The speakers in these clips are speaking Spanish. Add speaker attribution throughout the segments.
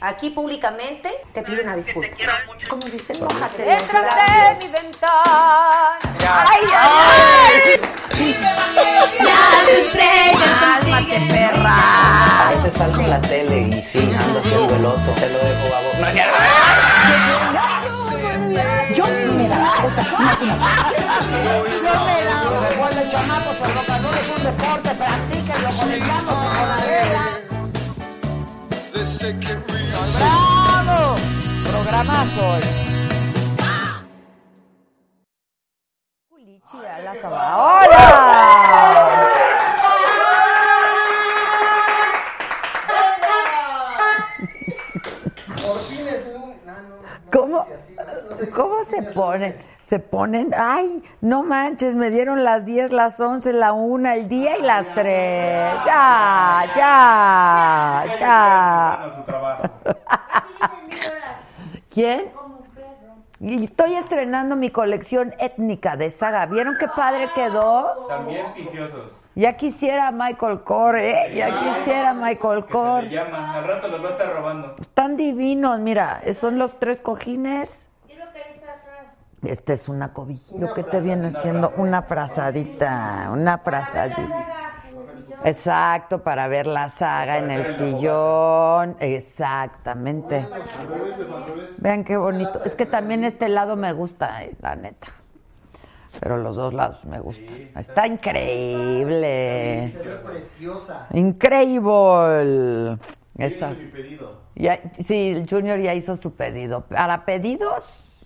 Speaker 1: aquí públicamente te pido una disculpa.
Speaker 2: te quiero mucho.
Speaker 1: Como dicen, mójate los
Speaker 3: Detrás
Speaker 1: labios.
Speaker 3: de mi ventana.
Speaker 1: ¡Ay, ay, ay! Las estrellas siguen perra.
Speaker 4: A veces salgo en la tele y sí, ando haciendo el oso. Te lo dejo babo.
Speaker 5: Yo me da cosa, Yo me da por los chamacos, el rock and roll es un deporte, practíquenlo, conectándose con la regla.
Speaker 3: ¡Bravo! Programazo hoy. Culichi a la cama. ¡Hola!
Speaker 6: Ah, ¿Cómo, ¿cómo se ponen? Se ponen, ay, no manches, me dieron las 10, las 11, la 1, el día y las 3. Ya, ya, ya. ¿Quién? Y estoy estrenando mi colección étnica de saga. ¿Vieron qué padre quedó?
Speaker 7: También viciosos.
Speaker 6: Ya quisiera Michael Core, ¿eh? ya quisiera Michael
Speaker 7: Que se
Speaker 6: Core.
Speaker 7: le llama. Al rato los va a estar robando.
Speaker 6: Están divinos, mira, son los tres cojines. Esta Este es una cobijillo que te viene siendo una frazadita, una frazadita. Exacto, para ver la saga en el pues, sillón, exactamente. Vean qué bonito. Es que también este lado me gusta, eh, la neta. Pero los dos lados me gustan. Está increíble.
Speaker 5: Preciosa.
Speaker 6: Increíble. Esta.
Speaker 5: Mi pedido.
Speaker 6: Ya, sí, el Junior ya hizo su pedido. Para pedidos,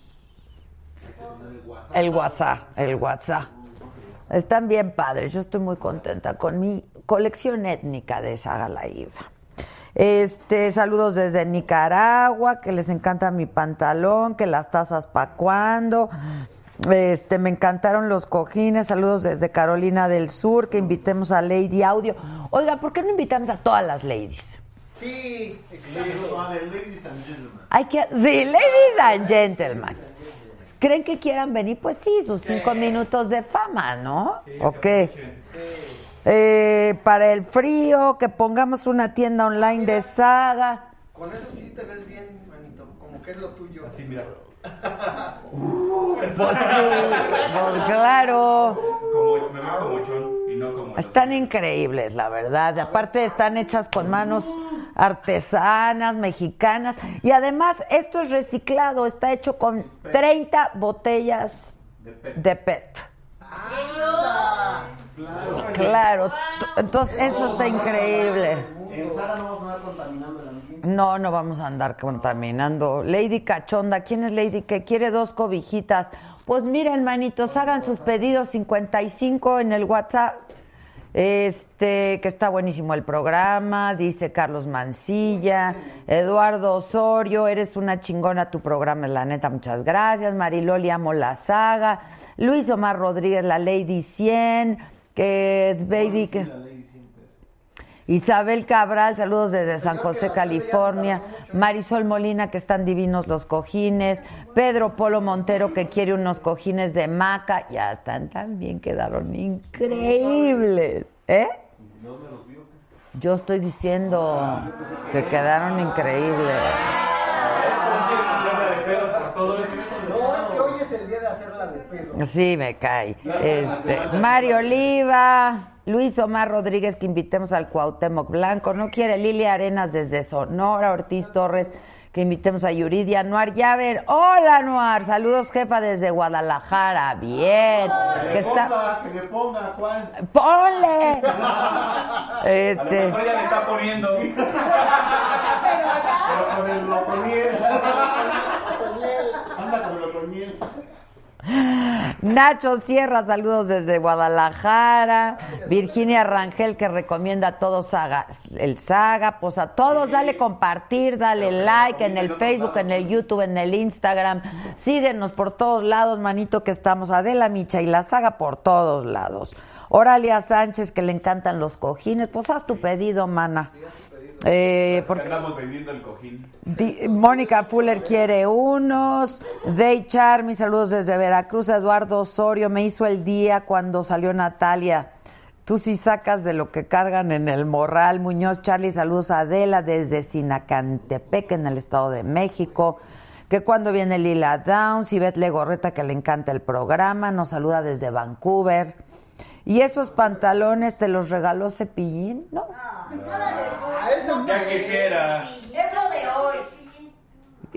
Speaker 6: el WhatsApp, el WhatsApp. Están bien padres, yo estoy muy contenta con mi colección étnica de Sara Laiva. Este, saludos desde Nicaragua, que les encanta mi pantalón, que las tazas pa' cuando. Este, me encantaron los cojines, saludos desde Carolina del Sur, que invitemos a Lady Audio. Oiga, ¿por qué no invitamos a todas las ladies?
Speaker 5: Sí, exacto. A ver, ladies and gentlemen.
Speaker 6: Hay que, sí, ladies and gentlemen. ¿Creen que quieran venir? Pues sí, sus cinco minutos de fama, ¿no? ¿O qué? Eh, para el frío, que pongamos una tienda online de saga.
Speaker 5: Con eso sí te ves bien, manito, como que es lo tuyo.
Speaker 7: Sí, mira.
Speaker 6: Pues sí, pues claro.
Speaker 7: Como, me veo como chon y no como.
Speaker 6: Están eh. increíbles, la verdad. Aparte, están hechas con manos artesanas, mexicanas. Y además, esto es reciclado, está hecho con 30 botellas E de E PET.
Speaker 5: Claro.
Speaker 6: Claro, t- entonces eso está increíble.
Speaker 5: En Sara no vamos a andar contaminando el ambiente.
Speaker 6: No, no vamos a andar contaminando. Lady Cachonda, ¿quién es Lady que quiere dos cobijitas? Pues miren, manitos, hagan sus pedidos 55 en el WhatsApp. Este, que está buenísimo el programa, dice Carlos Mancilla, Eduardo Osorio, eres una chingona tu programa, la neta, muchas gracias. Mariloli, amo la saga. Luis Omar Rodríguez, la Lady 100, que es Baby. que- Isabel Cabral, saludos desde San José, California. Marisol Molina, que están divinos los cojines. Pedro Polo Montero, que quiere unos cojines de maca. Ya están tan bien, quedaron increíbles. ¿Eh? Yo estoy diciendo que quedaron increíbles.
Speaker 7: Habla de pedo por todo esto.
Speaker 5: No, es que hoy es el día de hacerlas de pedo.
Speaker 6: Sí, me cae. Este, Mario Oliva, Luis Omar Rodríguez, que invitemos al Cuauhtémoc Blanco. No quiere Lilia Arenas desde Sonora, Ortiz Torres, que invitemos a Yuridia Noar Llaver. Hola, Noar. Saludos, jefa, desde Guadalajara. Bien. Que está...
Speaker 2: Ah,
Speaker 5: Que me ponga, ¿cuál?
Speaker 6: ¡Ponle!
Speaker 7: A lo
Speaker 6: Este,
Speaker 7: mejor ya le está poniendo.
Speaker 5: Pero con el lotoniel. Lotoniel. Anda con el lotoniel.
Speaker 6: Nacho Sierra, saludos desde Guadalajara. Virginia Rangel, que recomienda a todos saga- el Saga. Pues a todos, dale compartir, dale like en el Facebook, en el YouTube, en el Instagram. Síguenos por todos lados, manito, que estamos. Adela Micha y la Saga por todos lados. Oralia Sánchez, que le encantan los cojines. Pues haz tu pedido, mana. Eh, porque
Speaker 7: Andamos vendiendo el cojín.
Speaker 6: Di- Mónica Fuller quiere unos. Day Char, mis saludos desde Veracruz. Eduardo Osorio, me hizo el día cuando salió Natalia. Tú sí sacas de lo que cargan en el morral. Muñoz Charlie, saludos a Adela desde Sinacantepec, en el Estado de México. Que cuando viene Lila Downs y Betle Gorreta, que le encanta el programa, nos saluda desde Vancouver. Y esos pantalones te los regaló Cepillín, ¿no?
Speaker 7: Ya quisiera.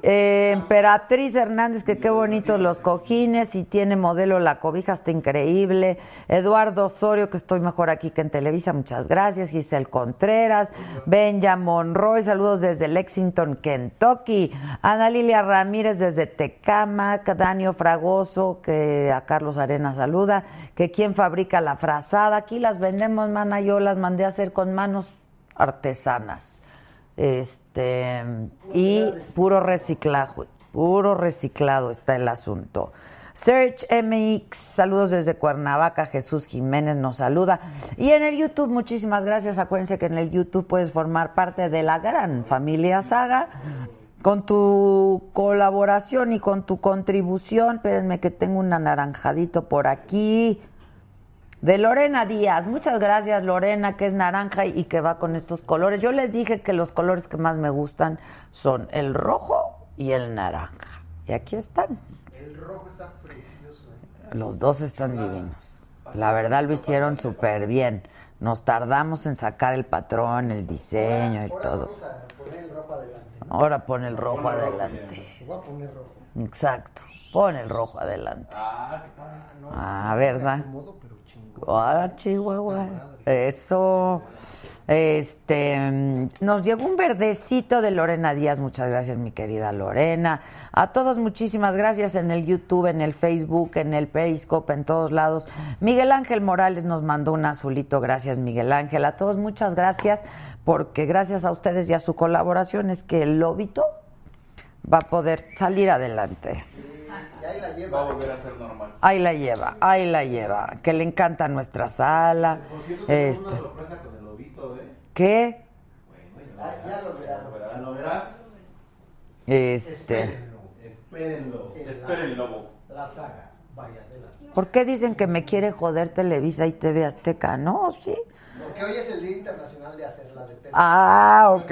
Speaker 6: Eh, Emperatriz Hernández, que qué bonitos los cojines y tiene modelo la cobija, está increíble. Eduardo Osorio, que estoy mejor aquí que en Televisa, muchas gracias. Giselle Contreras, Benja Monroy, saludos desde Lexington, Kentucky. Ana Lilia Ramírez desde Tecamac, Danio Fragoso, que a Carlos Arena saluda, que quién fabrica la frazada. Aquí las vendemos, mana, yo las mandé a hacer con manos artesanas este y puro reciclaje, puro reciclado está el asunto. Search MX, saludos desde Cuernavaca, Jesús Jiménez nos saluda. Y en el YouTube, muchísimas gracias. Acuérdense que en el YouTube puedes formar parte de la gran familia Saga. Con tu colaboración y con tu contribución, espérenme que tengo un anaranjadito por aquí de Lorena Díaz. Muchas gracias, Lorena, que es naranja y que va con estos colores. Yo les dije que los colores que más me gustan son el rojo y el naranja. Y aquí están. El rojo está precioso. ¿eh? Los dos están divinos. La verdad lo hicieron súper bien. Nos tardamos en sacar el patrón, el diseño y todo. Ahora pon el rojo adelante. Exacto. Pon el rojo adelante. Ah, ¿verdad? Ah, Chihuahua. Eso. Este, mm, nos llegó un verdecito de Lorena Díaz. Muchas gracias, mi querida Lorena. A todos, muchísimas gracias en el YouTube, en el Facebook, en el Periscope, en todos lados. Miguel Ángel Morales nos mandó un azulito. Gracias, Miguel Ángel. A todos, muchas gracias, porque gracias a ustedes y a su colaboración es que el lobito va a poder salir adelante.
Speaker 7: Va a volver a ser normal.
Speaker 6: Ahí la lleva, ahí la lleva. Que le encanta nuestra sala. este.
Speaker 2: ¿eh?
Speaker 6: ¿Qué?
Speaker 2: Ah,
Speaker 6: Este.
Speaker 7: Esperen el lobo.
Speaker 6: ¿Por qué dicen que me quiere joder Televisa y TV Azteca? No, sí.
Speaker 2: Porque hoy es el Día Internacional de Hacerla de Pelo.
Speaker 6: Ah, ok.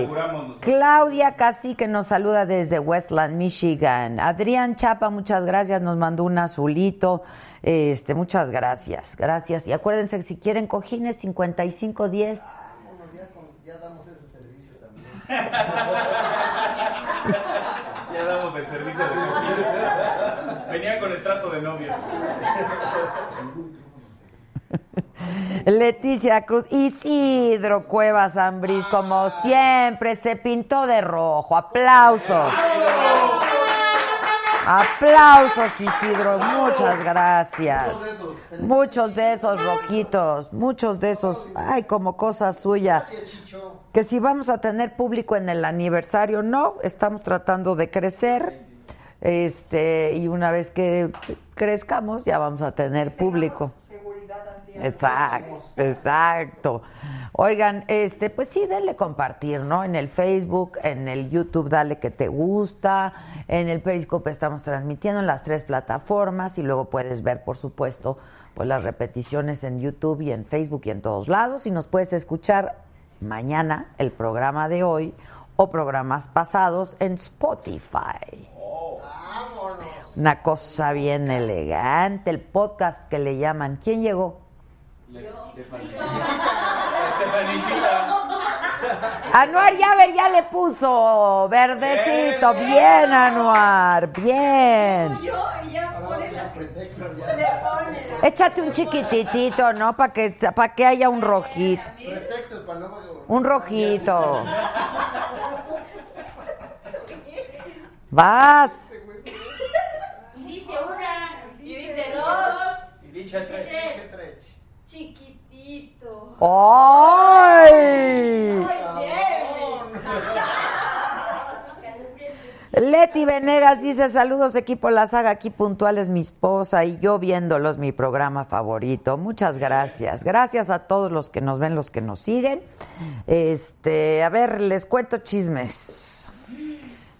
Speaker 7: Inauguramos nosotros.
Speaker 6: Claudia Cacique nos saluda desde Westland, Michigan. Adrián Chapa, muchas gracias, nos mandó un azulito. Este, muchas gracias, gracias. Y acuérdense que si quieren cojines 5510.
Speaker 7: Ya damos el servicio de cocina. Venía con el trato de novia.
Speaker 6: Leticia Cruz, Isidro Cuevas Ambrís, como siempre, se pintó de rojo. Aplausos. Aplausos, Isidro, muchas gracias. Muchos de esos rojitos, muchos de esos, ay, como cosa suya. Que si vamos a tener público en el aniversario, no, estamos tratando de crecer. Este, y una vez que crezcamos, ya vamos a tener público. Exacto, exacto. Oigan, este, pues sí, denle compartir, ¿no? En el Facebook, en el YouTube, dale que te gusta, en el Periscope estamos transmitiendo en las tres plataformas y luego puedes ver, por supuesto, pues las repeticiones en YouTube y en Facebook y en todos lados y nos puedes escuchar mañana el programa de hoy o programas pasados en Spotify. Una cosa bien elegante, el podcast que le llaman. ¿Quién llegó?
Speaker 7: Estefanicita.
Speaker 6: Anuar Yaver ya le puso verdecito. Bien, Anuar, bien. Échate un chiquititito, ¿no? Para que, para que haya un rojito.
Speaker 2: Pretextos para no...
Speaker 6: Un rojito. Vas.
Speaker 1: Y dice una, y dice dos,
Speaker 7: Y dicha tres.
Speaker 2: ¿Qué trech?
Speaker 1: chiquitito.
Speaker 6: ¡Ay! Leti Venegas dice, saludos equipo La Saga, aquí puntuales mi esposa y yo viéndolos mi programa favorito. Muchas gracias. Gracias a todos los que nos ven, los que nos siguen. Este, a ver, les cuento chismes.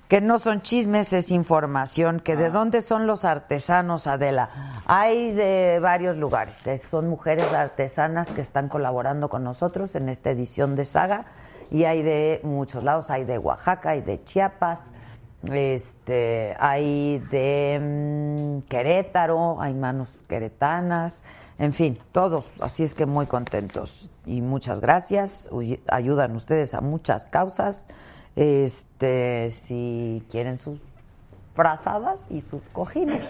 Speaker 6: que no son chismes, es información, que de dónde son los artesanos, Adela. Hay de varios lugares, es- son mujeres artesanas que están colaborando con nosotros en esta edición de Saga y hay de muchos lados, hay de Oaxaca, hay de Chiapas, este, hay de mm, Querétaro, hay manos queretanas, en fin, todos, así es que muy contentos y muchas gracias, Uy- ayudan ustedes a muchas causas, este, si quieren sus frazadas y sus cojines,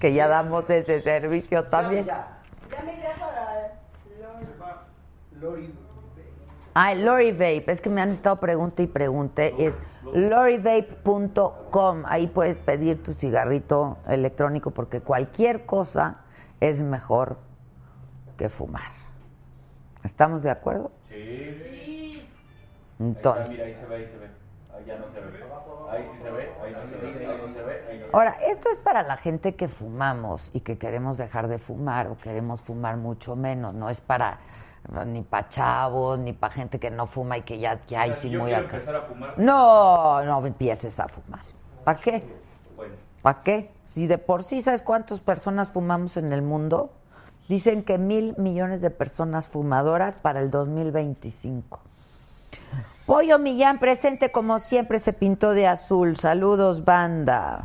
Speaker 6: que ya damos ese servicio también.
Speaker 1: Ya me iré para.
Speaker 2: Lori.
Speaker 6: Ah, el Lori Vape, es que me han estado pregunta y pregunte, es lorivape.com, ahí puedes pedir tu cigarrito electrónico porque cualquier cosa es mejor que fumar. ¿Estamos de acuerdo?
Speaker 7: Sí. Ahí, está, mira,
Speaker 6: Entonces,
Speaker 7: ahí se ve, ahí se ve. Ahí ya no se ve. Ahí sí se ve, ahí no se ve, ahí sí se ve, ahí no se ve.
Speaker 6: ahora, esto es para la gente que fumamos y que queremos dejar de fumar o queremos fumar mucho menos, no es para ni para chavos, ni para gente que no fuma y que ya, que hay
Speaker 7: O sea, si
Speaker 6: sí
Speaker 7: yo
Speaker 6: muy
Speaker 7: quiero
Speaker 6: acá.
Speaker 7: empezar a fumar,
Speaker 6: No, no empieces a fumar. ¿Para qué?
Speaker 7: bueno.
Speaker 6: ¿Para qué? Si de por sí sabes cuántas personas fumamos en el mundo, dicen que mil millones de personas fumadoras para el 2025. Pollo Millán, presente como siempre, se pintó de azul. Saludos, banda.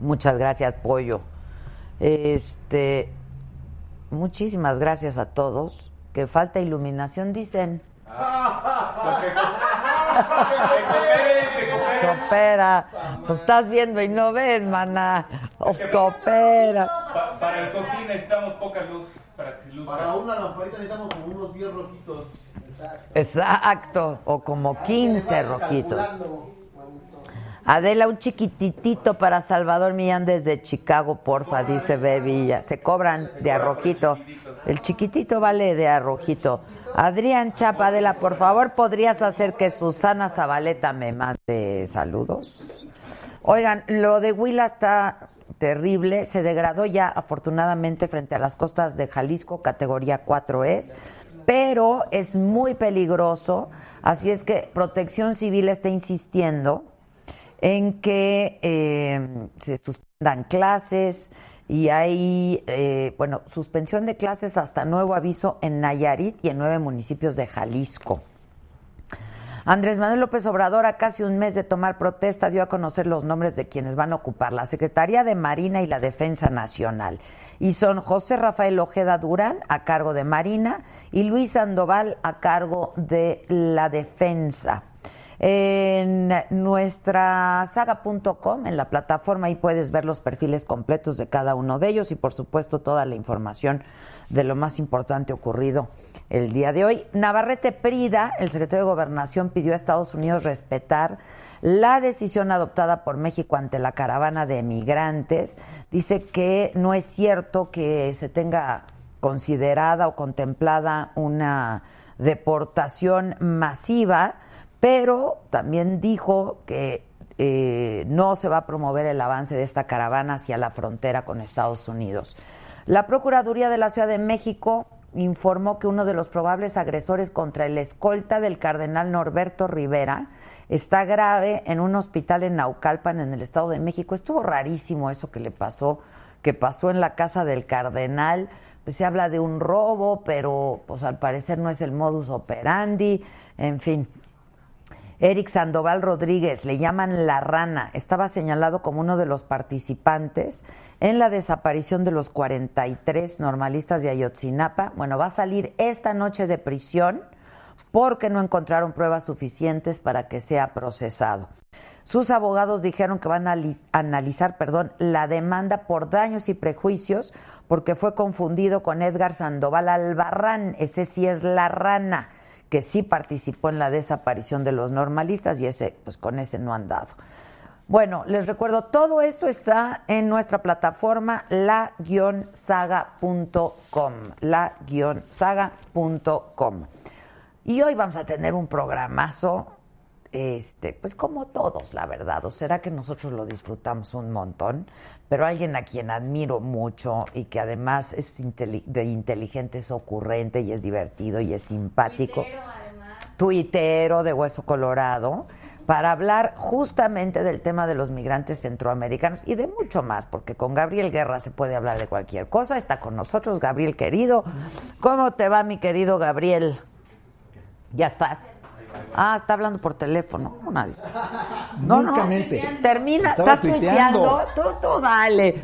Speaker 6: Muchas gracias, Pollo. Este, muchísimas gracias a todos. Que falta iluminación, dicen.
Speaker 7: Porque- que cooperen, que cooperen.
Speaker 6: Coopera. Pues estás viendo y no ves, maná. Os coopera.
Speaker 7: Pa- para el cojín necesitamos poca luz. Para que luz
Speaker 2: Para una lamparita necesitamos como unos 10 rojitos. Exacto.
Speaker 6: Exacto, o como 15 roquitos. Adela, un chiquititito para Salvador Millán desde Chicago, porfa, dice Bebilla. Se cobran de arrojito. El chiquitito vale de arrojito. Adrián Chapa, Adela, por favor, ¿podrías hacer que Susana Zabaleta me mande saludos? Oigan, lo de Huila está terrible. Se degradó ya, afortunadamente, frente a las costas de Jalisco, categoría 4 es. Pero es muy peligroso. Así es que Protección Civil está insistiendo en que eh, se suspendan clases y hay, eh, bueno, suspensión de clases hasta nuevo aviso en Nayarit y en nueve municipios de Jalisco. Andrés Manuel López Obrador, a casi un mes de tomar protesta, dio a conocer los nombres de quienes van a ocupar la Secretaría de Marina y la Defensa Nacional. Y son José Rafael Ojeda Durán, a cargo de Marina, y Luis Sandoval, a cargo de la Defensa. En nuestra saga.com, en la plataforma, ahí puedes ver los perfiles completos de cada uno de ellos y, por supuesto, toda la información de lo más importante ocurrido el día de hoy. Navarrete Prida, el secretario de Gobernación, pidió a Estados Unidos respetar la decisión adoptada por México ante la caravana de migrantes. Dice que no es cierto que se tenga considerada o contemplada una deportación masiva, pero también dijo que eh, no se va a promover el avance de esta caravana hacia la frontera con Estados Unidos. La Procuraduría de la Ciudad de México informó que uno de los probables agresores contra el escolta del cardenal Norberto Rivera está grave en un hospital en Naucalpan, en el Estado de México. Estuvo rarísimo eso que le pasó, que pasó en la casa del cardenal. Pues se habla de un robo, pero pues al parecer no es el modus operandi. En fin, Eric Sandoval Rodríguez, le llaman La Rana, estaba señalado como uno de los participantes en la desaparición de los 43 normalistas de Ayotzinapa. Bueno, va a salir esta noche de prisión porque no encontraron pruebas suficientes para que sea procesado. Sus abogados dijeron que van a li- analizar perdón, la demanda por daños y prejuicios porque fue confundido con Edgar Sandoval Albarrán. Ese sí es la rana que sí participó en la desaparición de los normalistas y ese, pues con ese no han dado. Bueno, les recuerdo, todo esto está en nuestra plataforma la-saga.com, la-saga.com. Y hoy vamos a tener un programazo, este, pues como todos, la verdad. O será que nosotros lo disfrutamos un montón, pero alguien a quien admiro mucho y que además es inteli- de inteligente, es ocurrente y es divertido y es simpático.
Speaker 1: Tuitero, además.
Speaker 6: tuitero de Hueso Colorado, para hablar justamente del tema de los migrantes centroamericanos y de mucho más, porque con Gabriel Guerra se puede hablar de cualquier cosa. Está con nosotros Gabriel querido. ¿Cómo te va, mi querido Gabriel? ¿Ya estás? Ah, está hablando por teléfono. Una dis- No, no.
Speaker 8: Únicamente.
Speaker 6: Termina,
Speaker 8: Estaba
Speaker 6: estás tuiteando.
Speaker 8: tuiteando.
Speaker 6: Tú, tú, dale.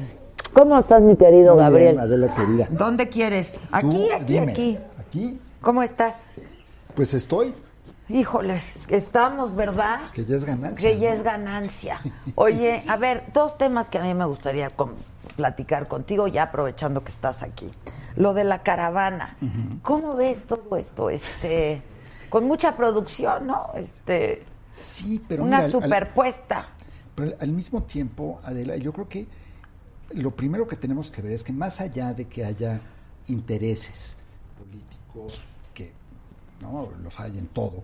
Speaker 6: ¿Cómo estás, mi querido
Speaker 8: Muy
Speaker 6: Gabriel?
Speaker 8: bien, Adela querida. Tú
Speaker 6: ¿Dónde quieres? Aquí, aquí,
Speaker 8: dime,
Speaker 6: aquí.
Speaker 8: Aquí,
Speaker 6: ¿Cómo estás?
Speaker 8: pues estoy,
Speaker 6: Híjoles, estamos, ¿verdad?
Speaker 8: que ya es ganancia.
Speaker 6: Que ya es ganancia. Oye, a ver, dos temas que a mí me gustaría con- platicar contigo, ya aprovechando que estás aquí. Lo de la caravana. ¿Cómo ves todo esto? Este, con mucha producción, ¿no? Este,
Speaker 8: Sí, pero
Speaker 6: una
Speaker 8: mira, al- al-
Speaker 6: superpuesta.
Speaker 8: Pero al- al mismo tiempo, Adela, yo creo que lo primero que tenemos que ver es que más allá de que haya intereses políticos, que no los hay en todo,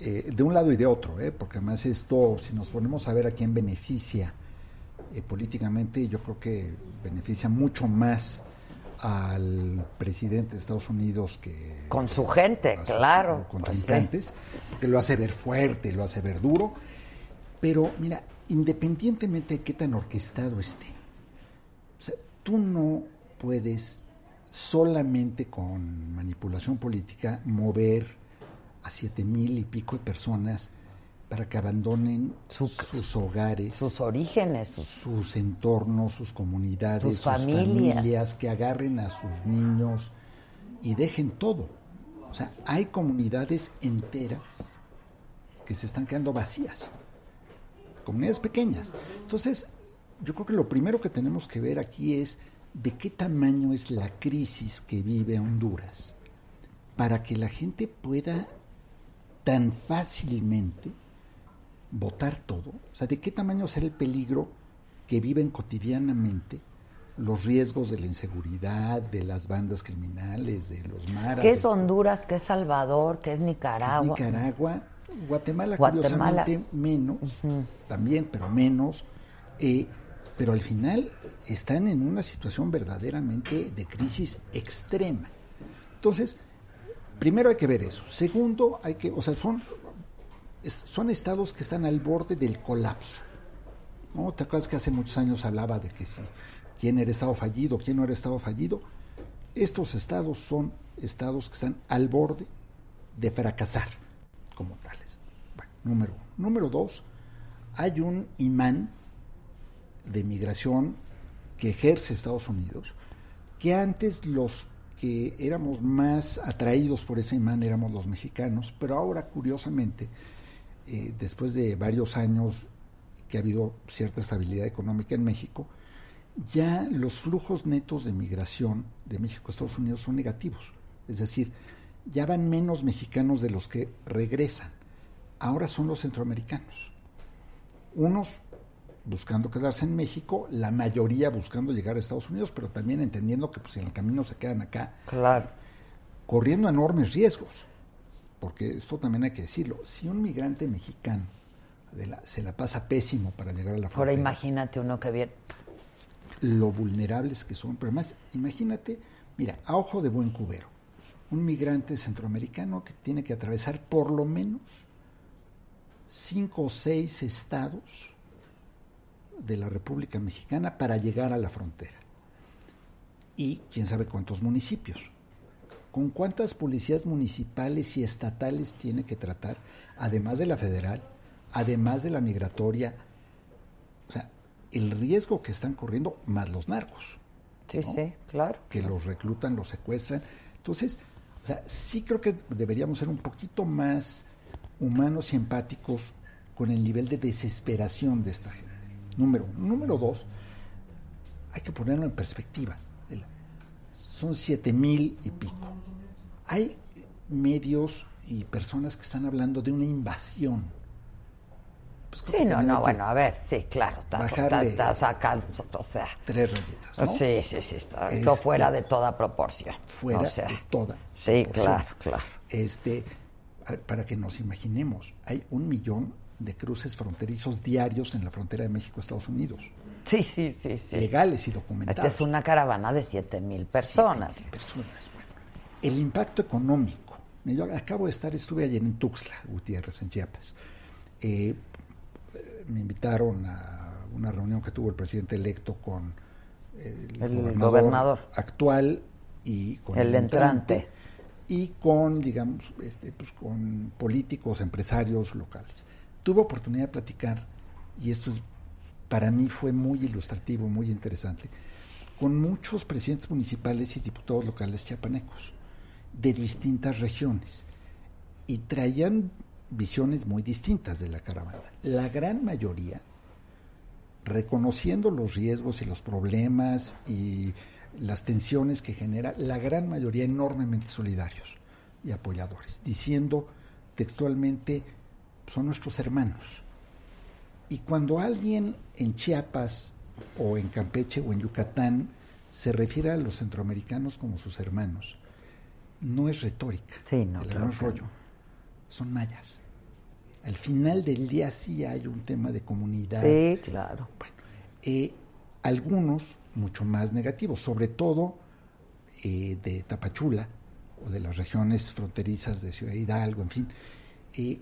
Speaker 8: eh, de un lado y de otro, ¿eh? porque además esto, si nos ponemos a ver a quién beneficia eh, políticamente, yo creo que beneficia mucho más al presidente de Estados Unidos que
Speaker 6: Con su gente,
Speaker 8: a sus
Speaker 6: claro. pues sí.
Speaker 8: contrincantes, que lo hace ver fuerte, lo hace ver duro. Pero mira, independientemente de qué tan orquestado esté, o sea, tú no puedes solamente con manipulación política mover a siete mil y pico de personas para que abandonen sus hogares,
Speaker 6: eh, Sus orígenes, sus-
Speaker 8: sus entornos, sus comunidades,
Speaker 6: Sus
Speaker 8: sus,
Speaker 6: familias.
Speaker 8: familias. que agarren a sus niños y dejen todo. O sea, hay comunidades enteras que se están quedando vacías, comunidades pequeñas. Entonces, yo creo que lo primero que tenemos que ver aquí es de qué tamaño es la crisis que vive Honduras para que la gente pueda tan fácilmente votar todo? O sea, ¿de qué tamaño será el peligro que viven cotidianamente los riesgos de la inseguridad, de las bandas criminales, de los maras?
Speaker 6: ¿Qué
Speaker 8: de-
Speaker 6: es Honduras? ¿Qué es Salvador? ¿Qué es
Speaker 8: que Pues es
Speaker 6: Nicaragua?
Speaker 8: Nicaragua, Guatemala,
Speaker 6: Guatemala.
Speaker 8: curiosamente menos, también, pero menos. eh, pero al final están en una situación verdaderamente de crisis extrema. Entonces, primero hay que ver eso. Segundo, hay que, o sea, son, es- son estados que están al borde del colapso. ¿no? ¿Te acuerdas que hace muchos años hablaba de que si quién era estado fallido, quién no era estado fallido? Estos estados son estados que están al borde de fracasar como tales. Bueno, número uno. Número dos, hay un imán de migración que ejerce Estados Unidos, que antes los que éramos más atraídos por ese imán éramos los mexicanos, pero ahora curiosamente, eh, después de varios años que ha habido cierta estabilidad económica en México, ya los flujos netos de migración de México a Estados Unidos son negativos. Es decir, ya van menos mexicanos de los que regresan. Ahora son los centroamericanos. Unos buscando quedarse en México, la mayoría buscando llegar a Estados Unidos, pero también entendiendo que pues, en el camino se quedan acá,
Speaker 6: Claro.
Speaker 8: corriendo enormes riesgos. Porque esto también hay que decirlo. Si un migrante mexicano de la- se la pasa pésimo para llegar a la
Speaker 6: Ahora
Speaker 8: frontera,
Speaker 6: imagínate uno que viene.
Speaker 8: lo vulnerables que son. Pero además, imagínate, mira, a ojo de buen cubero, un migrante centroamericano que tiene que atravesar por lo menos cinco o seis estados de la República Mexicana para llegar a la frontera. Y quién sabe cuántos municipios. ¿Con cuántas policías municipales y estatales tiene que tratar, además de la federal, además de la migratoria? O sea, el riesgo que están corriendo más los narcos
Speaker 6: Sí, sí, claro.
Speaker 8: que los reclutan, los secuestran. Entonces, o sea, sí creo que deberíamos ser un poquito más humanos y empáticos con el nivel de desesperación de esta gente. Número uno. Número dos, hay que ponerlo en perspectiva. El- Son siete mil y pico. Hay medios y personas que están hablando de una invasión. Pues creo
Speaker 6: Sí,
Speaker 8: que
Speaker 6: no,
Speaker 8: también hay
Speaker 6: no,
Speaker 8: que
Speaker 6: bueno, a ver, sí, claro, está, está,
Speaker 8: bajarle-
Speaker 6: está sacando, o sea,
Speaker 8: Tres rayitas, ¿no?
Speaker 6: sí, sí, sí, está,
Speaker 8: Este-
Speaker 6: esto fuera de toda proporción.
Speaker 8: Fuera
Speaker 6: o sea,
Speaker 8: de toda
Speaker 6: Sí,
Speaker 8: proporción.
Speaker 6: claro, claro.
Speaker 8: este, a- para que nos imaginemos, hay un millón de cruces fronterizos diarios en la frontera de México-Estados Unidos,
Speaker 6: Sí, sí, sí, sí.
Speaker 8: legales y
Speaker 6: Esta
Speaker 8: documentados.
Speaker 6: es una caravana de siete mil personas.
Speaker 8: Personas, bueno. El impacto económico Mira, Yo acabo de estar, estuve ayer en Tuxtla, Gutiérrez, en Chiapas. Eh, eh, me invitaron a una reunión que tuvo el presidente electo con el,
Speaker 6: El
Speaker 8: gobernador,
Speaker 6: gobernador.
Speaker 8: actual y con
Speaker 6: El entrante.
Speaker 8: y con, digamos, este, pues, con políticos, empresarios locales. Tuve oportunidad de platicar, y esto es, para mí fue muy ilustrativo, muy interesante, con muchos presidentes municipales y diputados locales chiapanecos de distintas regiones y traían visiones muy distintas de la caravana. La gran mayoría reconociendo los riesgos y los problemas y las tensiones que genera, la gran mayoría enormemente solidarios y apoyadores, diciendo textualmente, son nuestros hermanos. Y cuando alguien en Chiapas o en Campeche o en Yucatán se refiere a los centroamericanos como sus hermanos, no es retórica,
Speaker 6: Sí, no,
Speaker 8: el-
Speaker 6: claro
Speaker 8: es
Speaker 6: que
Speaker 8: rollo, son mayas. Al final del día sí hay un tema de comunidad,
Speaker 6: Sí, claro.
Speaker 8: eh, algunos mucho más negativos, sobre todo eh, de Tapachula o de las regiones fronterizas de Ciudad Hidalgo, en fin, eh,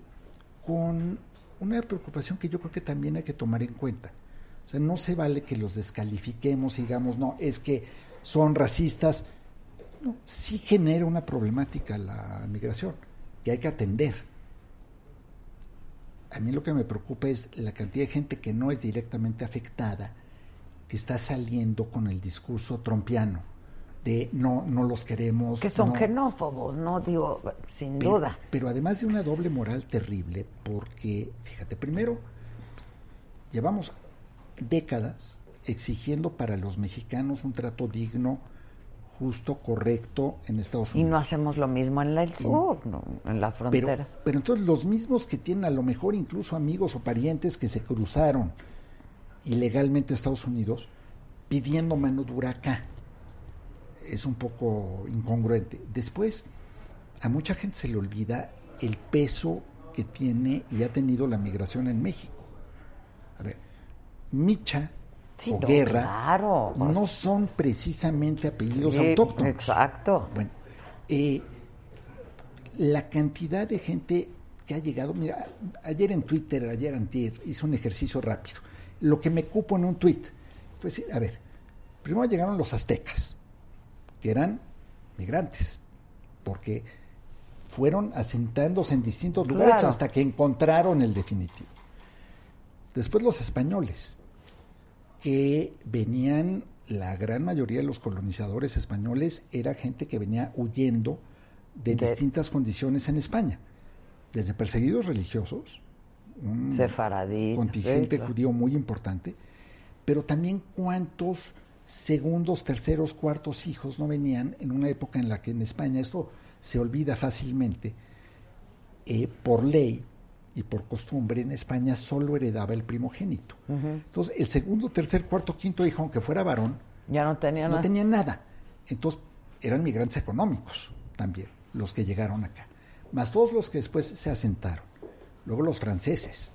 Speaker 8: con una preocupación que yo creo que también hay que tomar en cuenta. O sea, no se vale que los descalifiquemos y digamos, no, es que son racistas. No, sí genera una problemática la migración que hay que atender. A mí lo que me preocupa es la cantidad de gente que no es directamente afectada, que está saliendo con el discurso trompiano de no, no los queremos.
Speaker 6: Que son
Speaker 8: no.
Speaker 6: xenófobos, ¿no? Digo, sin
Speaker 8: Pe-
Speaker 6: duda.
Speaker 8: Pero además de una doble moral terrible, porque, fíjate, primero, llevamos décadas exigiendo para los mexicanos un trato digno, justo, correcto en Estados
Speaker 6: Y
Speaker 8: Unidos.
Speaker 6: no hacemos lo mismo en la- el sur, ¿no? en la
Speaker 8: Pero,
Speaker 6: frontera.
Speaker 8: pero entonces los mismos que tienen a lo mejor incluso amigos o parientes que se cruzaron ilegalmente a Estados Unidos pidiendo mano dura acá. Es un poco incongruente. Después, a mucha gente se le olvida el peso que tiene y ha tenido la migración en México. A ver, Micha
Speaker 6: Sí,
Speaker 8: o
Speaker 6: no,
Speaker 8: Guerra
Speaker 6: claro, pues.
Speaker 8: no son precisamente apellidos
Speaker 6: Sí,
Speaker 8: autóctonos.
Speaker 6: Exacto.
Speaker 8: Bueno, eh, la cantidad de gente que ha llegado, mira, ayer en Twitter, ayer antier, hice un ejercicio rápido. Lo que me cupo en un tweet, pues, a ver, primero llegaron los aztecas, que eran migrantes, porque fueron asentándose en distintos lugares
Speaker 6: Claro.
Speaker 8: hasta que encontraron el definitivo. Después los españoles, que venían, la gran mayoría de los colonizadores españoles era gente que venía huyendo de,
Speaker 6: De-
Speaker 8: distintas condiciones en España, desde perseguidos religiosos, un
Speaker 6: Sefaradí.
Speaker 8: contingente
Speaker 6: Sí, claro.
Speaker 8: judío muy importante, pero también cuántos segundos, terceros, cuartos hijos no venían en una época en la que en España esto se olvida fácilmente. eh, por ley y por costumbre en España solo heredaba el primogénito. Entonces, el segundo, tercer, cuarto, quinto hijo, aunque fuera varón,
Speaker 6: Ya no tenía
Speaker 8: no
Speaker 6: nada.
Speaker 8: tenían nada. Entonces, eran migrantes económicos también, los que llegaron acá. Más todos los que después se asentaron. Luego los franceses,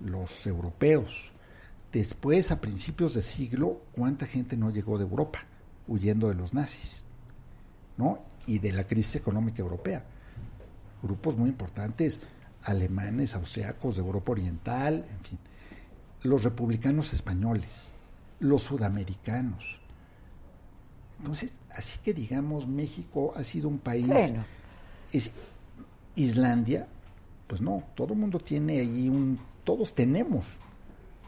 Speaker 8: los europeos. Después, a principios de siglo, ¿cuánta gente no llegó de Europa huyendo de los nazis? ¿No? Y de la crisis económica europea. Grupos muy importantes, alemanes, austriacos, de Europa Oriental, en fin los republicanos españoles, los sudamericanos. Entonces, así que digamos, México ha sido un país...
Speaker 6: Sí, no.
Speaker 8: es- Islandia, pues no, todo el mundo tiene ahí un... Todos tenemos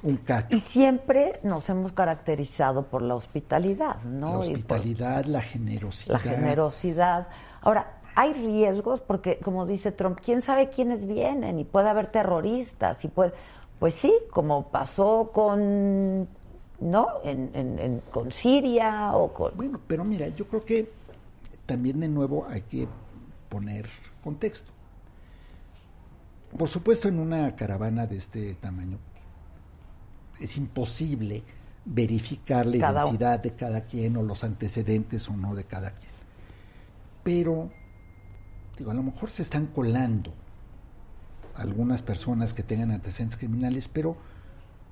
Speaker 8: un cacho.
Speaker 6: Y siempre nos hemos caracterizado por la hospitalidad, ¿no?
Speaker 8: la
Speaker 6: Y por-
Speaker 8: hospitalidad, la generosidad.
Speaker 6: la generosidad. Ahora, hay riesgos porque, como dice Trump, quién sabe quiénes vienen y puede haber terroristas y puede, pues sí, como pasó con, ¿no? En, en- en- con Siria o con,
Speaker 8: Bueno, pero mira, yo creo que también de nuevo hay que poner contexto. Por supuesto, en una caravana de este tamaño es imposible verificar la
Speaker 6: Cada-
Speaker 8: identidad de cada quien o los antecedentes o no de cada quien. Pero, digo, a lo mejor se están colando algunas personas que tengan antecedentes criminales, pero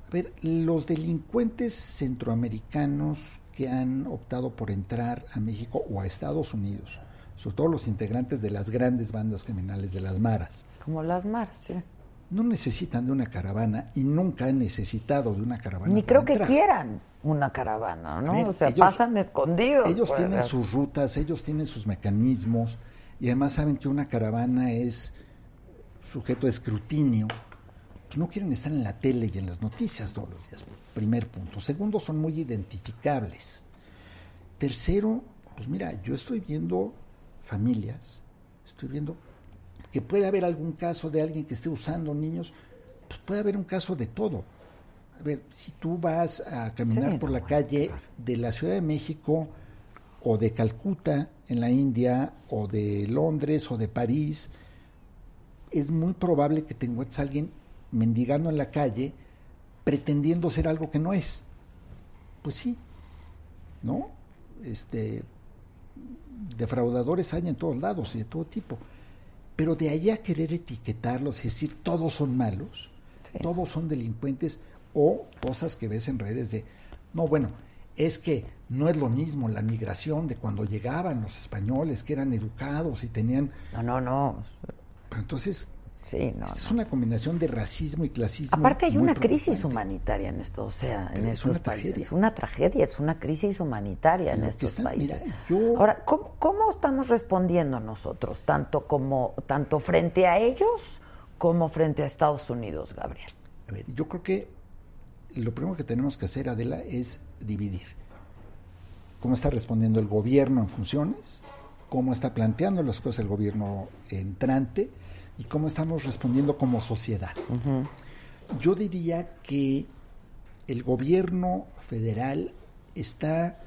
Speaker 8: a ver, los delincuentes centroamericanos que han optado por entrar a México o a Estados Unidos sobre todo los integrantes de las grandes bandas criminales de las maras.
Speaker 6: Como las maras, sí.
Speaker 8: No necesitan de una caravana y nunca han necesitado de una caravana.
Speaker 6: Ni
Speaker 8: para
Speaker 6: creo que
Speaker 8: entrar.
Speaker 6: quieran una caravana, ¿no?
Speaker 8: A ver,
Speaker 6: o sea,
Speaker 8: ellos-
Speaker 6: pasan escondidos.
Speaker 8: Ellos
Speaker 6: pues.
Speaker 8: tienen sus rutas, ellos tienen sus mecanismos y además saben que una caravana es sujeto a escrutinio. Pues no quieren estar en la tele y en las noticias todos los días. Primer punto. Segundo, son muy identificables. Tercero, pues mira, yo estoy viendo familias, estoy viendo que puede haber algún caso de alguien que esté usando niños, pues puede haber un caso de todo. A ver, si tú vas a caminar
Speaker 6: Sí,
Speaker 8: por
Speaker 6: no,
Speaker 8: la
Speaker 6: bueno,
Speaker 8: calle de la Ciudad de México o de Calcuta en la India o de Londres o de París, es muy probable que te encuentres a alguien mendigando en la calle pretendiendo ser algo que no es. Pues sí, ¿no? Este, defraudadores hay en todos lados y de todo tipo. Pero de ahí a querer etiquetarlos y decir todos son malos, todos son delincuentes o cosas que ves en redes de, no, bueno, es que no es lo mismo la migración de cuando llegaban los españoles que eran educados y tenían...
Speaker 6: No, no, no.
Speaker 8: Pero entonces
Speaker 6: Sí, no.
Speaker 8: es una combinación de racismo y clasismo.
Speaker 6: Aparte hay
Speaker 8: muy
Speaker 6: una crisis
Speaker 8: preocupante.
Speaker 6: humanitaria en esto, o sea, en
Speaker 8: Pero es
Speaker 6: estos
Speaker 8: una
Speaker 6: países.
Speaker 8: tragedia.
Speaker 6: Es una tragedia, es una crisis humanitaria en
Speaker 8: Lo que
Speaker 6: estos
Speaker 8: está-
Speaker 6: países.
Speaker 8: mira, yo-
Speaker 6: Ahora, ¿cómo, cómo estamos respondiendo nosotros, tanto como tanto frente a ellos como frente a Estados Unidos, Gabriel?
Speaker 8: A ver, yo creo que lo primero que tenemos que hacer, Adela, es dividir. ¿Cómo está respondiendo el gobierno en funciones? ¿Cómo está planteando las cosas el gobierno entrante? ¿Y cómo estamos respondiendo como sociedad? Yo diría que el gobierno federal está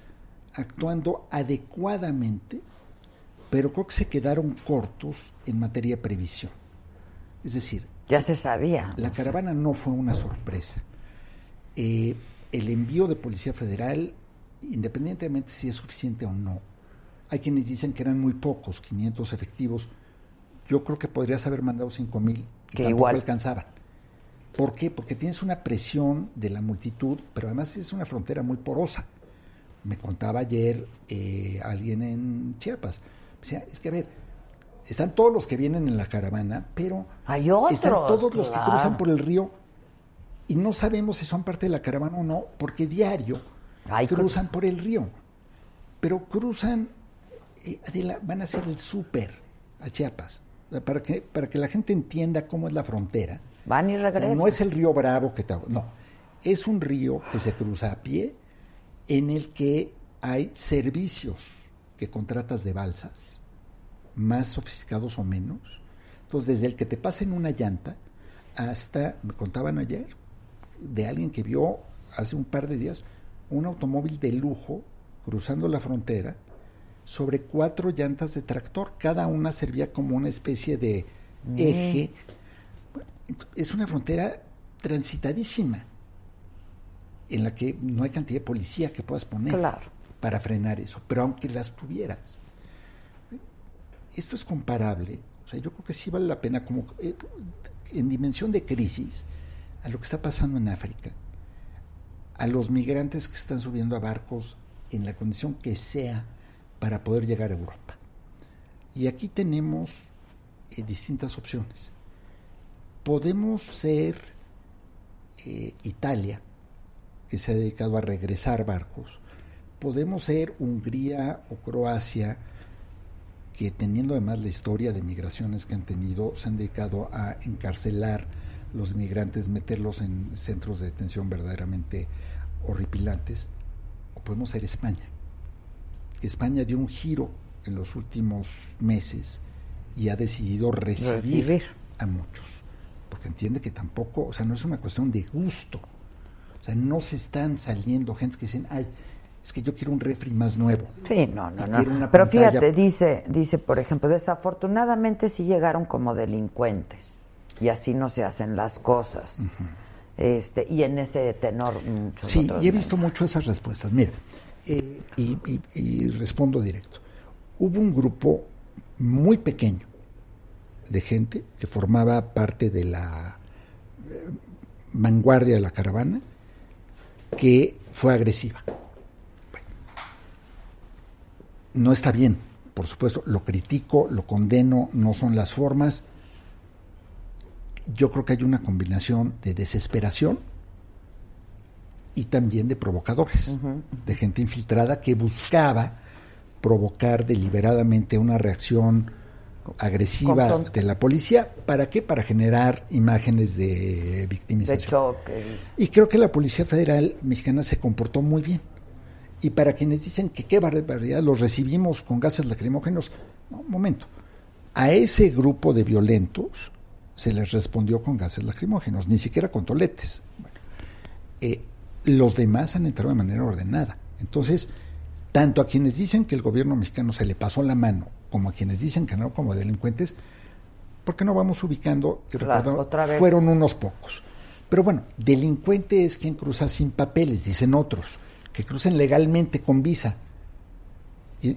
Speaker 8: actuando adecuadamente, pero creo que se quedaron cortos en materia de previsión. Es decir,
Speaker 6: Ya se sabía.
Speaker 8: la caravana no fue una sorpresa. Eh, el envío de Policía Federal, independientemente si es suficiente o no, hay quienes dicen que eran muy pocos, 500 efectivos. Yo creo que podrías haber mandado 5.000 mil y
Speaker 6: Que
Speaker 8: tampoco
Speaker 6: igual.
Speaker 8: alcanzaban. ¿Por qué? Porque tienes una presión de la multitud, pero además es una frontera muy porosa. Me contaba ayer eh, alguien en Chiapas. O sea, es que a ver, están todos los que vienen en la caravana, pero
Speaker 6: Hay otros,
Speaker 8: están todos los
Speaker 6: claro.
Speaker 8: que cruzan por el río y no sabemos si son parte de la caravana o no, porque diario
Speaker 6: Ay,
Speaker 8: cruzan
Speaker 6: cruzan.
Speaker 8: por el río. Pero cruzan, eh, Adela, van a hacer el súper a Chiapas. O sea, Para que, para que la gente entienda cómo es la frontera.
Speaker 6: Van y
Speaker 8: O sea,
Speaker 6: regresan.
Speaker 8: no es el río Bravo que te... No, es un río que se cruza a pie en el que hay servicios que contratas de balsas, más sofisticados o menos. Entonces, desde el que te pasen una llanta hasta, me contaban ayer, de alguien que vio hace un par de días un automóvil de lujo cruzando la frontera sobre cuatro llantas de tractor. Cada una servía como una especie de eje es una frontera transitadísima en la que no hay cantidad de policía que puedas poner
Speaker 6: Claro.
Speaker 8: para frenar eso, pero aunque las tuvieras. Esto es comparable, o sea, yo creo que sí vale la pena como eh, en dimensión de crisis a lo que está pasando en África, a los migrantes que están subiendo a barcos en la condición que sea para poder llegar a Europa. Y aquí tenemos eh, distintas opciones podemos ser eh, Italia, que se ha dedicado a regresar barcos, podemos ser Hungría o Croacia, que teniendo además la historia de migraciones que han tenido, se han dedicado a encarcelar los migrantes, meterlos en centros de detención verdaderamente horripilantes, o podemos ser España. que España dio un giro en los últimos meses y ha decidido
Speaker 6: Recibir.
Speaker 8: recibir a muchos, porque entiende que tampoco, o sea, no es una cuestión de gusto. O sea, no se están saliendo gente que dicen, ay, es que yo quiero un refri más nuevo.
Speaker 6: Sí, no, no,
Speaker 8: Y
Speaker 6: no.
Speaker 8: quiere una
Speaker 6: Pero
Speaker 8: pantalla-
Speaker 6: fíjate, dice, dice, por ejemplo, desafortunadamente sí llegaron como delincuentes y así no se hacen las cosas. Este y en ese tenor muchos
Speaker 8: Sí,
Speaker 6: otros
Speaker 8: y he visto
Speaker 6: mensajes.
Speaker 8: mucho esas respuestas. Mira, eh, y, y- y respondo directo. Hubo un grupo muy pequeño de gente que formaba parte de la eh, vanguardia de la caravana que fue agresiva. Bueno, no está bien. por supuesto, lo critico, lo condeno, no son las formas. Yo creo que hay una combinación de desesperación y también de provocadores, de gente infiltrada que buscaba provocar deliberadamente una reacción agresiva
Speaker 6: Confront-
Speaker 8: de la policía. ¿Para qué? Para generar imágenes de
Speaker 6: De
Speaker 8: victimización.
Speaker 6: choque.
Speaker 8: Y creo que la Policía Federal Mexicana se comportó muy bien. Y para quienes dicen que qué barbaridad, los recibimos con gases lacrimógenos, no, un momento. A ese grupo de violentos se les respondió con gases lacrimógenos, ni siquiera con toletes. Bueno, eh, los demás han entrado de manera ordenada. Entonces, tanto a quienes dicen que el gobierno mexicano se le pasó la mano, como a quienes dicen que no como delincuentes, ¿por qué no vamos ubicando y
Speaker 6: Claro,
Speaker 8: recordando?
Speaker 6: otra vez.
Speaker 8: Fueron unos pocos. Pero bueno, delincuente es quien cruza sin papeles, dicen otros, que crucen legalmente con visa. Y,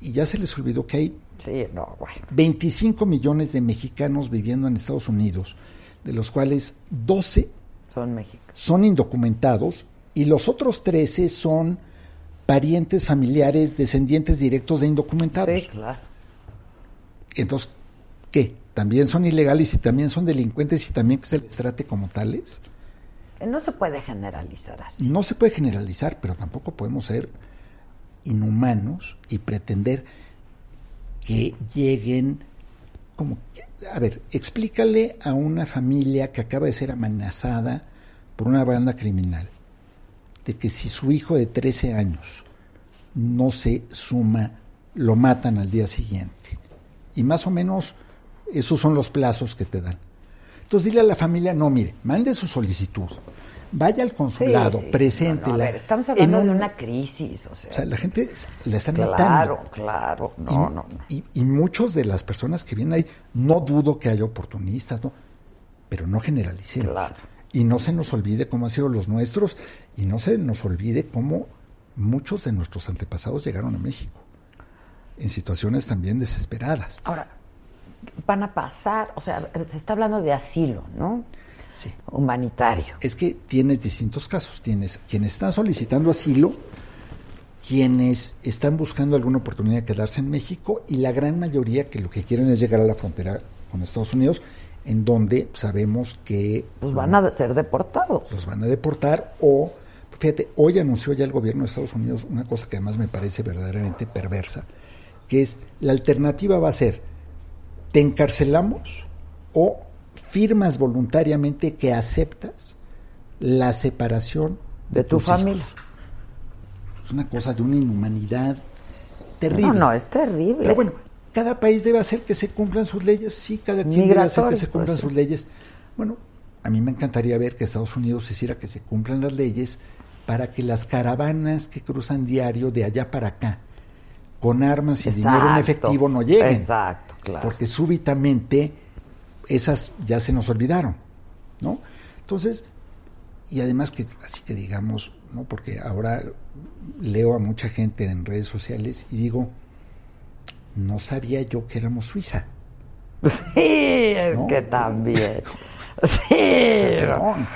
Speaker 8: y ya se les olvidó que hay
Speaker 6: Sí, no, bueno.
Speaker 8: 25 millones de mexicanos viviendo en Estados Unidos, de los cuales 12
Speaker 6: Son mexicanos.
Speaker 8: son indocumentados y los otros 13 son parientes, familiares, descendientes directos de indocumentados.
Speaker 6: Sí, claro.
Speaker 8: Entonces, ¿qué? ¿También son ilegales y también son delincuentes y también que se les trate como tales?
Speaker 6: Eh, No se puede generalizar así.
Speaker 8: No se puede generalizar, pero tampoco podemos ser inhumanos y pretender que lleguen como... que- A ver, explícale a una familia que acaba de ser amenazada por una banda criminal de que si su hijo de 13 años no se suma, lo matan al día siguiente. Y más o menos esos son los plazos que te dan. Entonces dile a la familia, no, mire, mande su solicitud, vaya al
Speaker 6: Sí,
Speaker 8: consulado,
Speaker 6: sí, sí,
Speaker 8: preséntela.
Speaker 6: no, no, a ver, estamos
Speaker 8: en
Speaker 6: hablando de
Speaker 8: un-
Speaker 6: una crisis, o sea.
Speaker 8: O sea, la gente la están matando.
Speaker 6: claro, claro. No,
Speaker 8: y,
Speaker 6: no, no.
Speaker 8: y- y muchos de las personas que vienen ahí, no dudo que haya oportunistas, ¿no? pero no generalicemos.
Speaker 6: Claro.
Speaker 8: Y no se nos olvide cómo han sido los nuestros y no se nos olvide cómo muchos de nuestros antepasados llegaron a México en situaciones también desesperadas.
Speaker 6: Ahora, van a pasar, o sea, se está hablando de asilo, ¿no?
Speaker 8: Sí.
Speaker 6: Humanitario.
Speaker 8: es que tienes distintos casos. Tienes quienes están solicitando asilo, quienes están buscando alguna oportunidad de quedarse en México y la gran mayoría que lo que quieren es llegar a la frontera con Estados Unidos, en donde sabemos que
Speaker 6: Pues van a ser deportados.
Speaker 8: los van a deportar o, fíjate, hoy anunció ya el gobierno de Estados Unidos una cosa que además me parece verdaderamente perversa, que es la alternativa va a ser, te encarcelamos o firmas voluntariamente que aceptas la separación
Speaker 6: De tu
Speaker 8: tus hijos.
Speaker 6: familia.
Speaker 8: Es una cosa de una inhumanidad terrible.
Speaker 6: No, no, es terrible.
Speaker 8: Pero bueno, cada país debe hacer que se cumplan sus leyes, sí, cada quien debe hacer que
Speaker 6: Migratorias,
Speaker 8: se cumplan
Speaker 6: pues, sí.
Speaker 8: sus leyes. Bueno, a mí me encantaría ver que Estados Unidos hiciera que se cumplan las leyes para que las caravanas que cruzan diario de allá para acá, con armas y dinero en
Speaker 6: Exacto,
Speaker 8: efectivo, no lleguen.
Speaker 6: Exacto, claro.
Speaker 8: Porque súbitamente esas ya se nos olvidaron, ¿no? Entonces, y además que así que digamos, ¿no? Porque ahora leo a mucha gente en redes sociales y digo, no sabía yo que éramos Suiza.
Speaker 6: Sí, es
Speaker 8: No.
Speaker 6: que también.
Speaker 8: O sea,
Speaker 6: Sí. no.
Speaker 8: perdón.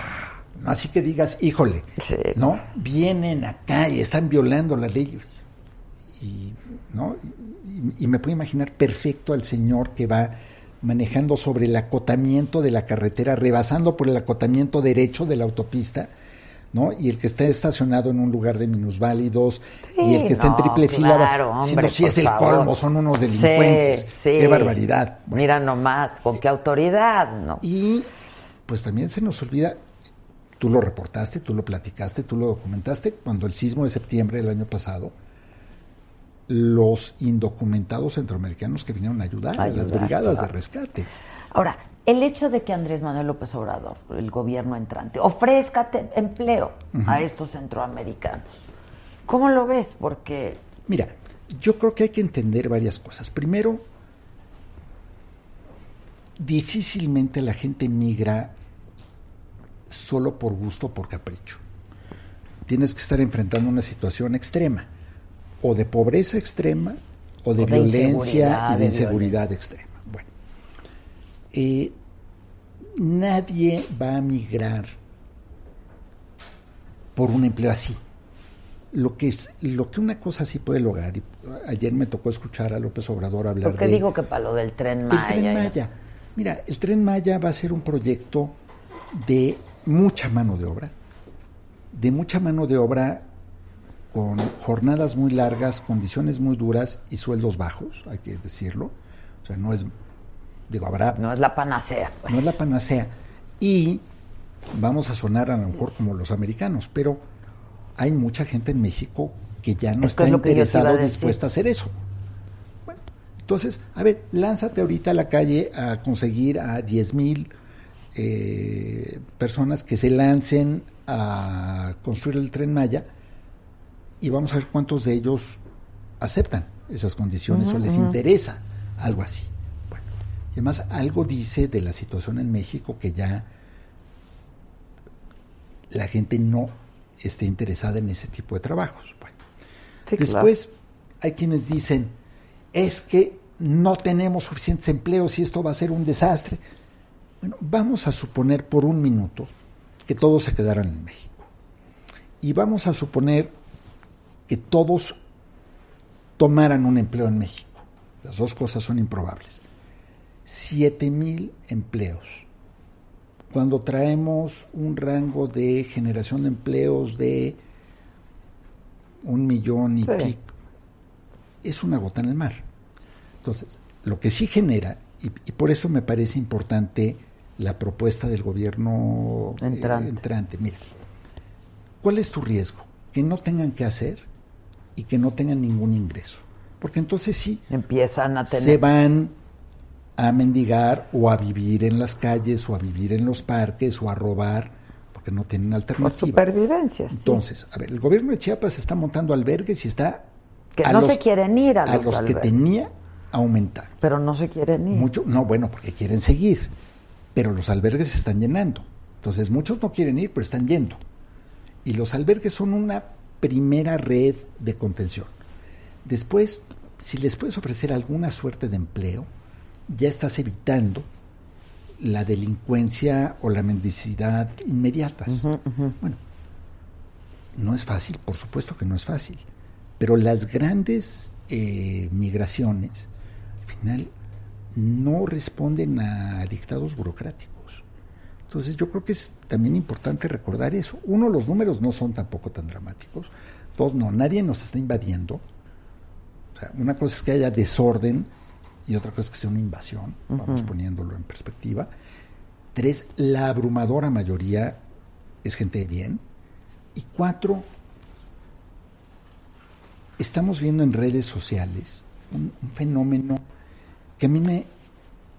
Speaker 8: No, Así que digas, híjole,
Speaker 6: Sí.
Speaker 8: ¿no? Vienen acá y están violando la ley. Y, ¿no? Y- y me puedo imaginar perfecto al señor que va manejando sobre el acotamiento de la carretera, rebasando por el acotamiento derecho de la autopista, ¿no? Y el que está estacionado en un lugar de minusválidos, y el
Speaker 6: Sí,
Speaker 8: que está
Speaker 6: no,
Speaker 8: en triple fila, va
Speaker 6: claro,
Speaker 8: diciendo,
Speaker 6: hombre,
Speaker 8: sí es
Speaker 6: por
Speaker 8: el
Speaker 6: favor".
Speaker 8: colmo, son unos
Speaker 6: Sí,
Speaker 8: delincuentes.
Speaker 6: sí.
Speaker 8: Qué barbaridad. Bueno,
Speaker 6: Mira nomás, con qué autoridad, ¿no?
Speaker 8: y pues también se nos olvida, tú lo reportaste, tú lo platicaste, tú lo documentaste, cuando el sismo de septiembre del año pasado, los indocumentados centroamericanos que vinieron a ayudar, a las
Speaker 6: Ayudar,
Speaker 8: brigadas
Speaker 6: claro.
Speaker 8: de rescate.
Speaker 6: Ahora, el hecho de que Andrés Manuel López Obrador, el gobierno entrante, ofrezca te- empleo a estos centroamericanos, ¿cómo lo ves? Porque
Speaker 8: Mira, yo creo que hay que entender varias cosas. Primero, difícilmente la gente migra solo por gusto o por capricho. Tienes que estar enfrentando una situación extrema, o de pobreza extrema, o de
Speaker 6: O de
Speaker 8: violencia
Speaker 6: inseguridad,
Speaker 8: y de
Speaker 6: de
Speaker 8: inseguridad extrema. Bueno, eh, nadie va a migrar por un empleo así. Lo que, es, lo que una cosa sí puede lograr, y ayer me tocó escuchar a López Obrador hablar
Speaker 6: Porque
Speaker 8: de...
Speaker 6: digo que para lo del tren Maya.
Speaker 8: El tren Maya. Mira, el tren Maya va a ser un proyecto de mucha mano de obra, de mucha mano de obra con jornadas muy largas, condiciones muy duras y sueldos bajos, hay que decirlo. O sea, no es, digo, habrá,
Speaker 6: No es la panacea. pues.
Speaker 8: no es la panacea. Y vamos a sonar a lo mejor como los americanos, pero hay mucha gente en México que ya no
Speaker 6: Es que
Speaker 8: está
Speaker 6: es lo que yo te iba a
Speaker 8: interesada o
Speaker 6: decir.
Speaker 8: dispuesta a hacer eso. Bueno, entonces, a ver, lánzate ahorita a la calle a conseguir a 10 mil eh, personas que se lancen a construir el tren Maya y vamos a ver cuántos de ellos aceptan esas condiciones o les interesa algo así. Bueno, y además algo dice de la situación en México que ya la gente no esté interesada en ese tipo de trabajos. Bueno,
Speaker 6: Sí, claro.
Speaker 8: después hay quienes dicen, es que no tenemos suficientes empleos y esto va a ser un desastre. Bueno, vamos a suponer por un minuto que todos se quedaran en México. Y vamos a suponer que todos tomaran un empleo en México. Las dos cosas son improbables. Siete mil empleos. Cuando traemos un rango de generación de empleos de un millón y
Speaker 6: Sí.
Speaker 8: pico, es una gota en el mar. Entonces, lo que sí genera, y, y por eso me parece importante la propuesta del gobierno eh,
Speaker 6: Entrante.
Speaker 8: entrante. Mira, ¿cuál es tu riesgo? Que no tengan que hacer y que no tengan ningún ingreso. Porque entonces sí,
Speaker 6: Empiezan a tener.
Speaker 8: se van a mendigar o a vivir en las calles o a vivir en los parques o a robar porque no tienen
Speaker 6: por
Speaker 8: alternativa.
Speaker 6: supervivencia. sí.
Speaker 8: Entonces, a ver, el gobierno de Chiapas está montando albergues y está
Speaker 6: Que
Speaker 8: a
Speaker 6: no
Speaker 8: los-
Speaker 6: se quieren ir a
Speaker 8: a
Speaker 6: los
Speaker 8: los que
Speaker 6: albergues.
Speaker 8: tenía aumentar.
Speaker 6: Pero no se quieren ir.
Speaker 8: Mucho, no, bueno, porque quieren seguir, pero los albergues se están llenando. Entonces muchos no quieren ir, pero están yendo. Y los albergues son una primera red de contención. Después, si les puedes ofrecer alguna suerte de empleo, ya estás evitando la delincuencia o la mendicidad inmediatas. Bueno, no es fácil, por supuesto que no es fácil, pero las grandes eh, migraciones al final no responden a dictados burocráticos. Entonces yo creo que es también importante recordar eso. Uno, los números no son tampoco tan dramáticos. Dos, no, nadie nos está invadiendo. O sea, una cosa es que haya desorden y otra cosa es que sea una invasión, vamos poniéndolo en perspectiva. Tres, la abrumadora mayoría es gente de bien. Y cuatro, estamos viendo en redes sociales un, un fenómeno que a mí me,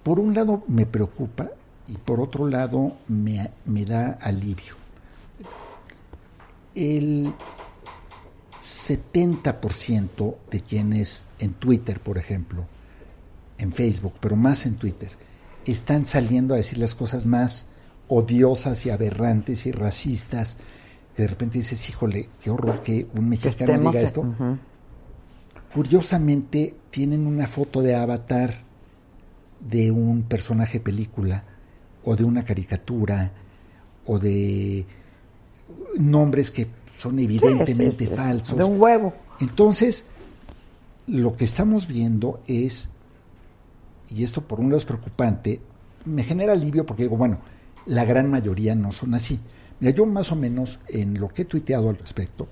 Speaker 8: por un lado me preocupa y por otro lado me, me da alivio. El 70% de quienes en Twitter, por ejemplo, en Facebook, pero más en Twitter, están saliendo a decir las cosas más odiosas y aberrantes y racistas, que de repente dices, híjole, qué horror que un mexicano
Speaker 6: estemos-
Speaker 8: diga esto.
Speaker 6: eh, Ujú.
Speaker 8: Curiosamente, tienen una foto de avatar de un personaje película, o de una caricatura, o de nombres que son evidentemente
Speaker 6: Sí, sí, sí.
Speaker 8: falsos.
Speaker 6: De un huevo.
Speaker 8: Entonces, lo que estamos viendo es, y esto por un lado es preocupante, me genera alivio porque digo, bueno, la gran mayoría no son así. Mira, yo más o menos en lo que he tuiteado al respecto,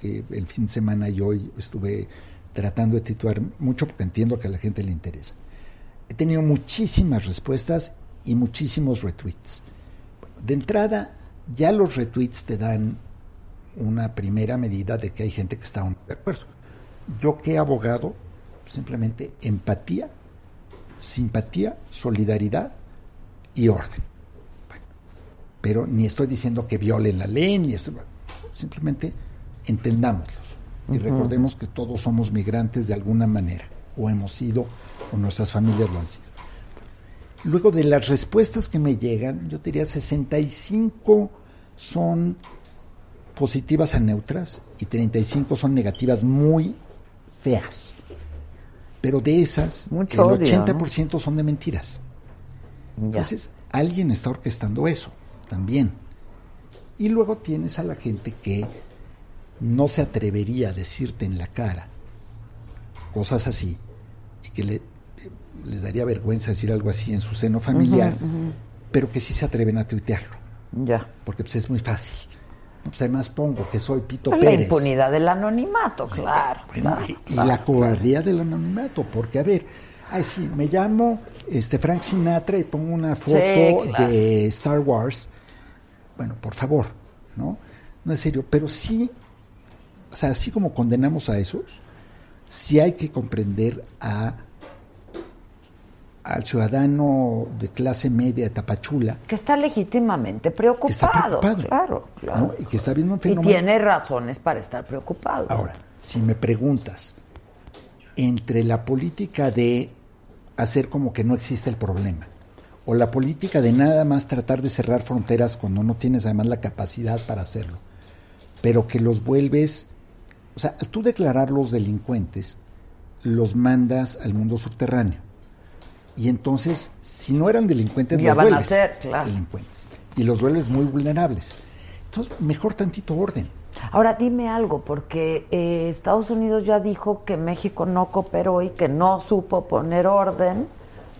Speaker 8: que el fin de semana y hoy estuve tratando de titular mucho porque entiendo que a la gente le interesa. He tenido muchísimas respuestas y muchísimos retweets. Bueno, de entrada, ya los retweets te dan una primera medida de que hay gente que está o no de acuerdo. Yo que he abogado, simplemente empatía, simpatía, solidaridad y orden. Bueno, pero ni estoy diciendo que violen la ley, ni esto, simplemente entendámoslos y recordemos que todos somos migrantes de alguna manera, o hemos sido, o nuestras familias lo han sido. Luego de las respuestas que me llegan, yo te diría 65 son positivas a neutras y 35 son negativas muy feas. Pero de esas,
Speaker 6: Mucho
Speaker 8: el
Speaker 6: odio, ¿no?
Speaker 8: 80% son de mentiras.
Speaker 6: Ya.
Speaker 8: Entonces, alguien está orquestando eso también. Y luego tienes a la gente que no se atrevería a decirte en la cara cosas así y que le- les daría vergüenza decir algo así en su seno familiar, pero que sí se atreven a tuitearlo,
Speaker 6: Ya.
Speaker 8: porque pues, es muy fácil. No, pues, además pongo que soy Pito
Speaker 6: La
Speaker 8: Pérez.
Speaker 6: impunidad del anonimato, claro.
Speaker 8: Bueno,
Speaker 6: claro,
Speaker 8: y, Ah, y
Speaker 6: claro.
Speaker 8: la cobardía del anonimato, porque a ver, ay sí, me llamo este Frank Sinatra y pongo una foto
Speaker 6: claro.
Speaker 8: de Star Wars. Bueno, por favor, ¿no? No es serio, pero sí, o sea, así como condenamos a esos, sí hay que comprender a al ciudadano de clase media de Tapachula
Speaker 6: Que está legítimamente
Speaker 8: que está
Speaker 6: preocupado.
Speaker 8: preocupado,
Speaker 6: Claro, claro.
Speaker 8: ¿no? y que está viendo un
Speaker 6: Y
Speaker 8: fenómeno
Speaker 6: tiene razones para estar preocupado.
Speaker 8: Ahora, si me preguntas, entre la política de hacer como que no existe el problema, o la política de nada más tratar de cerrar fronteras cuando no tienes además la capacidad para hacerlo, pero que los vuelves, o sea, al tú declarar los delincuentes, los mandas al mundo subterráneo. Y entonces, si no eran delincuentes,
Speaker 6: Ya
Speaker 8: los
Speaker 6: van a
Speaker 8: vuelves
Speaker 6: ser, claro.
Speaker 8: delincuentes. Y los vuelves muy vulnerables. Entonces, mejor tantito orden.
Speaker 6: Ahora dime algo, porque eh, Estados Unidos ya dijo que México no cooperó y que no supo poner orden,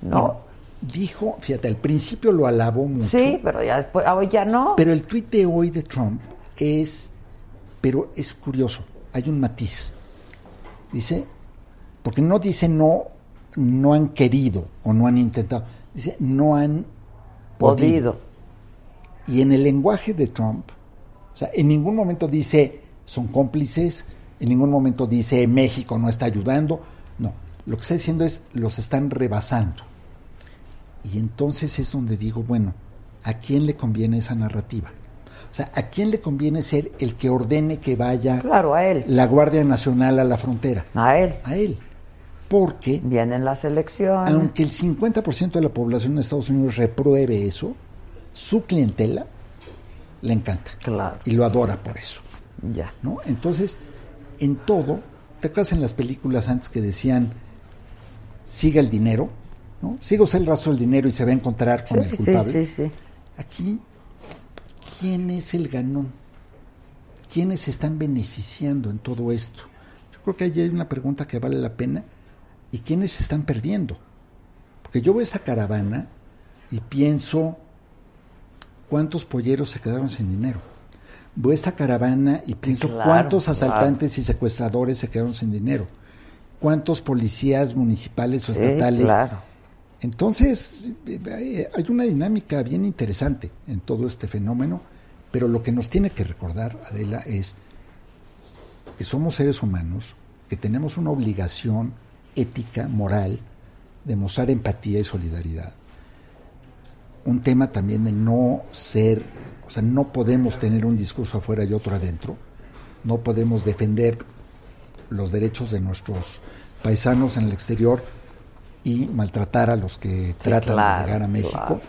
Speaker 6: ¿no?
Speaker 8: Bueno, dijo, fíjate, al principio lo alabó mucho,
Speaker 6: sí, pero ya después, ah, hoy ya no.
Speaker 8: pero el tuit de hoy de Trump es, pero es curioso, hay un matiz. Dice, porque no dice no, no han querido o no han intentado, dice no han podido.
Speaker 6: Podido.
Speaker 8: Y en el lenguaje de Trump, o sea, en ningún momento dice son cómplices, en ningún momento dice México no está ayudando, no, lo que está diciendo es los están rebasando. Y entonces es donde digo, bueno, ¿a quién le conviene esa narrativa? O sea, ¿a quién le conviene ser el que ordene que vaya
Speaker 6: Claro, a él.
Speaker 8: la Guardia Nacional a la frontera?
Speaker 6: A él.
Speaker 8: A él. Porque
Speaker 6: Vienen las elecciones.
Speaker 8: aunque el 50% de la población de Estados Unidos repruebe eso, su clientela le encanta
Speaker 6: Claro.
Speaker 8: y lo adora por eso.
Speaker 6: Ya.
Speaker 8: ¿no? Entonces, en todo, ¿te acuerdas en las películas antes que decían siga el dinero? ¿no? Siga usted el rastro del dinero y se va a encontrar con
Speaker 6: Sí,
Speaker 8: el
Speaker 6: sí,
Speaker 8: culpable.
Speaker 6: sí, sí.
Speaker 8: Aquí, ¿quién es el ganón? ¿Quiénes se están beneficiando en todo esto? Yo creo que ahí hay una pregunta que vale la pena. ¿Y quiénes se están perdiendo? Porque yo veo esta caravana y pienso cuántos polleros se quedaron sin dinero. Veo esta caravana y pienso
Speaker 6: claro,
Speaker 8: cuántos
Speaker 6: claro.
Speaker 8: asaltantes y secuestradores se quedaron sin dinero. Cuántos policías municipales o
Speaker 6: Sí,
Speaker 8: estatales
Speaker 6: claro.
Speaker 8: entonces, eh, eh, hay una dinámica bien interesante en todo este fenómeno, pero lo que nos tiene que recordar, Adela, es que somos seres humanos, que tenemos una obligación ética, moral, de mostrar empatía y solidaridad. Un tema también de no ser, o sea, no podemos tener un discurso afuera y otro adentro, no podemos defender los derechos de nuestros paisanos en el exterior y maltratar a los que tratan
Speaker 6: claro,
Speaker 8: de llegar a México.
Speaker 6: claro.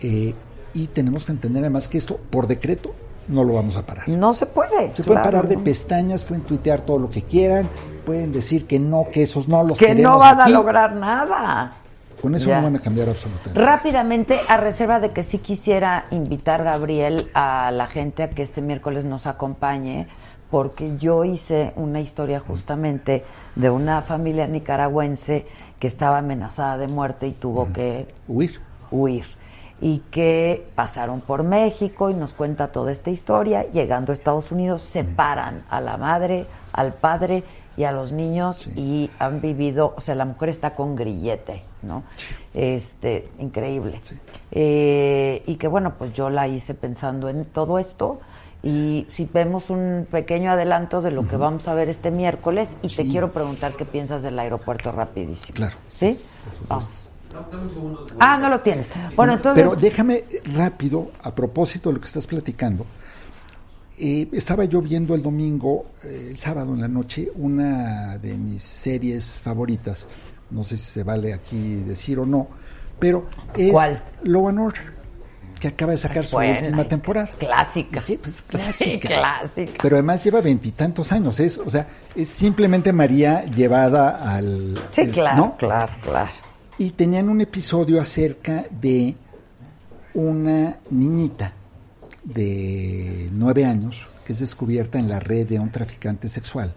Speaker 8: Eh, y tenemos que entender además que esto, por decreto, no lo vamos a parar.
Speaker 6: No se puede.
Speaker 8: Se pueden
Speaker 6: Mm, claro,
Speaker 8: parar de
Speaker 6: ¿no?
Speaker 8: pestañas, pueden tuitear todo lo que quieran, pueden decir que no, que esos no los
Speaker 6: Que
Speaker 8: queremos
Speaker 6: no van a
Speaker 8: aquí.
Speaker 6: lograr nada.
Speaker 8: Con eso
Speaker 6: Ya.
Speaker 8: no van a cambiar absolutamente.
Speaker 6: Rápidamente, a reserva de que sí quisiera invitar, Gabriel, a la gente a que este miércoles nos acompañe, porque yo hice una historia
Speaker 8: Mm.
Speaker 6: justamente de una familia nicaragüense que estaba amenazada de muerte y
Speaker 8: Mm.
Speaker 6: tuvo que
Speaker 8: Huir.
Speaker 6: huir y que pasaron por México y nos cuenta toda esta historia. Llegando a Estados Unidos separan a la madre, al padre y a los niños y han vivido, o sea, la mujer está con grillete, ¿no? Este, increíble. Eh, y que bueno, pues yo la hice pensando en todo esto. Y si vemos un pequeño adelanto de lo que vamos a ver este miércoles, y te quiero preguntar qué piensas del aeropuerto rapidísimo.
Speaker 8: Claro.
Speaker 6: ¿Sí? Vamos. Ah, no lo tienes. Bueno, entonces.
Speaker 8: Pero déjame rápido, a propósito de lo que estás platicando. eh, estaba yo viendo el domingo, eh, el sábado en la noche, una de mis series favoritas. No sé si se vale aquí decir o no, pero es
Speaker 6: ¿Cuál?
Speaker 8: Law and Order, que acaba de sacar su
Speaker 6: Buena,
Speaker 8: última
Speaker 6: es
Speaker 8: temporada.
Speaker 6: Clásica.
Speaker 8: Sí, pues,
Speaker 6: Sí,
Speaker 8: clásica.
Speaker 6: clásica.
Speaker 8: Pero además lleva veintitantos años, es, o sea, es simplemente María llevada al.
Speaker 6: Sí,
Speaker 8: es-
Speaker 6: claro,
Speaker 8: ¿no?
Speaker 6: claro, claro.
Speaker 8: y tenían un episodio acerca de una niñita de nueve años que es descubierta en la red de un traficante sexual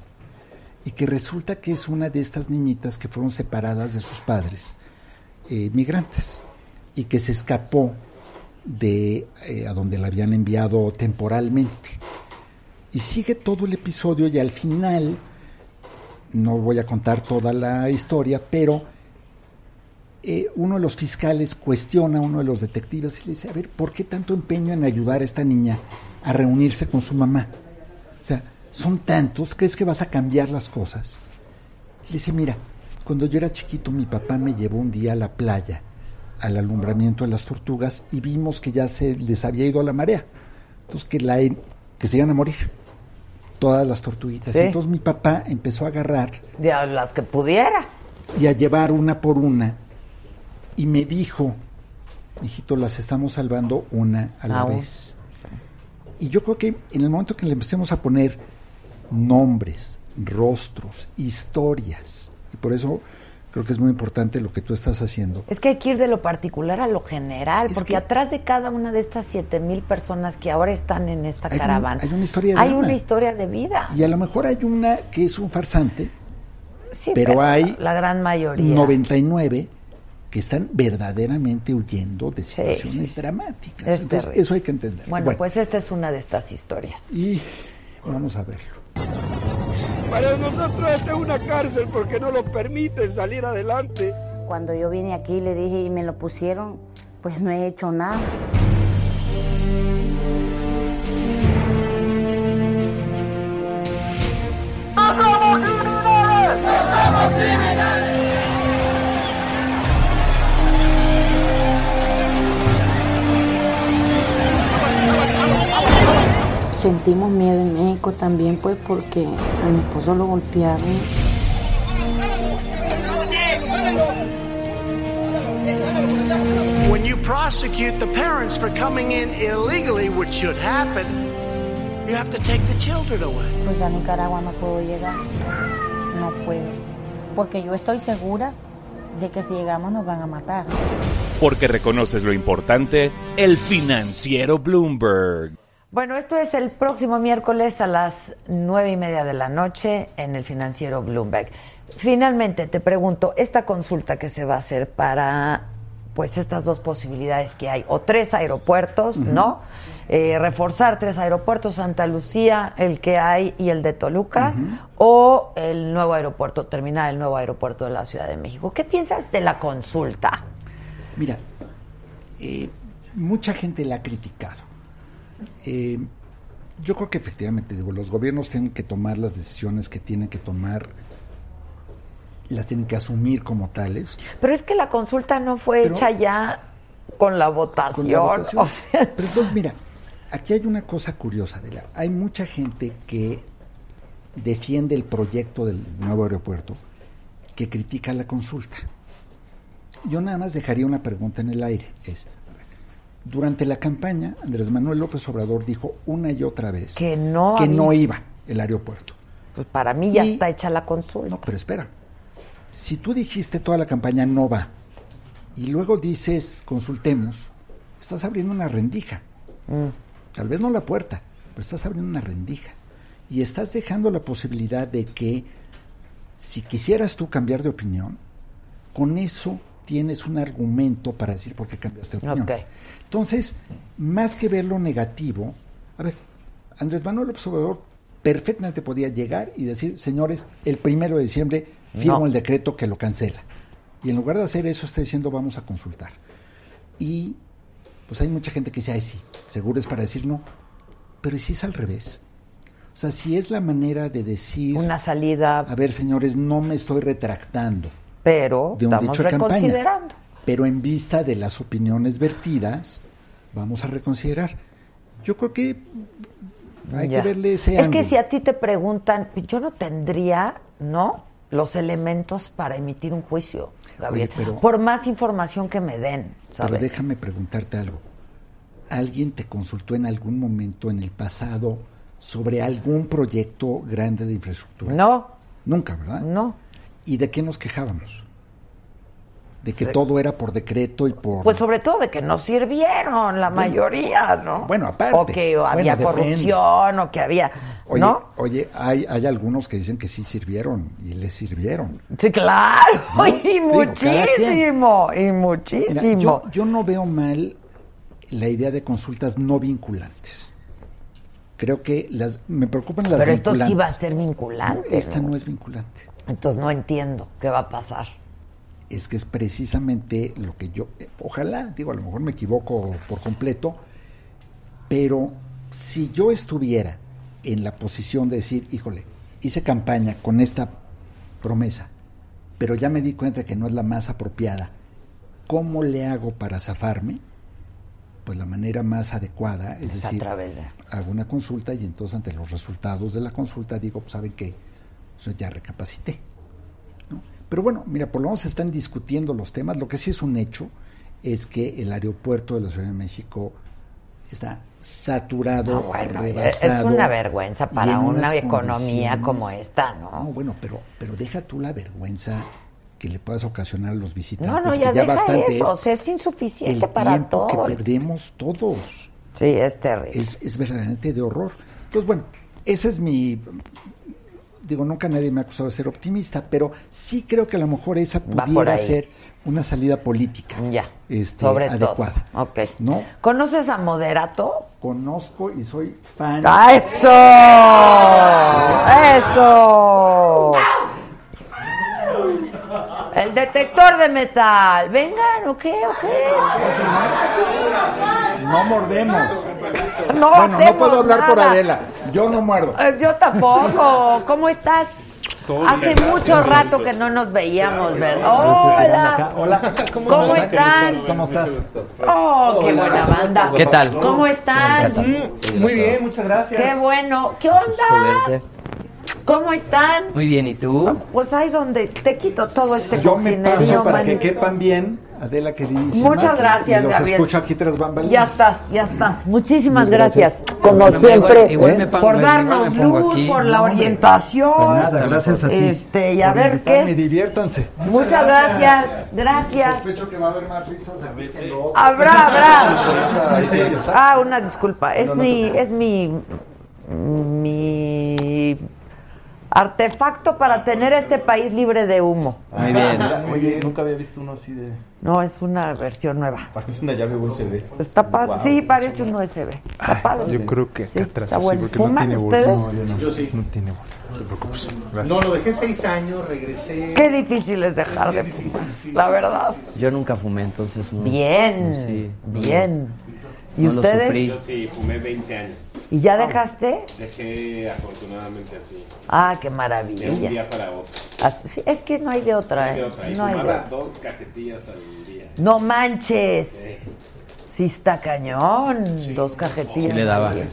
Speaker 8: y que resulta que es una de estas niñitas que fueron separadas de sus padres eh, migrantes y que se escapó de eh, a donde la habían enviado temporalmente. Y sigue todo el episodio y al final, no voy a contar toda la historia, pero eh, uno de los fiscales cuestiona a uno de los detectives y le dice, a ver, ¿por qué tanto empeño en ayudar a esta niña a reunirse con su mamá? O sea, son tantos, ¿crees que vas a cambiar las cosas? Y le dice, mira, cuando yo era chiquito mi papá me llevó un día a la playa, al alumbramiento de las tortugas, y vimos que ya se les había ido la marea. Entonces, que, la, que se iban a morir todas las tortuguitas.
Speaker 6: Sí.
Speaker 8: Entonces mi papá empezó a agarrar
Speaker 6: Ya, las que pudiera.
Speaker 8: y a llevar una por una. Y me dijo, hijito, las estamos salvando una a la
Speaker 6: Ah, bueno.
Speaker 8: vez. Y yo creo que en el momento que le empecemos a poner nombres, rostros, historias, y por eso creo que es muy importante lo que tú estás haciendo.
Speaker 6: Es que hay que ir de lo particular a lo general,
Speaker 8: Es
Speaker 6: porque
Speaker 8: que-
Speaker 6: atrás de cada una de estas siete mil personas que ahora están en esta
Speaker 8: Hay un-
Speaker 6: caravana,
Speaker 8: hay una historia de
Speaker 6: hay
Speaker 8: drama.
Speaker 6: una historia de vida.
Speaker 8: Y a lo mejor hay una que es un farsante,
Speaker 6: Sí,
Speaker 8: pero hay
Speaker 6: la gran mayoría.
Speaker 8: 99 que están verdaderamente huyendo de situaciones
Speaker 6: sí, sí.
Speaker 8: dramáticas.
Speaker 6: Es
Speaker 8: Entonces,
Speaker 6: terrible.
Speaker 8: eso hay que entender.
Speaker 6: Bueno, pues esta es una de estas historias.
Speaker 8: Y vamos a verlo.
Speaker 9: Para nosotros esta es una cárcel porque no nos permiten salir adelante.
Speaker 10: Cuando yo vine aquí le dije y me lo pusieron, pues no he hecho nada. Sentimos miedo en México también, pues porque a mi esposo lo golpearon.
Speaker 11: When you prosecute the parents for coming in illegally, which should happen, you have to take the children away.
Speaker 10: Pues a Nicaragua no puedo llegar. No puedo. Porque yo estoy segura de que si llegamos nos van a matar.
Speaker 12: Porque reconoces lo importante, el financiero Bloomberg.
Speaker 6: Bueno, esto es el próximo miércoles a las nueve y media de la noche en el financiero Bloomberg. Finalmente, te pregunto, esta consulta que se va a hacer para pues estas dos posibilidades que hay, o tres aeropuertos,
Speaker 3: Ujú.
Speaker 6: ¿no? Eh, reforzar tres aeropuertos, Santa Lucía, el que hay y el de Toluca, o el nuevo aeropuerto, terminar el nuevo aeropuerto de la Ciudad de México. ¿Qué piensas de la consulta?
Speaker 8: Mira, eh, mucha gente la ha criticado. Eh, yo creo que efectivamente, digo, los gobiernos tienen que tomar las decisiones que tienen que tomar, las tienen que asumir como tales.
Speaker 6: Pero es que la consulta no fue
Speaker 8: Pero-
Speaker 6: hecha ya con la votación.
Speaker 8: con la votación.
Speaker 6: o sea,
Speaker 8: Pero entonces, mira, aquí hay una cosa curiosa, Adela. Hay mucha gente que defiende el proyecto del nuevo aeropuerto, que critica la consulta. Yo nada más dejaría una pregunta en el aire. Es, durante la campaña, Andrés Manuel López Obrador dijo una y otra vez
Speaker 6: Que no
Speaker 8: que
Speaker 6: había-
Speaker 8: no iba el aeropuerto.
Speaker 6: Pues para mí ya
Speaker 8: Y-
Speaker 6: está hecha la consulta.
Speaker 8: No, pues, pero espera. Si tú dijiste toda la campaña no va y luego dices consultemos, estás abriendo una rendija. Tal vez no la puerta, pero estás abriendo una rendija. Y estás dejando la posibilidad de que si quisieras tú cambiar de opinión, con eso tienes un argumento para decir por qué cambiaste de opinión.
Speaker 6: Ok.
Speaker 8: Entonces, más que ver lo negativo, a ver, Andrés Manuel López Obrador perfectamente podía llegar y decir, señores, el primero de diciembre firmo
Speaker 6: No.
Speaker 8: el decreto que lo cancela. Y en lugar de hacer eso, está diciendo, vamos a consultar. Y pues hay mucha gente que dice, ay, sí, seguro es para decir no. Pero ¿y si es al revés. O sea, si es la manera de decir,
Speaker 6: Una salida,
Speaker 8: a ver, señores, no me estoy retractando,
Speaker 6: pero
Speaker 8: de un
Speaker 6: estamos
Speaker 8: dicho de campaña.
Speaker 6: reconsiderando.
Speaker 8: pero en vista de las opiniones vertidas, vamos a reconsiderar. Yo creo que hay
Speaker 6: Ya.
Speaker 8: que verle ese
Speaker 6: Es
Speaker 8: ángulo.
Speaker 6: que si a ti te preguntan, yo no tendría, ¿no? Los elementos para emitir un juicio, Gabriel.
Speaker 8: Oye, pero-
Speaker 6: Por más información que me den,
Speaker 8: Pero
Speaker 6: ¿sabes?
Speaker 8: déjame preguntarte algo. ¿Alguien te consultó en algún momento en el pasado sobre algún proyecto grande de infraestructura?
Speaker 6: No,
Speaker 8: Nunca, ¿verdad?
Speaker 6: no.
Speaker 8: ¿Y de qué nos quejábamos? de que todo era por decreto y por...
Speaker 6: Pues sobre todo de que no sirvieron la mayoría, ¿no?
Speaker 8: Bueno, aparte.
Speaker 6: O que
Speaker 8: Bueno,
Speaker 6: había
Speaker 8: depende.
Speaker 6: corrupción, o que había,
Speaker 8: Oye,
Speaker 6: ¿no?
Speaker 8: oye hay, hay algunos que dicen que sí sirvieron y les sirvieron.
Speaker 6: Sí, claro,
Speaker 8: ¿No?
Speaker 6: y
Speaker 8: Digo, cada quien.
Speaker 6: muchísimo, y
Speaker 8: Mira,
Speaker 6: muchísimo.
Speaker 8: yo, yo no veo mal la idea de consultas no vinculantes. Creo que las me preocupan las
Speaker 6: Pero esto
Speaker 8: vinculantes.
Speaker 6: sí va a ser vinculante.
Speaker 8: No, esta no es vinculante.
Speaker 6: Entonces no entiendo qué va a pasar.
Speaker 8: Es que es precisamente lo que yo eh, ojalá, digo, a lo mejor me equivoco por completo, pero si yo estuviera en la posición de decir, híjole, hice campaña con esta promesa, pero ya me di cuenta que no es la más apropiada, ¿cómo le hago para zafarme? Pues la manera más adecuada es,
Speaker 6: Es a
Speaker 8: decir,
Speaker 6: través de-
Speaker 8: hago una consulta y entonces ante los resultados de la consulta digo, pues, ¿saben qué? Pues ya recapacité. ¿no? Pero bueno, mira, por lo menos se están discutiendo los temas. Lo que sí es un hecho es que el aeropuerto de la Ciudad de México está saturado,
Speaker 6: No, bueno,
Speaker 8: rebasado.
Speaker 6: es una vergüenza
Speaker 8: y
Speaker 6: para
Speaker 8: en
Speaker 6: una
Speaker 8: unas
Speaker 6: economía
Speaker 8: condiciones-
Speaker 6: como esta, ¿no?
Speaker 8: No, bueno, pero, pero deja tú la vergüenza que le puedas ocasionar a los visitantes,
Speaker 6: No, no,
Speaker 8: pues que
Speaker 6: ya,
Speaker 8: ya
Speaker 6: deja
Speaker 8: bastante
Speaker 6: eso,
Speaker 8: es
Speaker 6: o sea, es
Speaker 8: el
Speaker 6: insuficiente
Speaker 8: tiempo
Speaker 6: para todo.
Speaker 8: que perdemos todos.
Speaker 6: Sí, es terrible.
Speaker 8: Es, es verdaderamente de horror. Entonces, bueno, ese es mi... Digo, nunca nadie me ha acusado de ser optimista, pero sí creo que a lo mejor esa
Speaker 6: Va por
Speaker 8: pudiera
Speaker 6: ahí.
Speaker 8: ser una salida política
Speaker 6: Ya,
Speaker 8: este,
Speaker 6: sobre
Speaker 8: adecuada.
Speaker 6: todo. Ok.
Speaker 8: ¿No?
Speaker 6: ¿Conoces a Moderato?
Speaker 8: Conozco y soy fan.
Speaker 6: ¡Ah, eso! ¡Eso! El detector de metal. Vengan, ¿o qué? ¿O qué?
Speaker 8: No mordemos.
Speaker 6: No
Speaker 8: bueno,
Speaker 6: hacemos
Speaker 8: no puedo hablar por
Speaker 6: nada.
Speaker 8: Adela. Yo no muerdo.
Speaker 6: Eh, Yo tampoco. ¿Cómo estás?
Speaker 8: Todo
Speaker 6: Hace
Speaker 8: bien,
Speaker 6: mucho
Speaker 8: gracias.
Speaker 6: rato que no nos veíamos, ¿verdad?
Speaker 8: Estoy pegando Este, acá.
Speaker 6: ¡Hola!
Speaker 8: Hola.
Speaker 6: ¿Cómo, estás?
Speaker 8: ¿Cómo estás?
Speaker 6: ¡Oh, qué
Speaker 13: Hola.
Speaker 6: buena banda!
Speaker 13: ¿Qué tal?
Speaker 6: ¿Cómo estás?
Speaker 13: Muy bien, muchas gracias.
Speaker 6: ¡Qué bueno! ¿Qué onda? ¿Cómo están?
Speaker 13: Muy bien, ¿y tú?
Speaker 6: Pues ahí donde te quito todo este
Speaker 8: Yo me
Speaker 6: cojinerío,
Speaker 8: paso para que
Speaker 6: manito.
Speaker 8: quepan bien, Adela queridísima.
Speaker 6: Muchas gracias,
Speaker 8: Y los
Speaker 6: Gabriel.
Speaker 8: escucho aquí tras bambalinas.
Speaker 6: Ya estás, ya estás. Muchísimas
Speaker 8: Muchas
Speaker 6: gracias.
Speaker 8: gracias.
Speaker 6: Como
Speaker 8: Bueno, igual-
Speaker 6: siempre,
Speaker 8: igual me pongo-
Speaker 6: por
Speaker 8: igual me
Speaker 6: darnos
Speaker 8: pongo
Speaker 6: luz,
Speaker 8: aquí.
Speaker 6: por
Speaker 8: No,
Speaker 6: la
Speaker 8: hombre.
Speaker 6: orientación.
Speaker 8: Pues nada, gracias a ti.
Speaker 6: Este, y a
Speaker 8: por
Speaker 6: ver
Speaker 8: invitarme,
Speaker 6: qué.
Speaker 8: Diviértanse.
Speaker 6: Muchas gracias, gracias.
Speaker 8: Sospecho que va a haber más risas aquí que no.
Speaker 6: Habrá, habrá.
Speaker 8: Sí, ya está.
Speaker 6: Ah, una disculpa. Es
Speaker 8: No, no
Speaker 6: mi,
Speaker 8: te preocupes.
Speaker 6: es mi, mi artefacto para tener este país libre de humo.
Speaker 13: Muy bien.
Speaker 14: Muy bien. Nunca había visto uno así de.
Speaker 6: No, es una versión nueva.
Speaker 14: Parece una llave USB.
Speaker 6: Está pa-
Speaker 14: Guau.
Speaker 6: Sí, parece un USB. Está padre.
Speaker 15: Yo creo que acá atrás
Speaker 6: está
Speaker 15: así,
Speaker 6: bueno.
Speaker 15: porque no
Speaker 6: ¿Fuman
Speaker 15: tiene bolsa.
Speaker 6: ustedes?
Speaker 15: No, yo no.
Speaker 14: Yo sí.
Speaker 15: No tiene bolsa. No te preocupes. Gracias.
Speaker 14: No, lo dejé seis años, regresé.
Speaker 6: Qué difícil es dejar de fumar, la verdad.
Speaker 13: Yo nunca fumé, entonces no.
Speaker 6: Bien,
Speaker 13: no, sí, no.
Speaker 6: bien. ¿Y
Speaker 13: No lo
Speaker 6: ustedes?
Speaker 13: sufrí.
Speaker 16: Yo sí, fumé 20 años.
Speaker 6: ¿Y ya dejaste?
Speaker 16: Dejé afortunadamente así.
Speaker 6: Ah, qué
Speaker 16: De un
Speaker 6: maravilla.
Speaker 16: día para otro.
Speaker 6: Así- sí, es que no hay de otra,
Speaker 16: De
Speaker 6: ¿eh?
Speaker 16: otra. Y
Speaker 6: No hay de
Speaker 16: fumaba
Speaker 6: otra.
Speaker 16: dos cajetillas al día.
Speaker 6: No manches. Sí está cañón. Dos cajetillas.
Speaker 13: Sí le daba.
Speaker 6: al día.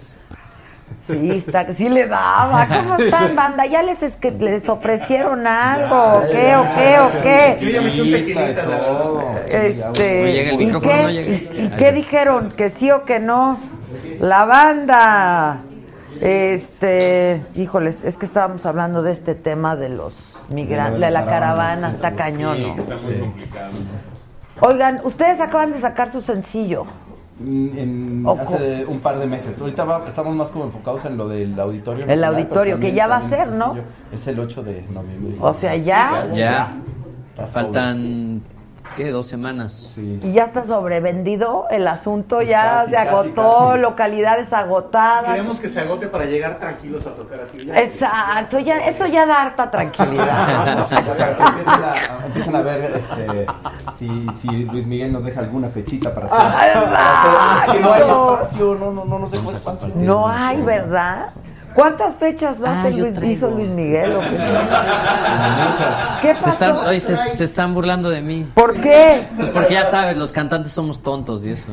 Speaker 6: Sí, está, sí le daba. ¿Cómo están, banda? ¿Ya les, es que les ofrecieron algo? ¿O qué? ¿O qué? ¿O
Speaker 14: Yo ya me
Speaker 6: qué?
Speaker 14: eché un tequilita, la verdad.
Speaker 6: Este,
Speaker 13: No llega el
Speaker 6: ¿y
Speaker 13: micrófono,
Speaker 6: qué,
Speaker 13: no llega.
Speaker 6: y- y qué dijeron? ¿Que sí o que no? La banda. Este, híjoles, es que estábamos hablando de este tema de los migrantes, de la caravana, está cañón.
Speaker 16: Sí,
Speaker 6: ¿no?
Speaker 16: que está muy complicado.
Speaker 6: Oigan, ustedes acaban de sacar su sencillo.
Speaker 14: Mm, en- hace un par de meses. Ahorita va- estamos más como enfocados en lo del auditorio.
Speaker 6: El
Speaker 14: nacional,
Speaker 6: auditorio,
Speaker 14: pero
Speaker 6: que ya va a
Speaker 14: también
Speaker 6: ser, ¿no?
Speaker 14: sencillo. Es el 8 de noviembre.
Speaker 6: O sea, ya.
Speaker 13: Ya.
Speaker 14: Está sobre,
Speaker 13: Faltan, ¿qué? Dos semanas.
Speaker 6: Y ya está sobrevendido el asunto, ya
Speaker 14: casi,
Speaker 6: se
Speaker 14: casi,
Speaker 6: agotó,
Speaker 14: casi.
Speaker 6: localidades agotadas.
Speaker 14: Queremos que se agote para llegar tranquilos a tocar así. Ya.
Speaker 6: Exacto, ya, eso ya da harta tranquilidad. ¿no?
Speaker 14: Empiezan a, empiezan a ver este, si, si Luis Miguel nos deja alguna fechita para hacer.
Speaker 6: Ah,
Speaker 14: para hacer- que no hay
Speaker 6: exacto.
Speaker 14: espacio, no, no, no nos dejó espacio.
Speaker 6: No hay, ¿verdad? ¿Cuántas fechas va a
Speaker 13: Ah,
Speaker 6: hacer
Speaker 13: yo
Speaker 6: Luis,
Speaker 13: traigo.
Speaker 6: hizo Luis Miguel? o
Speaker 13: Muchas.
Speaker 6: ¿Qué
Speaker 13: Se están,
Speaker 6: pasó?
Speaker 13: oye, se, se están burlando de mí.
Speaker 6: ¿Por qué?
Speaker 13: Pues porque ya sabes, los cantantes somos tontos y eso.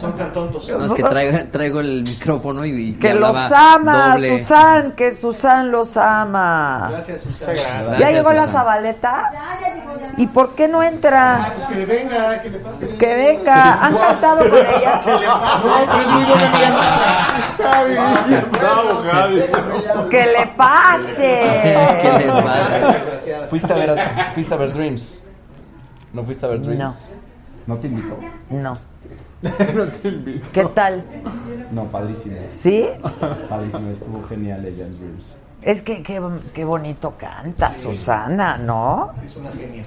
Speaker 14: Son tan tontos.
Speaker 13: No, es que traigo, traigo el micrófono y, y
Speaker 6: Que los
Speaker 13: hablaba
Speaker 6: ama,
Speaker 13: doble.
Speaker 6: Susan, que Susan los ama.
Speaker 14: Gracias, Susana.
Speaker 6: ¿Ya
Speaker 13: Gracias,
Speaker 6: llegó la
Speaker 13: Susan.
Speaker 6: zabaleta? ¿Y por qué no entra?
Speaker 14: Pues que venga, que le pase.
Speaker 6: Pues que venga, ¿han cantado con ella?
Speaker 14: Que le pase. No, pero es muy buena Javi, bravo, Javi.
Speaker 6: ¡Que le pase!
Speaker 14: Fuiste a ver, a- fuiste a ver Dreams. ¿No fuiste a ver Dreams?
Speaker 6: No.
Speaker 14: ¿No te invitó?
Speaker 6: No.
Speaker 14: no te invitó.
Speaker 6: ¿Qué tal?
Speaker 14: No, padrísimo.
Speaker 6: ¿Sí?
Speaker 14: Padrísimo, estuvo genial ella en Dreams.
Speaker 6: Es que qué, qué bonito canta Susana, ¿no?
Speaker 13: Es una genia.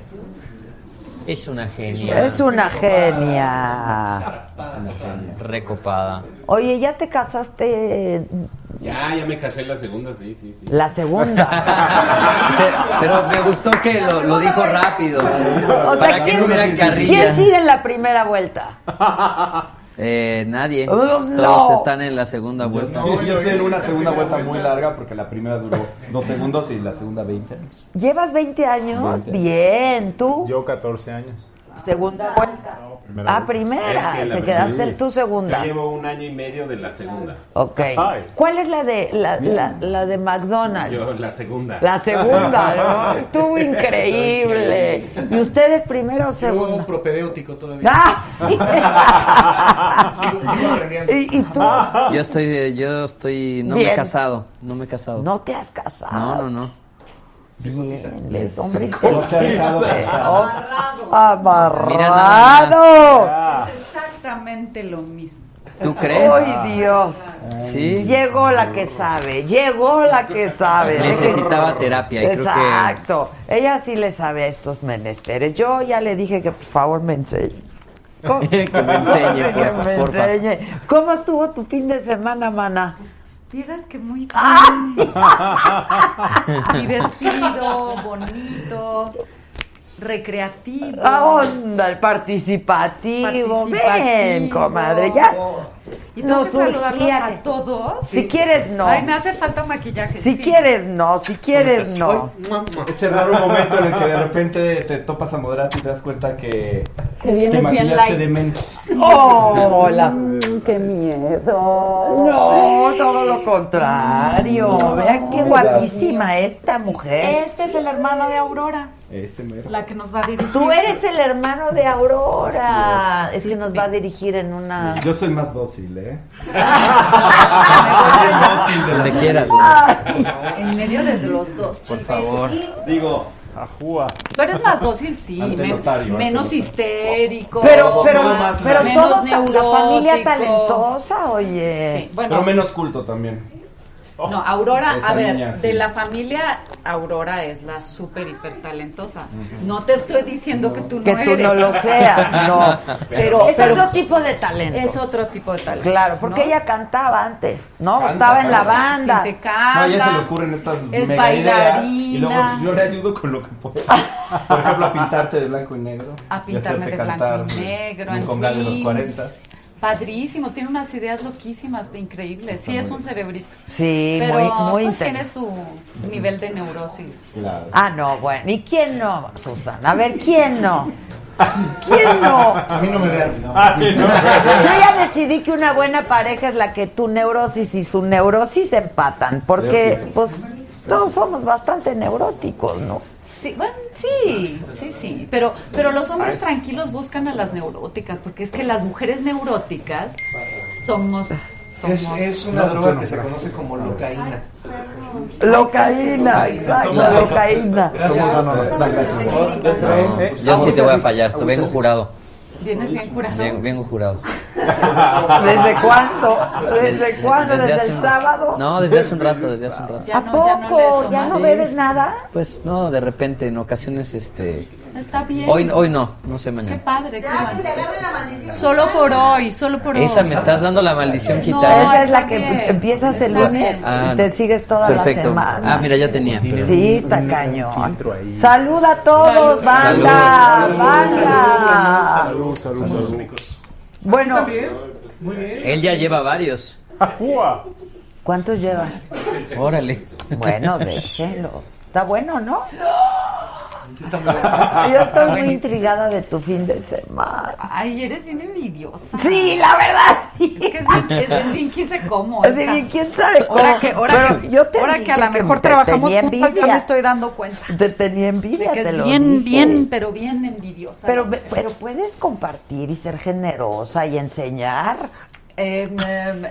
Speaker 13: Es una genia.
Speaker 6: Es una genia.
Speaker 13: Una genia. Recopada.
Speaker 6: Oye, ¿ya te casaste
Speaker 16: Ya, ya me casé la segunda, sí, sí, sí.
Speaker 6: la segunda?
Speaker 13: Se- Pero me gustó que lo, lo dijo rápido.
Speaker 6: O
Speaker 13: para
Speaker 6: sea,
Speaker 13: que no hubiera
Speaker 6: ¿quién,
Speaker 13: carrilla.
Speaker 6: ¿quién sigue en la primera vuelta?
Speaker 13: Eh, nadie.
Speaker 6: Oh,
Speaker 13: Todos
Speaker 6: no.
Speaker 13: están en la segunda vuelta.
Speaker 14: Yo estoy en una segunda vuelta muy larga porque la primera duró dos segundos y la segunda 20 años.
Speaker 6: ¿Llevas 20 años?
Speaker 14: Veinte.
Speaker 6: Bien, ¿tú?
Speaker 15: Yo 14 años.
Speaker 6: Segunda vuelta.
Speaker 15: Primera
Speaker 6: Ah,
Speaker 15: vuelta.
Speaker 6: primera.
Speaker 16: Él sí en la
Speaker 6: Te
Speaker 16: primera.
Speaker 6: quedaste en tu segunda.
Speaker 16: Yo llevo un año y medio de la segunda.
Speaker 6: Ok. ¿Cuál es la de la, la- la de McDonald's?
Speaker 16: Yo la segunda.
Speaker 6: La segunda, ¿no? Estuvo increíble. ¿Y ustedes primero o segundo? un
Speaker 17: propedéutico todavía.
Speaker 6: ¡Ah! ¿Y, y tú?
Speaker 13: Yo estoy, eh, yo estoy, no me
Speaker 6: Bien.
Speaker 13: he casado, no me he casado.
Speaker 6: No te has casado.
Speaker 13: No, no, no.
Speaker 6: Bien, les- hombre,
Speaker 13: Se
Speaker 6: qué
Speaker 13: cotiza.
Speaker 6: dices,
Speaker 18: Amarrado.
Speaker 6: oh, Amarrado.
Speaker 18: Es exactamente lo mismo.
Speaker 13: ¿Tú crees?
Speaker 6: ¡Ay, Dios!
Speaker 13: Sí.
Speaker 6: Llegó la que sabe, llegó la que sabe.
Speaker 13: Necesitaba terapia y creo que-
Speaker 6: Exacto. Ella sí le sabe a estos menesteres. Yo ya le dije que por favor me enseñe. ¿Cómo?
Speaker 13: Que me enseñe,
Speaker 6: Que
Speaker 13: porfa,
Speaker 6: me
Speaker 13: porfa.
Speaker 6: enseñe. ¿Cómo estuvo tu fin de semana, mana?
Speaker 18: Vieras que muy
Speaker 6: ¡Ah!
Speaker 18: bien, divertido, bonito, recreativo.
Speaker 6: La Ah, onda, el participativo. Ven,
Speaker 18: Participativo.
Speaker 6: comadre, ya.
Speaker 18: Y tengo
Speaker 6: No,
Speaker 18: que saludarlos
Speaker 6: surgíate.
Speaker 18: a todos.
Speaker 6: Si quieres, no.
Speaker 18: Ay, me hace falta maquillaje.
Speaker 6: Si
Speaker 18: sí.
Speaker 6: quieres, no. Si quieres, no.
Speaker 14: Ese raro momento en el que de repente te topas a Moderato y te das cuenta que
Speaker 6: Que vienes
Speaker 14: te
Speaker 6: bien
Speaker 14: maquillaste
Speaker 6: light.
Speaker 14: de menos.
Speaker 6: ¡Oh, la
Speaker 5: Mm, ¡Qué miedo!
Speaker 6: No, todo lo contrario. Vean qué
Speaker 5: Ay,
Speaker 6: guapísima esta mujer.
Speaker 18: Este es el hermano de Aurora,
Speaker 14: Ese mero.
Speaker 18: la que nos va a dirigir.
Speaker 6: Tú eres el hermano de Aurora. Es que nos va a dirigir en una.
Speaker 14: Yo soy más dócil, ¿eh?
Speaker 13: Donde quieras.
Speaker 18: En medio de los dos,
Speaker 14: Por
Speaker 18: chicos.
Speaker 14: favor. Digo, ajúa.
Speaker 18: Tú eres más dócil, sí.
Speaker 14: Ante
Speaker 18: men-
Speaker 14: notario, ante
Speaker 18: menos
Speaker 14: notario.
Speaker 18: histérico.
Speaker 6: Pero, pero,
Speaker 14: más
Speaker 6: pero
Speaker 18: menos
Speaker 6: todos ta- la familia
Speaker 18: neurótico.
Speaker 6: talentosa, oye.
Speaker 18: Sí, bueno.
Speaker 14: Pero menos culto también.
Speaker 18: No, Aurora,
Speaker 14: Esa
Speaker 18: a ver,
Speaker 14: niña, sí.
Speaker 18: de la familia, Aurora es la súper hiper talentosa. No te estoy diciendo que tú no
Speaker 6: Que tú
Speaker 18: eres.
Speaker 6: no lo seas, no.
Speaker 18: Pero,
Speaker 6: es
Speaker 18: pero-
Speaker 6: otro tipo de talento.
Speaker 18: es otro tipo de talento.
Speaker 6: Claro, porque
Speaker 18: ¿no?
Speaker 6: ella cantaba antes, ¿no?
Speaker 14: Canta,
Speaker 6: Estaba en la
Speaker 14: canta.
Speaker 6: banda.
Speaker 18: Si te
Speaker 14: No,
Speaker 18: canta.
Speaker 14: a ella se le ocurren estas
Speaker 18: es
Speaker 14: mega ideas y luego
Speaker 18: bailarina.
Speaker 14: yo le ayudo con lo que puedo. Por ejemplo, a pintarte de blanco y negro.
Speaker 18: A
Speaker 14: y
Speaker 18: pintarme
Speaker 14: hacerte
Speaker 18: de blanco
Speaker 14: cantar
Speaker 18: y negro,
Speaker 14: Un
Speaker 18: en
Speaker 14: congal de los
Speaker 18: jeans.
Speaker 14: 40.
Speaker 18: Padrísimo, tiene unas ideas loquísimas, increíbles. Sí, es un cerebrito.
Speaker 6: Sí,
Speaker 18: pero
Speaker 6: Eh, muy, muy
Speaker 18: pues,
Speaker 6: inteligente.
Speaker 18: tiene su nivel de neurosis.
Speaker 6: Ah, no, bueno. ¿Y quién no, Susana? A ver, ¿quién no? ¿Quién no?
Speaker 14: A mí no me vean.
Speaker 6: Yo ya decidí que una buena pareja es la que tu neurosis y su neurosis empatan, porque pues todos somos bastante neuróticos, ¿no?
Speaker 18: Sí, bueno, sí, sí, sí. Pero, pero los hombres tranquilos buscan a las neuróticas, porque es que las mujeres neuróticas somos.
Speaker 17: Es,
Speaker 18: somos
Speaker 17: es una droga que se conoce como locaína.
Speaker 6: Locaína, exacto, locaína.
Speaker 13: No, Yo sí te voy a fallar, esto vengo jurado.
Speaker 18: Vienes bien curado.
Speaker 13: Vengo, vengo jurado.
Speaker 6: ¿Desde cuándo? ¿Desde cuándo? ¿Desde,
Speaker 13: hace
Speaker 6: el
Speaker 13: un-
Speaker 6: sábado?
Speaker 13: No, desde hace un rato, desde hace un rato.
Speaker 6: ¿A poco? ¿Ya no
Speaker 13: Sí.
Speaker 6: bebes nada?
Speaker 13: Pues no, de repente, en ocasiones, este.
Speaker 18: Está bien.
Speaker 13: Hoy, hoy no, no sé
Speaker 18: Qué
Speaker 13: mañana.
Speaker 18: padre. qué bueno. Solo por hoy, solo por hoy.
Speaker 13: Esa me estás dando la maldición
Speaker 18: No,
Speaker 13: gitana.
Speaker 6: Esa es la
Speaker 18: está
Speaker 6: que
Speaker 18: bien.
Speaker 6: empiezas el
Speaker 18: Está
Speaker 6: lunes
Speaker 13: Ah,
Speaker 6: y te sigues toda la
Speaker 13: perfecto.
Speaker 6: semana.
Speaker 13: Ah, mira, ya tenía. pero-
Speaker 6: Sí, está cañón. Saluda a todos,
Speaker 13: Salud.
Speaker 6: banda,
Speaker 13: Salud.
Speaker 6: banda.
Speaker 15: Saludos, saludos.
Speaker 6: Bueno,
Speaker 13: Él ya lleva varios.
Speaker 6: ¿cuántos llevas?
Speaker 13: Órale.
Speaker 6: Bueno, déjelo. Está bueno, ¿no? Yo estoy muy intrigada de tu fin de semana.
Speaker 18: Ay, eres bien envidiosa.
Speaker 6: Sí, la verdad, sí.
Speaker 18: Es que es bien, es, es bien quién se cómo.
Speaker 6: Así bien, quién sabe cómo.
Speaker 18: Ahora que, ahora
Speaker 6: Pero
Speaker 18: que,
Speaker 6: yo te
Speaker 18: ahora que
Speaker 6: dije
Speaker 18: a lo mejor
Speaker 6: te
Speaker 18: trabajamos
Speaker 6: tenía
Speaker 18: juntas, ya
Speaker 6: envidia.
Speaker 18: me estoy dando cuenta.
Speaker 6: Te tenía envidia,
Speaker 18: que
Speaker 6: te
Speaker 18: es
Speaker 6: lo dije.
Speaker 18: bien, bien, pero bien envidiosa.
Speaker 6: Pero, pero puedes compartir y ser generosa y enseñar.
Speaker 18: eh,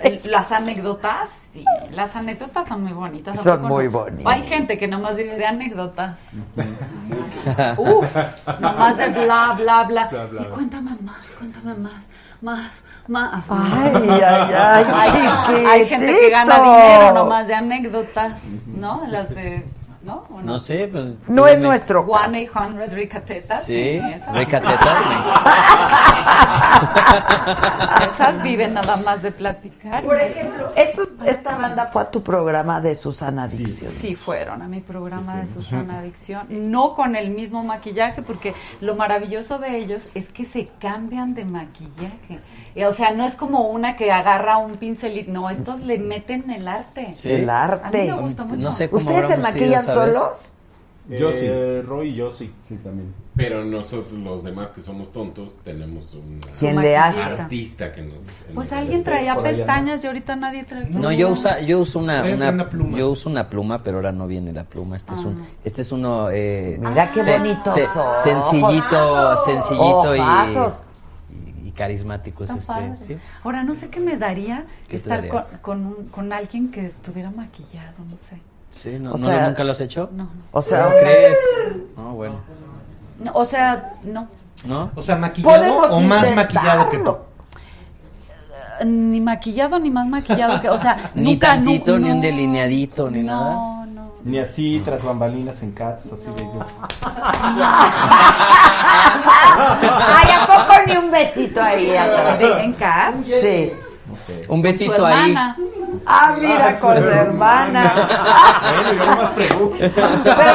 Speaker 18: eh, las anécdotas, sí, las anécdotas son muy bonitas. ¿a
Speaker 6: Son
Speaker 18: poco no?
Speaker 6: muy bonitas.
Speaker 18: Hay gente que nomás vive de anécdotas. Uf, nomás de bla, bla, bla.
Speaker 6: Bla, bla,
Speaker 18: Y
Speaker 6: bla.
Speaker 18: cuéntame más, cuéntame más, más, más.
Speaker 6: Ay, ay, ay,
Speaker 18: Hay, hay gente que gana
Speaker 6: chiquitito.
Speaker 18: dinero nomás de anécdotas, ¿no? Las de, ¿no? ¿O
Speaker 13: No sé, pues.
Speaker 6: No es nuestro.
Speaker 18: 1-800 Ricatetas.
Speaker 13: Sí,
Speaker 18: esa.
Speaker 13: recatetas.
Speaker 18: Esas viven nada más de platicar.
Speaker 6: Por ejemplo, esto- esta banda fue a tu programa de Susana Adicción.
Speaker 18: Sí, fueron a mi programa de Susana Adicción. No con el mismo maquillaje, porque lo maravilloso de ellos es que se cambian de maquillaje. Eh, O sea, no es como una que agarra un pincelito. No, estos le meten el arte.
Speaker 13: Sí. El arte.
Speaker 18: A mí me gusta mucho.
Speaker 13: No sé cómo ¿Ustedes se habrán maquillan sido, ¿sabes? solos?
Speaker 16: Yo
Speaker 15: Eh, Roy y yo sí. Sí, también.
Speaker 16: Pero nosotros, los demás que somos tontos, tenemos un
Speaker 13: ¿Quién le hace?
Speaker 16: artista que nos.
Speaker 18: Pues
Speaker 16: nos
Speaker 18: alguien
Speaker 16: esté
Speaker 18: traía
Speaker 16: por allá,
Speaker 18: pestañas y ahorita nadie trae
Speaker 13: No, yo usa, yo uso una,
Speaker 18: Trae
Speaker 13: una-
Speaker 18: una pluma.
Speaker 13: yo uso una pluma, pero ahora no viene la pluma. Este es un,
Speaker 18: Ah.
Speaker 13: este es uno. eh,
Speaker 6: Mira qué
Speaker 13: sen-
Speaker 6: bonitos ojos.
Speaker 13: Sencillito, sencillito
Speaker 6: Ojazos.
Speaker 13: y, y carismático es
Speaker 18: Está padre.
Speaker 13: este. ¿sí?
Speaker 18: Ahora, no sé qué me daría
Speaker 13: ¿Qué te
Speaker 18: estar
Speaker 13: daría?
Speaker 18: con, con un- con alguien que estuviera maquillado, no sé.
Speaker 13: Sí, no,
Speaker 18: O
Speaker 13: no,
Speaker 18: sea-
Speaker 13: nunca lo has hecho.
Speaker 18: No.
Speaker 13: O
Speaker 18: sea-
Speaker 13: ¿Cómo crees? No, bueno,
Speaker 18: No, o sea, no.
Speaker 13: ¿no?
Speaker 17: O sea, maquillado
Speaker 18: Podemos
Speaker 17: o más
Speaker 18: intentarlo.
Speaker 17: maquillado que tú.
Speaker 18: Eh, Ni maquillado, ni más maquillado que. O sea,
Speaker 13: Ni
Speaker 18: nunca, nu-
Speaker 13: tantito, ni
Speaker 18: no.
Speaker 13: un delineadito, ni nada.
Speaker 14: Ni así, tras bambalinas en cats, así de yo.
Speaker 6: Ay, ¿a poco ni un besito ahí? atrás?
Speaker 18: ¿De- en Cats?
Speaker 6: Sí.
Speaker 13: Un
Speaker 18: Su
Speaker 13: besito ahí.
Speaker 18: hermana.
Speaker 6: Ah, mira, con la hermana. Pero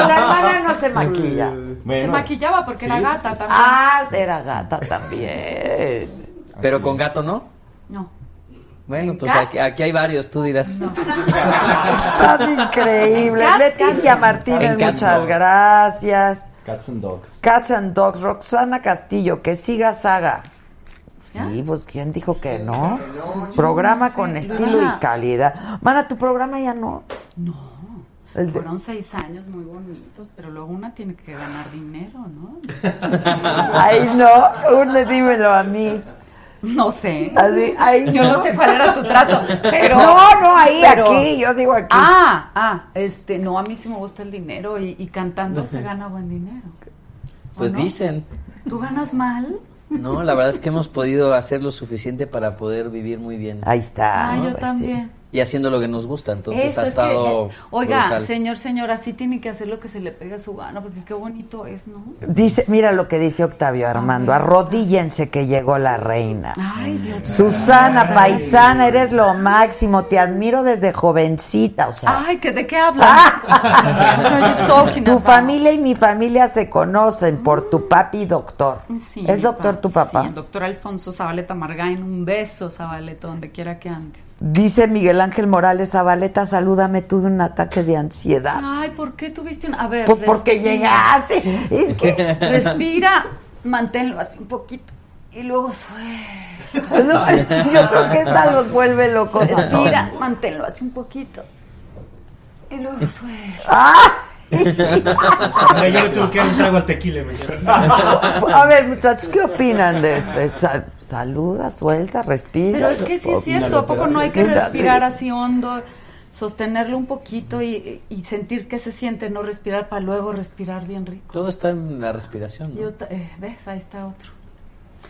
Speaker 6: la hermana no se maquilla.
Speaker 18: Se maquillaba porque era
Speaker 6: Sí,
Speaker 18: gata también.
Speaker 6: Ah, era gata también.
Speaker 13: Pero con gato, ¿no?
Speaker 18: No.
Speaker 13: Bueno, pues
Speaker 6: Cats?
Speaker 13: aquí, aquí hay varios, tú dirás.
Speaker 6: Está increíble.
Speaker 13: Cats,
Speaker 6: Leticia
Speaker 13: cats.
Speaker 6: Martínez,
Speaker 13: En cats,
Speaker 6: muchas
Speaker 13: no.
Speaker 6: gracias.
Speaker 14: Cats and dogs.
Speaker 6: Cats and Dogs, Roxana Castillo, que siga saga. Sí, pues ¿quién dijo que no? Programa con
Speaker 18: Sí,
Speaker 6: estilo y
Speaker 18: Mana.
Speaker 6: calidad. Mana, tu programa ya no. El de-
Speaker 18: Fueron seis años muy bonitos, pero luego una tiene que ganar dinero, ¿no?
Speaker 6: Ay, no, una dímelo a mí.
Speaker 18: No sé.
Speaker 6: Así, ay,
Speaker 18: Yo no sé cuál era tu trato, pero-
Speaker 6: No, no, ahí,
Speaker 18: pero-
Speaker 6: aquí, yo digo aquí.
Speaker 18: Ah, ah,
Speaker 13: Pues,
Speaker 18: este, no, a mí sí me gusta el dinero y, y cantando se gana buen dinero. ¿O
Speaker 13: Pues
Speaker 18: no?
Speaker 13: dicen.
Speaker 18: ¿Tú ganas mal?
Speaker 13: No, la verdad es que hemos podido hacer lo suficiente para poder vivir muy bien.
Speaker 6: Ahí está. Pues
Speaker 18: Ah, yo también.
Speaker 13: Y haciendo lo que nos gusta, pues entonces
Speaker 18: Eso
Speaker 13: ha
Speaker 18: es que,
Speaker 13: estado.
Speaker 18: eh, oiga,
Speaker 13: brutal.
Speaker 18: señor, señora, sí tiene que hacer lo que se le pega a su gana, porque qué bonito es, ¿no?
Speaker 6: Dice, mira lo que dice Octavio Armando, arrodíllense que llegó la reina.
Speaker 13: Mm.
Speaker 18: Ay, Dios mío.
Speaker 6: Susana, paisana, eres lo máximo, te admiro desde jovencita, o sea,
Speaker 18: Ay, ¿que ¿de qué habla? What are you talking
Speaker 6: Ah. tu
Speaker 18: about?
Speaker 6: familia y mi familia se conocen por tu papi doctor.
Speaker 18: Sí,
Speaker 6: ¿Es
Speaker 18: mi
Speaker 6: doctor
Speaker 18: pa-
Speaker 6: tu papá?
Speaker 18: Sí, el doctor Alfonso Zabaleta Margain, un beso, Zabaleta, donde quiera que andes.
Speaker 6: Dice Miguel Ángel Morales Zabaleta, salúdame, tuve un ataque de ansiedad.
Speaker 18: Ay, ¿por qué tuviste un...? A ver,
Speaker 6: Ah. Pues porque
Speaker 18: respira.
Speaker 6: llegaste, es que...
Speaker 18: Respira, manténlo así un poquito y luego suelta.
Speaker 6: No, yo creo que esta los vuelve locos. a todos.
Speaker 18: Respira, manténlo así un poquito y luego suelta.
Speaker 6: ¡Ah!
Speaker 17: Mira, yo le tuve que dar un trago al tequila, me
Speaker 6: A ver, muchachos, ¿qué opinan de esto? Sa- Saluda, suelta, respira.
Speaker 18: Pero es que sí es cierto, ¿a poco no hay que respirar así hondo? Sostenerlo un poquito y, y sentir qué se siente no respirar para luego respirar bien rico.
Speaker 13: Todo está en la respiración. ¿no?
Speaker 18: Y otra- eh, ¿Ves? Ahí está otro.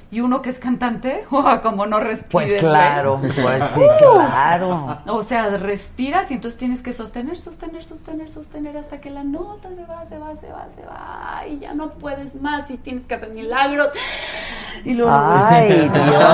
Speaker 18: Y uno que es cantante, ¡oh, como no respira.
Speaker 6: Pues claro, pues sí,
Speaker 18: Uf.
Speaker 6: claro.
Speaker 18: O sea, respiras y entonces tienes que sostener, sostener, sostener, sostener hasta que la nota se va, se va, se va, se va y ya no puedes más y tienes que hacer milagros. Y luego
Speaker 6: ¡Ay, Dios!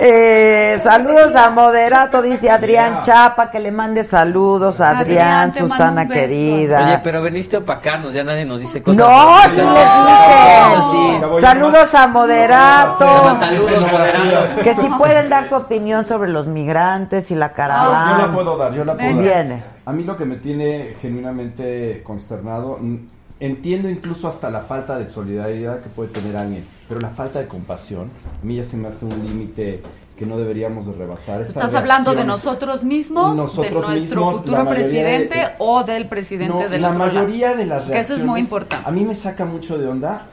Speaker 6: Eh, saludos a Moderato, dice Adrián Chapa, que le mande saludos a Adrián,
Speaker 13: Adrián, te mando
Speaker 6: Susana
Speaker 13: un beso.
Speaker 6: querida.
Speaker 13: Oye, pero veniste a opacarnos, ya nadie nos dice cosas.
Speaker 6: No,
Speaker 13: bonitas.
Speaker 6: sí les
Speaker 13: Ah,
Speaker 6: dicen.
Speaker 13: sí.
Speaker 6: Saludos a Moderato.
Speaker 13: Además, Saludos, moderado.
Speaker 6: Que si pueden dar su opinión sobre los migrantes y la caravana.
Speaker 18: Ah.
Speaker 14: Yo la puedo dar, yo la puedo dar.
Speaker 6: Viene.
Speaker 14: A mí lo que me tiene genuinamente consternado, mm, entiendo incluso hasta la falta de solidaridad que puede tener alguien, pero la falta de compasión, a mí ya se me hace un límite que no deberíamos de rebasar. Esa
Speaker 18: Estás hablando de
Speaker 14: reacción-
Speaker 18: nosotros mismos,
Speaker 14: Nosotros
Speaker 18: de nuestro
Speaker 14: mismos, la
Speaker 18: futuro
Speaker 14: mayoría de-
Speaker 18: presidente o del presidente
Speaker 14: No,
Speaker 18: del
Speaker 14: la
Speaker 18: otro lado.
Speaker 14: mayoría de las
Speaker 18: Que
Speaker 14: reacciones
Speaker 18: Eso es muy importante.
Speaker 14: A mí me saca mucho de onda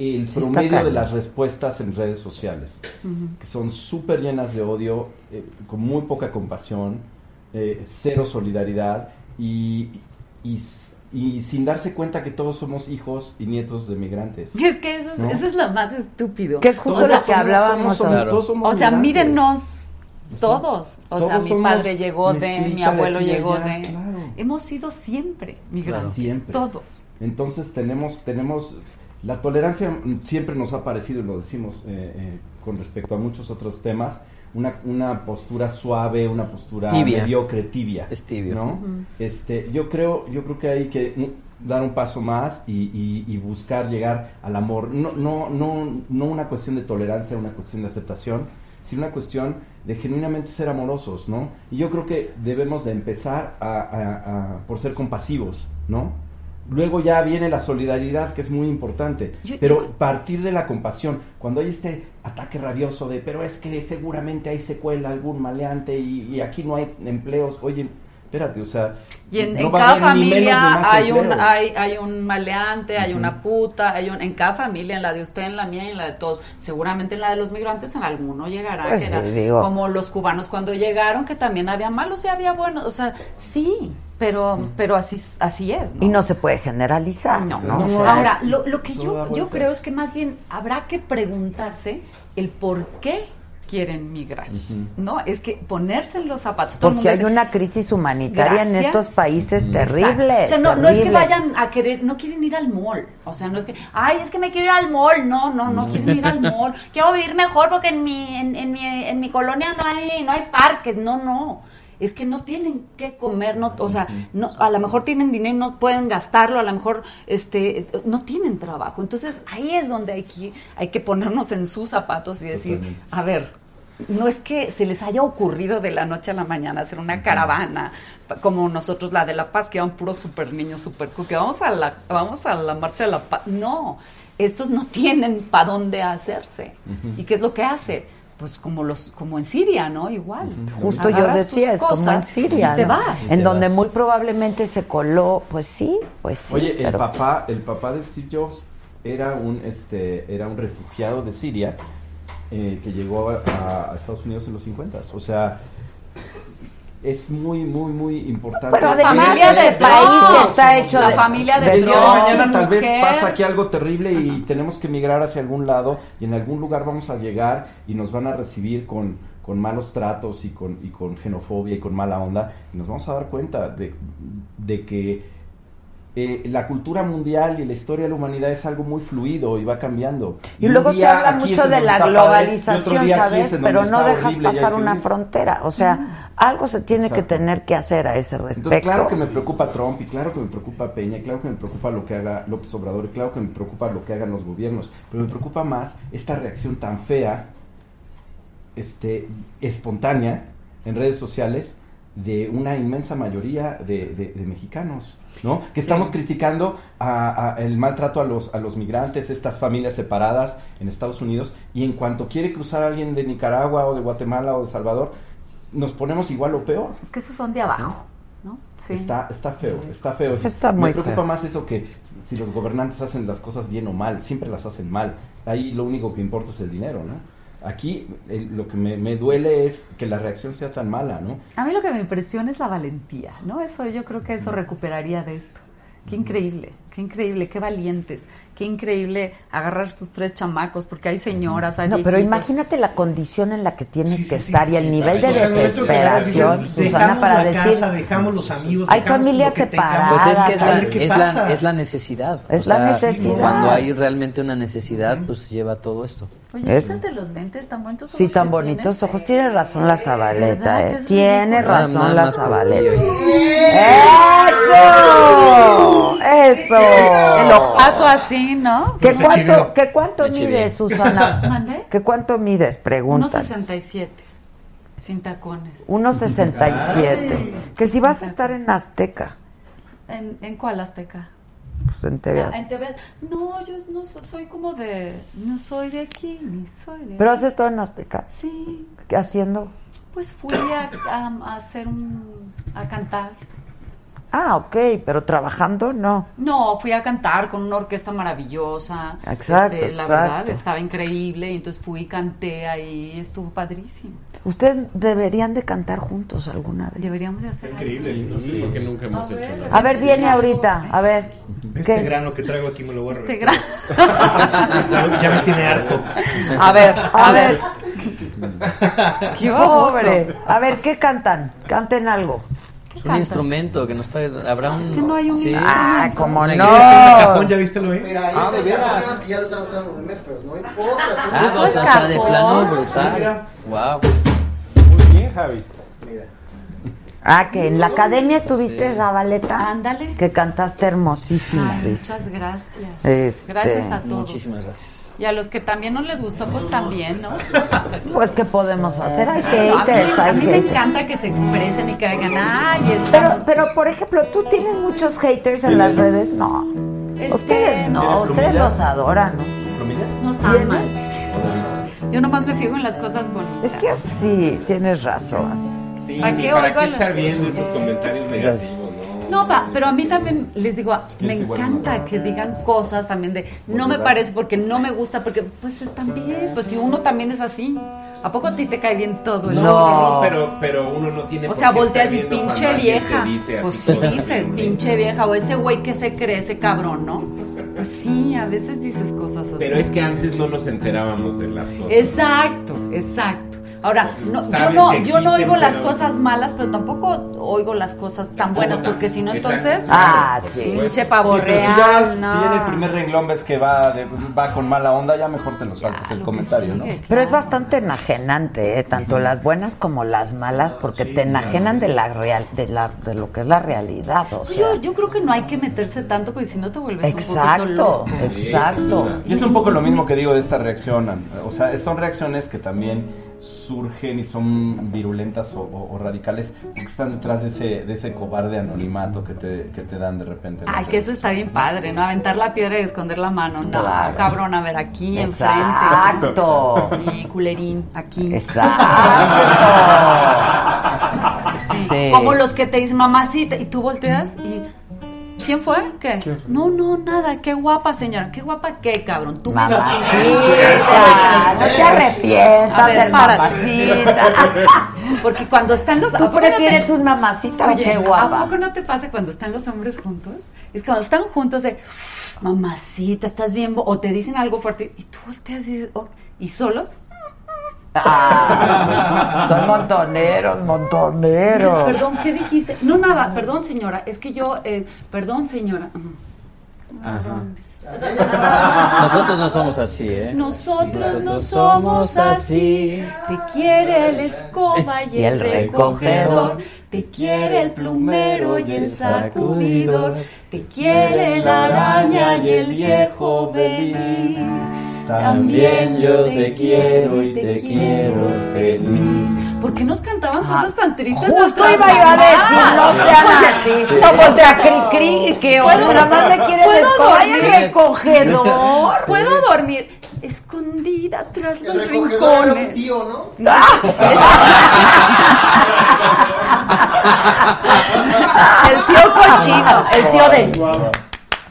Speaker 14: el
Speaker 15: Sí está
Speaker 14: promedio de
Speaker 15: cañón.
Speaker 14: las respuestas en redes sociales,
Speaker 15: Ujú.
Speaker 14: que son súper llenas de odio, eh, con muy poca compasión, eh, cero solidaridad y, y- y sin darse cuenta que todos somos hijos y nietos de migrantes.
Speaker 18: Es que eso es,
Speaker 14: ¿no?
Speaker 18: eso es lo más estúpido.
Speaker 14: Que es justo
Speaker 18: O sea,
Speaker 14: lo que hablábamos, somos- claro. todos
Speaker 18: o
Speaker 14: somos
Speaker 18: sea,
Speaker 14: migrantes.
Speaker 18: mírenos todos. O sea,
Speaker 14: pues. Todos
Speaker 18: mi
Speaker 14: somos
Speaker 18: padre llegó de,
Speaker 14: mezclita
Speaker 18: mi
Speaker 14: de
Speaker 18: abuelo
Speaker 14: aquí y
Speaker 18: llegó
Speaker 14: allá,
Speaker 18: de. Hemos sido siempre migrantes.
Speaker 14: Siempre.
Speaker 18: Todos.
Speaker 14: Entonces tenemos, tenemos, la tolerancia mm, siempre nos ha parecido, y lo decimos eh, eh, con respecto a muchos otros temas, una, una postura suave, una postura
Speaker 13: Tibia.
Speaker 14: mediocre, tibia. Es tibio. ¿no?
Speaker 13: Ujú.
Speaker 14: este, yo, creo, yo creo que hay que mm, dar un paso más y, y- y buscar llegar al amor. No, no, no, no una cuestión de tolerancia, una cuestión de aceptación, sino una cuestión de genuinamente ser amorosos, ¿no? Y yo creo que debemos de empezar a- a- a- por ser compasivos, ¿no? Luego ya viene la solidaridad, que es muy importante,
Speaker 15: Yo-
Speaker 14: pero partir de la compasión. Cuando hay este ataque rabioso de, pero es que seguramente hay secuela, algún maleante y, y aquí no hay empleos. Oye, espérate, o sea,
Speaker 18: Y en,
Speaker 14: no
Speaker 18: en
Speaker 14: va a
Speaker 18: cada
Speaker 14: haber ni menos ni más
Speaker 18: familia hay un,
Speaker 14: empleos.
Speaker 18: hay, hay un maleante, hay
Speaker 14: Ujú.
Speaker 18: una puta, hay un, en cada familia, en la de usted, en la mía y en la de todos. Seguramente en la de los migrantes en alguno llegará.
Speaker 6: Pues
Speaker 18: que
Speaker 6: sí,
Speaker 18: era
Speaker 6: digo.
Speaker 18: Como los cubanos cuando llegaron, que también había malos y había buenos. O sea, sí, pero, pero así, así es, ¿no?
Speaker 6: Y no se puede generalizar, ¿no? O sea,
Speaker 18: Ahora,
Speaker 6: es-
Speaker 18: lo, lo que
Speaker 6: todo da
Speaker 18: yo, yo
Speaker 6: vueltas.
Speaker 18: creo es que más bien habrá que preguntarse el por qué quieren migrar, ¿no? Es que ponerse en los zapatos. Todo el
Speaker 6: Porque
Speaker 18: mundo
Speaker 6: hay
Speaker 18: dice,
Speaker 6: una crisis humanitaria en
Speaker 18: "Gracias".
Speaker 6: estos países terrible.
Speaker 18: Exacto. O sea, no, no es que
Speaker 6: terrible.
Speaker 18: vayan a querer, no quieren ir al mall. O sea, no es que, ay, es que me quiero ir al mall. No, no, no quieren ir al mall. Quiero vivir mejor porque en mi, en, en mi, en mi colonia no hay, no hay parques. No, no. Es que no tienen que comer, no, o sea, no, a lo mejor tienen dinero y no pueden gastarlo, a lo mejor este, no tienen trabajo. Entonces ahí es donde hay que, hay que ponernos en sus zapatos y decir,
Speaker 14: Totalmente.
Speaker 18: a ver, no es que se les haya ocurrido de la noche a la mañana hacer una caravana pa- como nosotros la de la paz que iban puros super niños super cool, que vamos a la vamos a la marcha de la paz no estos no tienen para dónde hacerse y qué es lo que hace pues como los como en Siria no igual
Speaker 6: Justo yo
Speaker 18: Agarras
Speaker 6: decía,
Speaker 18: tus
Speaker 6: es como en
Speaker 18: cosas
Speaker 6: Siria.
Speaker 18: y te
Speaker 6: ¿no?
Speaker 18: vas
Speaker 6: En donde muy probablemente se coló, pues sí, pues sí.
Speaker 14: Oye, el
Speaker 6: pero-
Speaker 14: papá, el papá de Steve Jobs era un este era un refugiado de Siria eh, que llegó a, a Estados Unidos en los 50, o sea, es muy muy muy importante.
Speaker 6: Pero
Speaker 14: ver
Speaker 6: familia
Speaker 14: ese-
Speaker 6: de país que está hecho
Speaker 18: la familia de
Speaker 14: del día de
Speaker 18: Dios,
Speaker 14: mañana tal vez
Speaker 18: mujer.
Speaker 14: pasa aquí algo terrible y tenemos que emigrar hacia algún lado y en algún lugar vamos a llegar y nos van a recibir con, con malos tratos y con, y con xenofobia y con mala onda y nos vamos a dar cuenta de, de que eh, la cultura mundial y la historia de la humanidad es algo muy fluido y va cambiando.
Speaker 6: Y
Speaker 14: un
Speaker 6: luego se
Speaker 14: día
Speaker 6: habla
Speaker 14: aquí es
Speaker 6: mucho
Speaker 14: en
Speaker 6: de
Speaker 14: donde
Speaker 6: la
Speaker 14: está padre, y otro
Speaker 6: globalización,
Speaker 14: día aquí es
Speaker 6: ¿sabes?
Speaker 14: en
Speaker 6: Pero
Speaker 14: donde
Speaker 6: no
Speaker 14: está
Speaker 6: dejas
Speaker 14: horrible y hay
Speaker 6: pasar
Speaker 14: que
Speaker 6: una
Speaker 14: huir.
Speaker 6: frontera. O sea, algo se tiene que
Speaker 14: Exacto.
Speaker 6: tener que hacer a ese respecto.
Speaker 14: Entonces, claro que me preocupa Trump y claro que me preocupa Peña, y claro que me preocupa lo que haga López Obrador y claro que me preocupa lo que hagan los gobiernos, pero me preocupa más esta reacción tan fea, este, espontánea, en redes sociales, de una inmensa mayoría de, de- de mexicanos, ¿no? Que estamos criticando a- a el maltrato a los, a los migrantes, estas familias separadas en Estados Unidos, y en cuanto quiere cruzar a alguien de Nicaragua o de Guatemala o de Salvador, nos ponemos igual o peor.
Speaker 18: es que esos son de abajo no Sí.
Speaker 14: Está, está feo, está feo.
Speaker 18: Está
Speaker 14: Me
Speaker 18: muy
Speaker 14: preocupa
Speaker 18: feo.
Speaker 14: más eso que si los gobernantes hacen las cosas bien o mal, siempre las hacen mal. Ahí lo único que importa es el dinero, ¿no? Aquí el- lo que me, me duele es que la reacción sea tan mala, ¿no?
Speaker 18: A mí lo que me impresiona es la valentía, ¿no? Eso yo creo que eso recuperaría de esto. Qué increíble, qué increíble, qué valientes, qué increíble agarrar tus tres chamacos, porque hay señoras, hay
Speaker 6: No, pero
Speaker 18: viejitos.
Speaker 6: imagínate la condición en la que tienes que estar y el nivel de
Speaker 17: O sea, en el momento que
Speaker 6: desesperación,
Speaker 17: dices,
Speaker 6: Susana,
Speaker 17: dejamos
Speaker 6: para
Speaker 17: la
Speaker 6: decir...
Speaker 17: casa, dejamos los amigos,
Speaker 6: Hay
Speaker 17: dejamos
Speaker 6: familias
Speaker 17: lo que
Speaker 6: separadas.
Speaker 17: tengamos.
Speaker 13: Pues es que es
Speaker 6: a
Speaker 13: la,
Speaker 6: ver qué
Speaker 13: es la-
Speaker 6: pasa.
Speaker 13: es la necesidad.
Speaker 6: Es la necesidad.
Speaker 13: Cuando hay realmente una necesidad, pues lleva a todo esto.
Speaker 18: Oye,
Speaker 6: Es-
Speaker 18: fíjate los lentes tan bonitos.
Speaker 6: Sí,
Speaker 18: ojos
Speaker 6: tan
Speaker 18: que
Speaker 6: bonitos
Speaker 18: tienes.
Speaker 6: ojos. Tiene razón la Zabaleta,
Speaker 18: ¿Verdad
Speaker 6: ¿eh?
Speaker 18: que es
Speaker 6: Tiene
Speaker 18: ridículo?
Speaker 6: razón
Speaker 13: Nada- nada
Speaker 6: la
Speaker 13: más por ti,
Speaker 6: Zabaleta.
Speaker 18: ¡Eso!
Speaker 6: ¡Eso! ¡Eso!
Speaker 18: El ojazo así, ¿no?
Speaker 6: ¿Qué cuánto, ¿qué cuánto
Speaker 18: Me chivié.
Speaker 6: mides, Susana?
Speaker 18: ¿Mande?
Speaker 6: ¿Qué cuánto mides? Pregunta.
Speaker 18: 1.67. Sin tacones.
Speaker 6: 1.67. Que si vas a estar en Azteca,
Speaker 18: ¿En, en cuál azteca?
Speaker 6: pues en TV
Speaker 18: Ah,
Speaker 6: Azteca.
Speaker 18: en TV. No, yo no so- soy como de. No soy de aquí, ni soy de.
Speaker 6: ¿Pero has
Speaker 18: allá.
Speaker 6: estado en Azteca?
Speaker 18: Sí.
Speaker 6: ¿Qué haciendo?
Speaker 18: Pues fui a, a- a hacer un. a cantar.
Speaker 6: Ah, ok, pero trabajando no.
Speaker 18: No, fui a cantar con una orquesta maravillosa.
Speaker 6: Exacto,
Speaker 18: Este, la
Speaker 6: exacto.
Speaker 18: verdad, estaba increíble. Y entonces fui, canté ahí, estuvo padrísimo.
Speaker 6: Ustedes deberían de cantar juntos alguna vez.
Speaker 18: Deberíamos de hacer algo.
Speaker 16: No sé por qué nunca hemos
Speaker 18: A ver,
Speaker 16: hecho nada.
Speaker 6: A ver, viene ahorita, a ver.
Speaker 17: Este
Speaker 6: ¿Qué?
Speaker 17: grano que traigo aquí me lo voy a
Speaker 18: Este
Speaker 17: reventar.
Speaker 18: gran...
Speaker 17: Ya- ya me tiene harto.
Speaker 6: A ver, a
Speaker 17: A
Speaker 6: ver.
Speaker 17: ver.
Speaker 6: Qué
Speaker 13: baboso.
Speaker 6: pobre. A ver, ¿qué cantan? Canten algo.
Speaker 13: Es un instrumento que no está. Habrá un.
Speaker 6: Es que no hay un instrumento.
Speaker 13: Ah,
Speaker 6: como
Speaker 13: no.
Speaker 6: cajón,
Speaker 17: ¿ya viste lo
Speaker 2: Mira, ahí
Speaker 13: Ah,
Speaker 2: está
Speaker 13: de
Speaker 2: el cajón,
Speaker 13: veras.
Speaker 2: que ya lo estamos usando de mes, pero no importa.
Speaker 13: Ah,
Speaker 2: son-
Speaker 13: o sea, o sea, de plano brutal.
Speaker 2: Mira,
Speaker 13: Wow.
Speaker 15: Muy bien, Javi.
Speaker 6: Ah, que en la academia estuviste Zabaleta.
Speaker 18: Ándale.
Speaker 6: Que cantaste hermosísimo.
Speaker 18: Ay,
Speaker 6: dice.
Speaker 18: muchas gracias.
Speaker 6: Este-
Speaker 18: Gracias a todos.
Speaker 6: Muchísimas
Speaker 13: gracias.
Speaker 18: Y a los que también no les gustó, pues también, ¿no?
Speaker 6: Pues, ¿qué podemos hacer? Hay
Speaker 18: A mí,
Speaker 6: haters,
Speaker 18: a
Speaker 6: hay
Speaker 18: mí me
Speaker 6: haters.
Speaker 18: encanta que se expresen y que hagan, ay, es
Speaker 6: Pero, pero, por ejemplo, ¿tú tienes muchos haters en las redes? No.
Speaker 18: Este,
Speaker 6: Ustedes no,
Speaker 18: ¿Tienen
Speaker 6: ustedes
Speaker 18: plumilla?
Speaker 6: los adoran, ¿no?
Speaker 18: nos amas. Yo nomás me fijo en las cosas
Speaker 6: Es
Speaker 18: bonitas.
Speaker 6: que sí, tienes razón.
Speaker 16: Sí,
Speaker 18: ¿Para
Speaker 16: ni
Speaker 18: qué
Speaker 16: para
Speaker 18: oigo
Speaker 16: qué
Speaker 18: a los-
Speaker 16: estar viendo esos comentarios negativos, ¿no?
Speaker 18: No, pa- pero a mí también les digo, me
Speaker 16: es igual,
Speaker 18: encanta que digan cosas también de no me
Speaker 16: Vulgar.
Speaker 18: parece porque no me gusta, porque pues es también, pues si uno también es así, ¿a poco a ti te cae bien todo? el
Speaker 16: No,
Speaker 18: mundo?
Speaker 16: no, pero, pero uno no tiene
Speaker 18: O
Speaker 16: por
Speaker 18: sea,
Speaker 16: qué estar
Speaker 18: volteas y dices,
Speaker 16: viendo
Speaker 18: pinche
Speaker 16: cuando alguien te
Speaker 18: vieja.
Speaker 16: dice así
Speaker 18: Pues sí
Speaker 16: cosas
Speaker 18: dices,
Speaker 16: bien
Speaker 18: pinche vieja, o ese güey que se cree, ese cabrón, ¿no? Pues sí, a veces dices cosas así.
Speaker 16: Pero es que antes no nos enterábamos de las cosas.
Speaker 18: Exacto, exacto. Ahora, no, yo,
Speaker 16: sabes
Speaker 18: no,
Speaker 16: que
Speaker 18: yo no
Speaker 16: existen,
Speaker 18: oigo las
Speaker 16: pero-
Speaker 18: cosas malas, pero tampoco oigo las cosas tan buenas, porque si no,
Speaker 14: Exacto.
Speaker 18: entonces.
Speaker 14: Ah,
Speaker 18: Por
Speaker 14: sí.
Speaker 18: Pinche
Speaker 14: Sí,
Speaker 18: pavo
Speaker 14: pero si, ya vas-
Speaker 18: real,
Speaker 14: si en el
Speaker 18: no.
Speaker 14: primer renglón ves que va, de- va con mala onda, ya mejor te lo saltas el comentario, ¿no?
Speaker 6: Pero es bastante enajenante, ¿eh? tanto las buenas como las malas, porque te enajenan de la real, de la, de lo que es la realidad, o sea.
Speaker 18: Pues Yo, yo creo que no hay que meterse tanto, porque si no te vuelves un poquito
Speaker 6: Exacto,
Speaker 18: loco.
Speaker 6: exacto.
Speaker 14: Y es un poco lo mismo que digo de esta reacción. Ana. O sea, son reacciones que también surgen y son virulentas o, o- o radicales que están detrás de ese, de ese cobarde anonimato que te, que te dan de repente. ¿no?
Speaker 18: Ay, que eso está bien padre, ¿no? Aventar la piedra y esconder la mano. No,
Speaker 14: Claro.
Speaker 18: cabrón, a ver, aquí, enfrente.
Speaker 6: Exacto.
Speaker 18: Sí, culerín, aquí.
Speaker 14: ¡Ah!
Speaker 18: Sí.
Speaker 6: Sí.
Speaker 18: Como los que te dicen mamacita y tú volteas y. ¿Quién fue? ¿Qué? No, no, nada. Qué guapa, señora. Qué guapa, qué cabrón. Tú me
Speaker 6: Mamacita,
Speaker 18: dijiste.
Speaker 6: no te arrepientas
Speaker 18: A ver,
Speaker 6: del
Speaker 18: párate.
Speaker 6: mamacita.
Speaker 18: Porque cuando están los.
Speaker 6: ¿Tú
Speaker 18: ¿a poco no te-
Speaker 6: prefieres un mamacita o
Speaker 18: Oye,
Speaker 6: qué guapa?
Speaker 18: ¿A poco no te pasa cuando están los hombres juntos? Es que cuando están juntos de. Mamacita, estás bien. bo-", O te dicen algo fuerte y tú volteas y dices. "Oh", y solos.
Speaker 6: Ah, Son montoneros, montoneros.
Speaker 18: Perdón, ¿qué dijiste? No, nada. Perdón, señora. Es que yo. eh, perdón, señora.
Speaker 13: Nosotros no somos así, ¿eh?
Speaker 18: Nosotros, no
Speaker 13: Nosotros
Speaker 18: somos
Speaker 13: somos
Speaker 18: así. Te quiere el escoba y,
Speaker 13: Y
Speaker 18: el
Speaker 13: el
Speaker 18: recogedor.
Speaker 13: recogedor.
Speaker 18: Te quiere el plumero y el sacudidor. Te quiere la araña y el viejo feliz.
Speaker 11: También yo te quiero y te quiero feliz.
Speaker 18: ¿Por qué nos cantaban cosas tan tristes?
Speaker 6: Ah, Justo
Speaker 18: nuestras
Speaker 6: iba yo a
Speaker 18: mamás?
Speaker 6: decir, no sean así.
Speaker 18: Sí.
Speaker 6: Como sea, cri cri, que
Speaker 18: ¿Puedo-
Speaker 6: nada más me quiere
Speaker 18: ¿puedo
Speaker 6: descobar y el
Speaker 18: dormir? Pues,
Speaker 6: recogedor.
Speaker 18: Puedo dormir escondida tras los
Speaker 2: recogedor era un
Speaker 18: rincones.
Speaker 2: tío,
Speaker 18: el tío
Speaker 6: Ah,
Speaker 18: cochino, el tío de.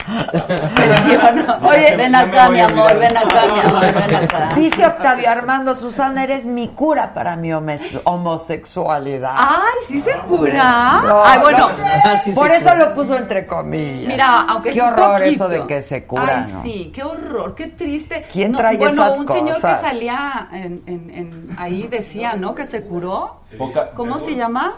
Speaker 18: El tío no.
Speaker 6: Oye,
Speaker 18: ven acá, mi amor, ven acá, mi amor, ven acá.
Speaker 6: Dice Octavio Armando, Susana, eres mi cura para mi homes- homosexualidad.
Speaker 18: Ay, sí se cura.
Speaker 6: No,
Speaker 18: Ah, Ay,
Speaker 6: no.
Speaker 18: bueno. Ah, Sí se
Speaker 6: por eso
Speaker 18: cura.
Speaker 6: lo puso entre comillas.
Speaker 18: Mira, aunque
Speaker 6: Qué
Speaker 18: es un
Speaker 6: horror
Speaker 18: poquito.
Speaker 6: eso de que se cura,
Speaker 18: Ay,
Speaker 6: ¿no?
Speaker 18: sí, qué horror, qué triste.
Speaker 6: ¿Quién trae
Speaker 18: bueno,
Speaker 6: esas
Speaker 18: un señor que
Speaker 6: cosas?
Speaker 18: salía en, en- en- ahí decía, ¿no? Que se curó.
Speaker 14: Poca,
Speaker 18: ¿Cómo se llama?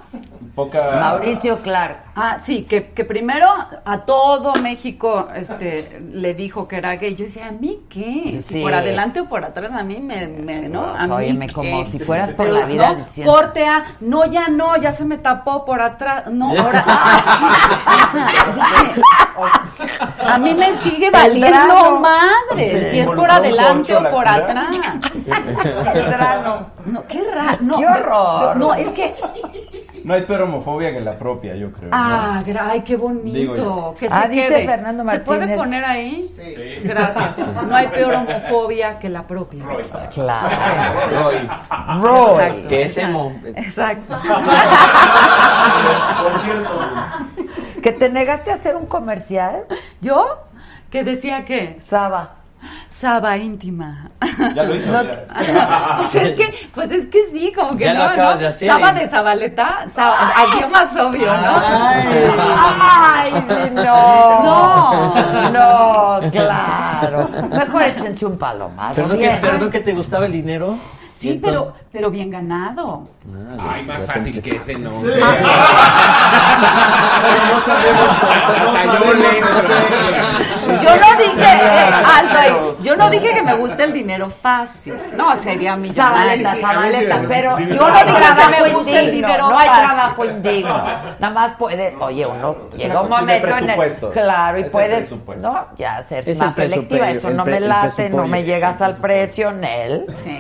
Speaker 14: poca.
Speaker 6: Clark.
Speaker 18: Ah, sí, que, que primero a todo México este, le dijo que era gay. Yo decía, ¿a mí qué? Si
Speaker 6: Sí.
Speaker 18: por adelante o por atrás, a mí me... me- ¿no? A
Speaker 6: Pues,
Speaker 18: mí
Speaker 6: óyeme,
Speaker 18: qué.
Speaker 6: como si fueras por
Speaker 18: Pero,
Speaker 6: la vida
Speaker 18: ¿no?
Speaker 6: diciendo-
Speaker 18: Corte A, no, ya no, ya se me tapó por atrás. No, ahora... O sea, dime, o- a mí me sigue
Speaker 6: El
Speaker 18: valiendo
Speaker 6: drano.
Speaker 18: madre
Speaker 6: Sí.
Speaker 18: si es por
Speaker 6: Involucró un
Speaker 18: adelante
Speaker 6: corcho a
Speaker 18: o
Speaker 6: la
Speaker 18: por
Speaker 6: cura.
Speaker 18: atrás. No, qué raro. No,
Speaker 6: Qué horror.
Speaker 18: No, es que
Speaker 14: No hay peor homofobia que la propia, yo creo. ¿no?
Speaker 18: Ah, gra- ay, qué
Speaker 14: Digo
Speaker 18: bonito.
Speaker 14: yo.
Speaker 18: Que se
Speaker 14: Ah, dice
Speaker 18: quede.
Speaker 14: Fernando
Speaker 18: ¿Se puede
Speaker 14: Martínez.
Speaker 18: poner ahí? Sí. Gracias. No hay peor homofobia que la propia.
Speaker 6: Claro.
Speaker 13: Roy.
Speaker 6: Roy.
Speaker 13: Exacto. Que es emo.
Speaker 18: Exacto.
Speaker 13: Por cierto.
Speaker 6: ¿Que te negaste a hacer un comercial?
Speaker 18: ¿Yo? ¿Que decía qué?
Speaker 6: Saba.
Speaker 18: Saba íntima.
Speaker 15: Ya lo hizo.
Speaker 18: No-
Speaker 15: ya.
Speaker 18: pues es que, pues es que sí, como que
Speaker 15: Ya lo
Speaker 18: no,
Speaker 15: acabas
Speaker 18: ¿no?
Speaker 15: de hacer,
Speaker 18: Saba
Speaker 15: ¿eh?
Speaker 18: de Zabaleta, Saba, así es más obvio, ¿no?
Speaker 6: Ay, sí, no.
Speaker 18: No.
Speaker 6: No, claro. Mejor échense un palomazo.
Speaker 13: Perdón que,
Speaker 6: bien.
Speaker 13: perdón que te gustaba el dinero.
Speaker 18: Sí, pero, pero bien ganado.
Speaker 16: Ay, más fácil que ese, no.
Speaker 18: Yo no dije, eh, hasta ahí, yo no dije que me gusta el dinero fácil. No, sería mi
Speaker 6: Zabaleta, Zabaleta, pero
Speaker 18: yo
Speaker 6: yo
Speaker 18: no dije que me
Speaker 6: trabajo
Speaker 18: gusta el
Speaker 6: indigno,
Speaker 18: dinero
Speaker 6: no hay
Speaker 18: fácil.
Speaker 6: trabajo indigno, nada más puede, oye, uno
Speaker 13: Es
Speaker 6: llega
Speaker 13: una
Speaker 6: un
Speaker 13: cuestión de
Speaker 6: momento en el,
Speaker 13: presupuesto.
Speaker 6: claro, y
Speaker 13: Es el
Speaker 6: puedes,
Speaker 13: presupuesto.
Speaker 6: no, ya ser
Speaker 13: Es el
Speaker 6: más selectiva,
Speaker 13: presupuesto,
Speaker 6: eso
Speaker 13: el
Speaker 6: no
Speaker 13: pre-
Speaker 6: me
Speaker 13: el
Speaker 6: late, no me
Speaker 13: presupuesto.
Speaker 6: llegas al precio, Nel, sí,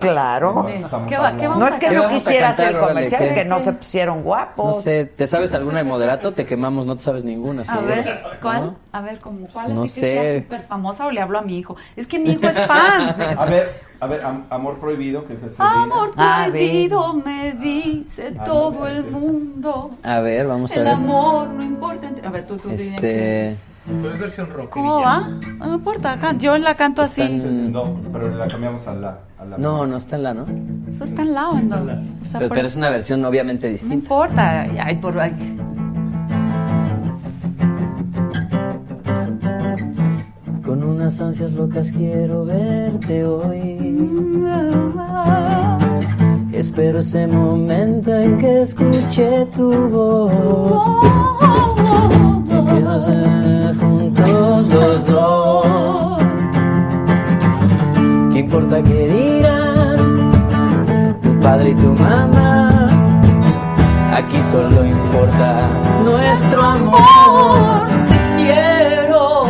Speaker 6: claro,
Speaker 13: ¿Qué va- qué
Speaker 6: no
Speaker 13: vamos
Speaker 6: es
Speaker 13: a cantar?
Speaker 6: que no
Speaker 13: ¿Qué vamos a
Speaker 6: quisiera
Speaker 13: cantar,
Speaker 6: hacer
Speaker 13: órale,
Speaker 6: comercial, es
Speaker 13: qué?
Speaker 6: que no se pusieron
Speaker 13: No
Speaker 6: guapos,
Speaker 13: sé, ¿te sabes alguna de moderato? Te quemamos, no te sabes ninguna.
Speaker 18: A
Speaker 13: seguro.
Speaker 18: ver, ¿cuál?
Speaker 13: ¿No?
Speaker 18: A ver, ¿cómo
Speaker 13: Pues
Speaker 18: cuál?
Speaker 13: no
Speaker 18: Así que
Speaker 13: sé.
Speaker 18: sea súper famosa o le hablo a mi hijo. Es que mi hijo es fan. de-
Speaker 14: A ver, a ver, am- Amor Prohibido, que es de Selena.
Speaker 18: Ah, Amor prohibido me dice
Speaker 14: Ah,
Speaker 18: todo el mundo.
Speaker 13: A ver, vamos a
Speaker 18: El
Speaker 13: ver.
Speaker 18: amor no importa. entre- A ver, tú, tú dime.
Speaker 13: Este.
Speaker 14: versión rock.
Speaker 18: ¿Cómo va? No importa, can- yo la canto así.
Speaker 14: No, pero la cambiamos a la. A la
Speaker 13: No, no está en la, ¿no?
Speaker 18: Eso está en la onda. O sea,
Speaker 13: Pero,
Speaker 18: por-
Speaker 13: pero es una versión obviamente
Speaker 18: No
Speaker 13: distinta.
Speaker 18: importa. Ay, por ay.
Speaker 13: Con unas ansias locas quiero verte hoy. Espero ese momento en que escuche tu voz. Que quiero ser juntos los dos. ¿Qué importa qué dirán tu padre y tu mamá? Aquí solo importa nuestro amor.
Speaker 18: Quiero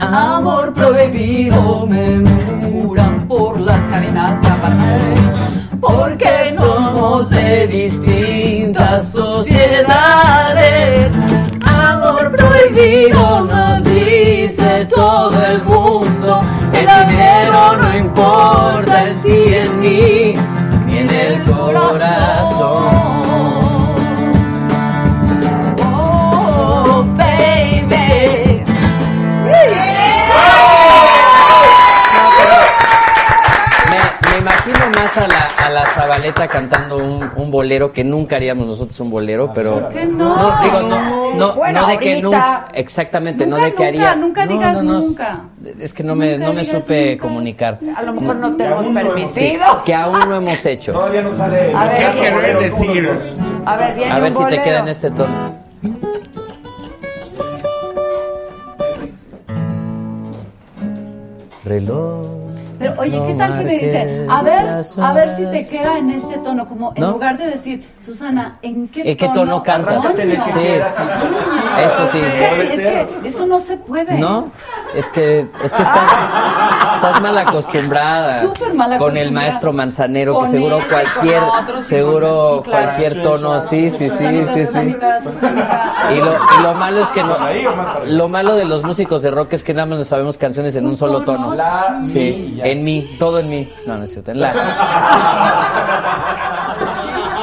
Speaker 18: amor prohibido, me juran por las caminatas,
Speaker 13: porque somos de distintas sociedades. Amor prohibido nos dice todo el mundo. El dinero no importa en ti, en mí, ni en el corazón.
Speaker 18: oh baby.
Speaker 13: Me imagino más a la, a la Zabaleta cantando un, un bolero que nunca haríamos nosotros un bolero, pero.
Speaker 18: ¿Por qué no?
Speaker 13: digo, no, no,
Speaker 18: Bueno,
Speaker 13: no de que
Speaker 18: ahorita.
Speaker 13: nunca. Exactamente,
Speaker 18: Nunca,
Speaker 13: no de que
Speaker 18: nunca,
Speaker 13: haría.
Speaker 18: nunca
Speaker 13: no, no,
Speaker 18: digas
Speaker 13: no,
Speaker 18: nunca.
Speaker 13: Es que no me,
Speaker 18: Nunca
Speaker 13: no me
Speaker 18: digas
Speaker 13: supe
Speaker 18: nunca.
Speaker 13: comunicar.
Speaker 6: a lo mejor no te
Speaker 13: Que
Speaker 6: hemos
Speaker 13: aún no hemos-
Speaker 6: permitido,
Speaker 13: sí, que aún no hemos hecho. Todavía no sale.
Speaker 6: A ver, Creo que
Speaker 13: a
Speaker 6: debe
Speaker 13: decir.
Speaker 6: a ver, viene
Speaker 13: A ver
Speaker 6: un
Speaker 13: si te
Speaker 6: bolero.
Speaker 13: queda en este tono. Reloj.
Speaker 18: Pero oye, ¿qué
Speaker 13: No
Speaker 18: tal que me dice? A ver,
Speaker 13: marques
Speaker 18: a ver si
Speaker 13: las
Speaker 18: te queda en este tono, como en
Speaker 13: ¿No?
Speaker 18: lugar de decir, Susana, ¿en qué tono?
Speaker 13: ¿En qué tono cantas?
Speaker 18: coño?
Speaker 13: Sí, eso sí.
Speaker 18: Es que, es que eso no se puede.
Speaker 13: No, es que, es que estás, estás mal acostumbrada.
Speaker 18: Súper mal
Speaker 13: Con el
Speaker 18: acostumbrada.
Speaker 13: maestro manzanero, que
Speaker 18: Con
Speaker 13: seguro
Speaker 18: ese, con
Speaker 13: cualquier,
Speaker 18: otros y
Speaker 13: seguro
Speaker 18: con- sí, claro.
Speaker 13: cualquier tono, sí, sí, sí,
Speaker 18: Susanita,
Speaker 13: sí, sí.
Speaker 18: Susanita, Susanita.
Speaker 13: Y lo, y lo malo es que no, lo malo de los músicos de rock es que nada más nos sabemos canciones en un solo tono.
Speaker 18: La,
Speaker 13: Sí, en mí, todo en mí. No, no es cierto, en la.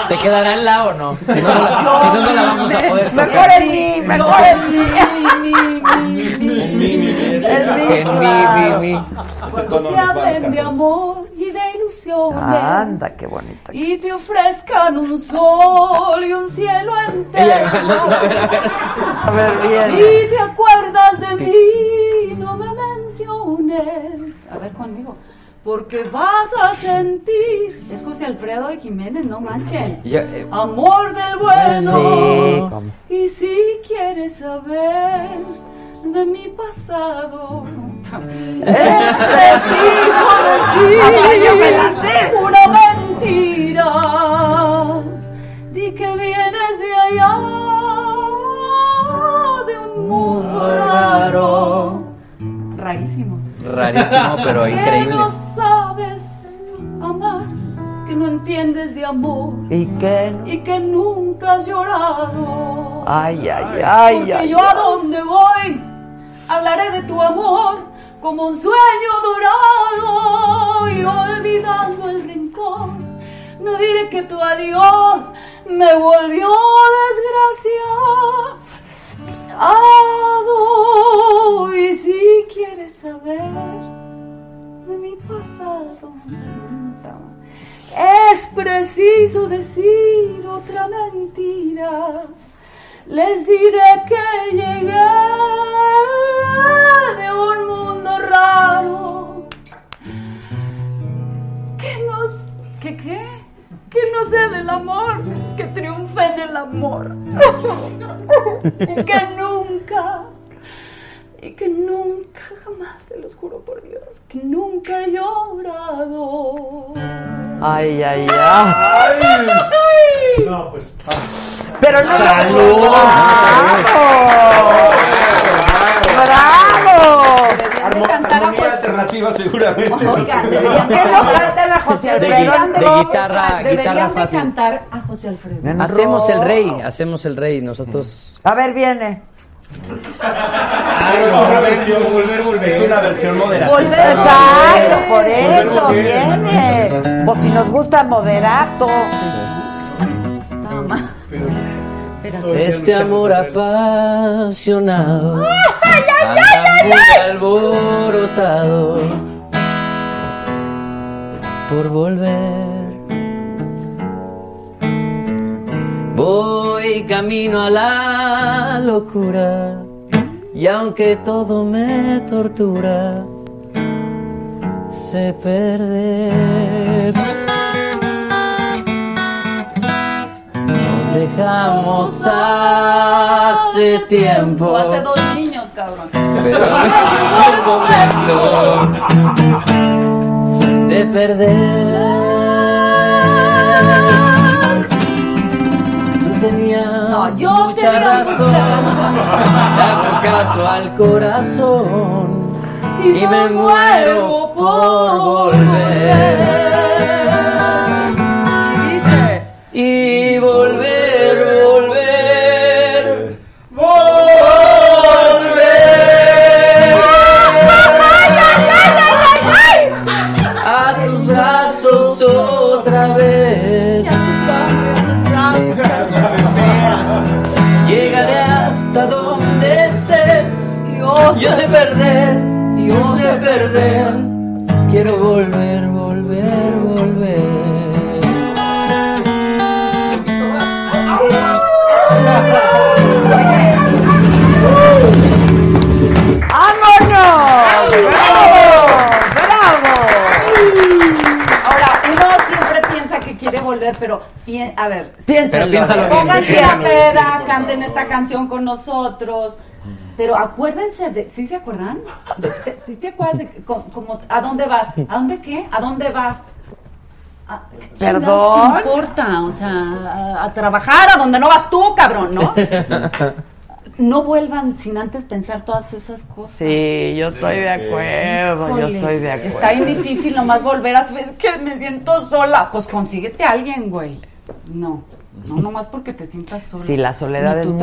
Speaker 13: ¿Te quedará en la o no? Si no, no la, si no, no la vamos a poder tocar.
Speaker 6: Mejor en mí, mejor en mí.
Speaker 13: En mí,
Speaker 18: claro.
Speaker 13: mi, mi.
Speaker 18: Te hablen de amor y de ilusiones.
Speaker 6: Anda, qué bonito.
Speaker 18: Y te ofrezcan un sol y un cielo entero.
Speaker 6: A ver, bien.
Speaker 18: Si te acuerdas de mí, no me menciones. A ver conmigo. Porque vas a sentir. Es José Alfredo de Jiménez, no manchen.
Speaker 13: Yo, eh,
Speaker 18: Amor del
Speaker 13: Sí,
Speaker 18: bueno.
Speaker 13: cómo.
Speaker 18: Y si quieres saber de mi pasado. Es preciso
Speaker 6: Hasta yo me la
Speaker 18: decir
Speaker 6: sé.
Speaker 18: una mentira. Di que vienes de allá, de un mundo raro. Rarísimo.
Speaker 13: Rarísimo, pero
Speaker 18: Que
Speaker 13: increíble.
Speaker 18: no sabes amar, que no entiendes de amor
Speaker 6: ¿Y qué?
Speaker 18: y que nunca has llorado.
Speaker 6: Ay, ay, ay,
Speaker 18: Porque
Speaker 6: ay.
Speaker 18: yo a donde voy hablaré de tu amor como un sueño dorado y olvidando el rincón. No diré que tu adiós me volvió desgracia. pasado y si quieres saber de mi pasado es preciso decir otra mentira les diré que llegué de un mundo raro que nos que qué que no sea del amor que triunfe en el amor que nunca y que nunca jamás se los juro por Dios que nunca he llorado
Speaker 6: Ay, ay, ay.
Speaker 17: No, pues.
Speaker 2: Ah,
Speaker 6: Pero no. ¡Bravo!
Speaker 18: Deberían de cantar a José
Speaker 14: Alternativa seguramente.
Speaker 18: Oigan, deberían de
Speaker 6: ¿Por qué no
Speaker 18: cantar
Speaker 6: cantan a José Alfredo?
Speaker 18: Deberían
Speaker 13: De guitarra,
Speaker 18: o sea, deberían
Speaker 13: guitarra
Speaker 18: de
Speaker 13: fácil.
Speaker 18: cantar a José Alfredo.
Speaker 13: Hacemos el rey, hacemos el rey. Nosotros.
Speaker 6: A ver, viene.
Speaker 14: es una versión, volver, volver. Es una versión moderada.
Speaker 6: Volver, Exacto, por eso viene. Pues si nos gusta moderato.
Speaker 13: Este amor apasionado.
Speaker 1: ay,
Speaker 13: anda muy alborotado por volver. Voy camino a la locura y aunque todo me tortura, sé perder. Nos dejamos hace tiempo.
Speaker 18: Hace dos niños, cabrón.
Speaker 13: Pero no es el momento de perder. Tú tenías
Speaker 1: No, yo
Speaker 13: mucha
Speaker 1: tenía
Speaker 13: razón. Le hago caso al corazón y, me muero por volver. Y volver, volver, a tus brazos otra vez. Llegaré hasta donde estés. Yo sé perder, yo sé perder. Quiero volver, volver,
Speaker 6: ¡Vámonos! ¡Bravo! ¡Bravo!
Speaker 18: Ahora, uno siempre piensa que quiere volver, pero pi- a ver,
Speaker 13: Pero piénsalo bien,
Speaker 18: pónganse a
Speaker 13: piénsalo bien.
Speaker 18: peda, canten esta canción con nosotros. Pero acuérdense de, ¿sí se acuerdan? De- de- ¿Sí te acuerdas de que- co- como, a dónde vas? ¿A dónde qué? ¿A dónde vas? ¿A- qué chingados
Speaker 6: ¿Perdón?
Speaker 18: te importa? O sea, a, a trabajar a donde no vas tú, cabrón, ¿no?
Speaker 13: volver.
Speaker 18: No vuelvan sin antes pensar todas esas cosas.
Speaker 6: Sí, yo estoy de acuerdo, yo
Speaker 18: Híjole,
Speaker 6: estoy de acuerdo.
Speaker 18: Está bien difícil nomás volver a es que me siento sola. Pues consíguete a alguien, güey. No, no nomás porque te sientas sola.
Speaker 6: Sí, la soledad
Speaker 18: Ni
Speaker 6: es
Speaker 18: tú
Speaker 6: muy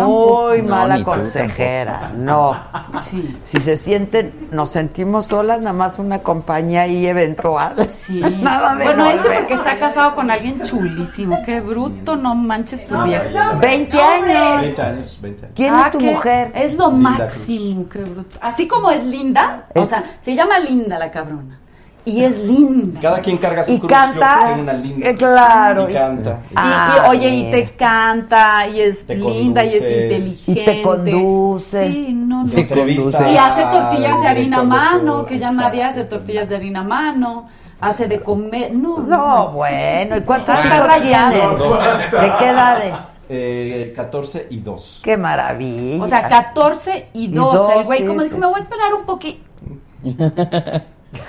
Speaker 18: tampoco.
Speaker 6: mala consejera. No.
Speaker 18: Sí.
Speaker 6: Si se sienten, nos sentimos solas, nada más una compañía ahí eventual.
Speaker 18: Sí.
Speaker 6: Nada de
Speaker 18: bueno, este
Speaker 6: volver.
Speaker 18: porque está casado con alguien chulísimo. Qué bruto, no manches tu vieja. Ah,
Speaker 6: 20 años.
Speaker 14: 20 años, 20 años.
Speaker 6: ¿Quién Ah, es tu
Speaker 18: qué-
Speaker 6: mujer?
Speaker 18: Es lo
Speaker 14: Linda
Speaker 18: máximo, qué bruto. Así como es linda, o
Speaker 14: Es-
Speaker 18: sea, se llama linda la cabrona. Y es linda.
Speaker 14: Cada quien carga su
Speaker 18: Y
Speaker 14: cruz.
Speaker 18: canta.
Speaker 14: Yo tengo una linda.
Speaker 18: Eh, claro.
Speaker 14: Y canta.
Speaker 18: Y-
Speaker 6: Ah,
Speaker 18: y, oye, y te canta, y es
Speaker 14: Te
Speaker 18: linda, y
Speaker 14: conduce.
Speaker 18: es inteligente.
Speaker 14: Y te conduce.
Speaker 18: Sí, no, no.
Speaker 14: Te entrevista
Speaker 18: Y hace
Speaker 14: al
Speaker 18: tortillas de harina a
Speaker 14: director de
Speaker 18: mano,
Speaker 14: prueba,
Speaker 18: que ya nadie hace tortillas de harina a mano. Hace de comer. No, no,
Speaker 6: bueno, ¿y cuántos
Speaker 18: Está
Speaker 6: hijos
Speaker 18: rayado.
Speaker 6: tienen? ¿De qué edades?
Speaker 14: Eh, 14 y 2.
Speaker 6: Qué maravilla.
Speaker 18: O sea, 14 y
Speaker 6: Y
Speaker 18: 12. El
Speaker 6: dos,
Speaker 18: güey,
Speaker 6: sí,
Speaker 18: como
Speaker 6: sí,
Speaker 18: dijo,
Speaker 6: sí.
Speaker 18: me voy a esperar un poquito.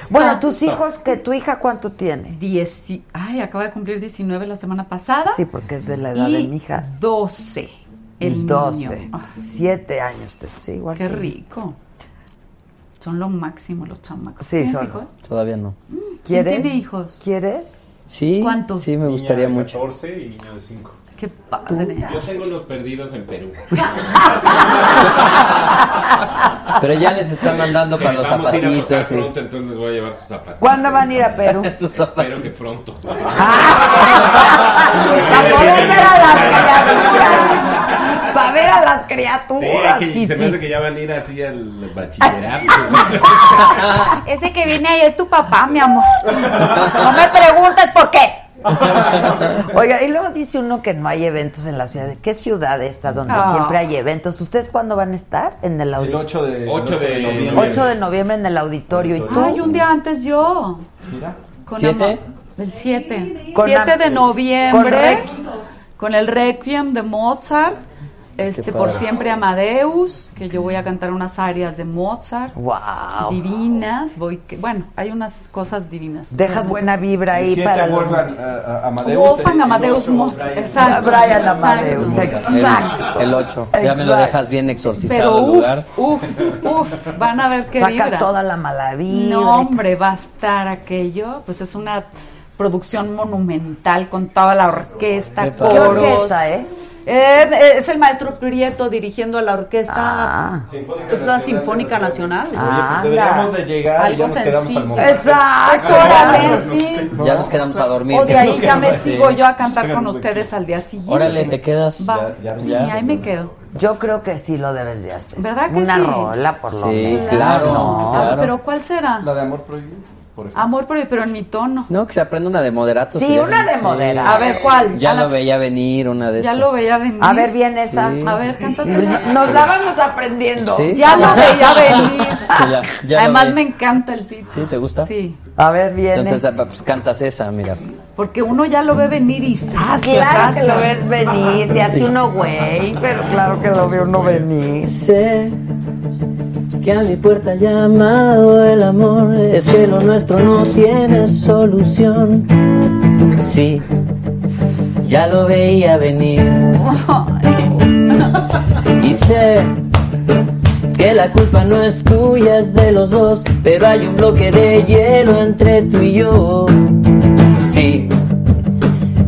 Speaker 6: Bueno, tus hijos, que tu hija cuánto tiene?
Speaker 18: Dieci Ay, acaba de cumplir 19 la semana pasada.
Speaker 6: Sí, porque es de la edad de
Speaker 18: Y
Speaker 6: mi hija.
Speaker 18: 12. El
Speaker 6: Y
Speaker 18: niño.
Speaker 6: 12.
Speaker 18: Ay,
Speaker 6: Siete años. te- Sí, igual
Speaker 18: Qué
Speaker 6: que-
Speaker 18: rico. Son lo máximo los chamacos.
Speaker 6: Sí,
Speaker 18: ¿Tienes
Speaker 6: son.
Speaker 18: hijos?
Speaker 13: Todavía no.
Speaker 18: ¿Quién
Speaker 6: ¿Quieres?
Speaker 18: tiene hijos?
Speaker 6: ¿Quieres?
Speaker 13: Sí, sí, me gustaría
Speaker 16: Niña de
Speaker 13: mucho.
Speaker 16: 14 y niño de 5.
Speaker 18: Qué padre.
Speaker 16: Yo tengo los perdidos en Perú.
Speaker 13: Pero ya les está mandando
Speaker 16: Que
Speaker 13: para los
Speaker 16: vamos a ir a tocar
Speaker 13: zapatitos. sí.
Speaker 16: pronto, entonces les voy a llevar sus zapatitos.
Speaker 6: ¿Cuándo van a ir a Ah, Perú?
Speaker 16: Espero que pronto.
Speaker 6: Para poder ver a las criaturas. Para ver a las
Speaker 16: Sí,
Speaker 6: criaturas.
Speaker 16: que
Speaker 6: uh, Sí,
Speaker 16: se me
Speaker 6: sí.
Speaker 16: hace que ya van a ir así al bachillerato.
Speaker 10: Ese que viene ahí es tu papá, mi amor. No me preguntes por qué.
Speaker 6: Oiga, y luego dice uno que no hay eventos en la ciudad. ¿Qué ciudad está donde
Speaker 14: Ah.
Speaker 6: siempre hay eventos? ¿Ustedes cuándo van a estar? En el
Speaker 14: El
Speaker 6: auditorio.
Speaker 14: 8 de, el
Speaker 16: 8 de noviembre.
Speaker 6: 8 de noviembre en el auditorio. ¿Y tú?
Speaker 18: Ay, un día antes yo.
Speaker 14: Mira.
Speaker 18: Con
Speaker 6: ¿Siete?
Speaker 18: ama- El 7.
Speaker 6: Con
Speaker 18: 7 de
Speaker 6: am-
Speaker 18: noviembre.
Speaker 6: con
Speaker 18: Con el Requiem de Mozart. Este,
Speaker 6: Qué
Speaker 18: por
Speaker 6: padre.
Speaker 18: siempre Amadeus, que yo voy a cantar unas arias de Mozart.
Speaker 6: Wow.
Speaker 18: Divinas. Voy, que- bueno, hay unas cosas divinas.
Speaker 6: Dejas buena vibra ahí
Speaker 14: Siete
Speaker 6: para.
Speaker 14: Wolfgang, eh, eh, Amadeus.
Speaker 18: Wolfgang
Speaker 14: el- el
Speaker 18: Amadeus
Speaker 14: ocho,
Speaker 18: Mozart,
Speaker 14: Brian.
Speaker 18: exacto.
Speaker 6: Brian Amadeus,
Speaker 13: El-
Speaker 6: exacto.
Speaker 13: El 8. Ya me lo
Speaker 6: Exacto.
Speaker 13: dejas bien exorcizado
Speaker 18: Pero
Speaker 13: el
Speaker 18: uf,
Speaker 13: lugar.
Speaker 18: Uf, uf, van a ver qué
Speaker 6: Sacas
Speaker 18: vibra.
Speaker 6: toda la mala vibra.
Speaker 18: No, hombre, va a estar aquello. Pues es una producción monumental con toda la orquesta,
Speaker 6: Qué padre.
Speaker 18: coros.
Speaker 6: ¿Qué orquesta, eh?
Speaker 18: Eh, eh, es el maestro Prieto dirigiendo a la orquesta.
Speaker 13: Ah.
Speaker 6: Ah.
Speaker 14: Sinfónica
Speaker 18: es la
Speaker 14: Nacional de
Speaker 18: Sinfónica Nacional.
Speaker 14: Oye, pues deberíamos de llegar y
Speaker 18: Algo
Speaker 14: ya nos quedamos
Speaker 18: sencillo.
Speaker 14: al momento.
Speaker 18: Exacto, órale, sí.
Speaker 13: Ya nos quedamos a dormir.
Speaker 18: O de ahí ya me
Speaker 13: Sí.
Speaker 18: sigo yo a cantar con ustedes al día siguiente.
Speaker 13: Órale, te quedas.
Speaker 18: Va. Sí,
Speaker 13: ya.
Speaker 18: ahí me quedo.
Speaker 6: Yo creo que sí lo debes de hacer.
Speaker 18: ¿Verdad que
Speaker 6: Una
Speaker 18: sí?
Speaker 6: rola, por lo
Speaker 13: Sí,
Speaker 6: menos.
Speaker 13: claro, Ah, claro.
Speaker 18: Ah, Pero ¿cuál será?
Speaker 14: La de amor prohibido.
Speaker 18: Amor, pero, pero en mi tono.
Speaker 13: No, que se aprenda una de moderato.
Speaker 18: Sí,
Speaker 13: sería
Speaker 18: una
Speaker 13: bien-
Speaker 18: de moderato. A ver, ¿cuál?
Speaker 13: Ya
Speaker 18: A la-
Speaker 13: lo veía venir, una de
Speaker 18: Ah, Ya
Speaker 13: estas.
Speaker 18: lo veía venir.
Speaker 6: A ver, bien esa.
Speaker 13: Sí.
Speaker 18: A ver, cántate.
Speaker 6: Nos la vamos aprendiendo.
Speaker 13: Sí.
Speaker 18: Ya lo veía venir.
Speaker 13: Sí, ya- ya lo
Speaker 18: Además
Speaker 13: veía.
Speaker 18: me encanta el título.
Speaker 13: ¿Sí? ¿Te gusta?
Speaker 18: Sí.
Speaker 6: A ver, bien.
Speaker 13: Entonces, ah, pues cantas esa, mira.
Speaker 18: Porque uno ya lo ve venir y ¡zas! te
Speaker 6: Claro que
Speaker 18: atasca.
Speaker 6: lo ves venir, se hace uno güey, pero claro que lo ve uno venir.
Speaker 19: Sé que a mi puerta ha llamado el amor, es que lo nuestro no tiene solución.
Speaker 13: Sí, ya lo veía venir.
Speaker 19: Y sé que la culpa no es tuya, es de los dos, pero hay un bloque de hielo entre tú y yo. Sí,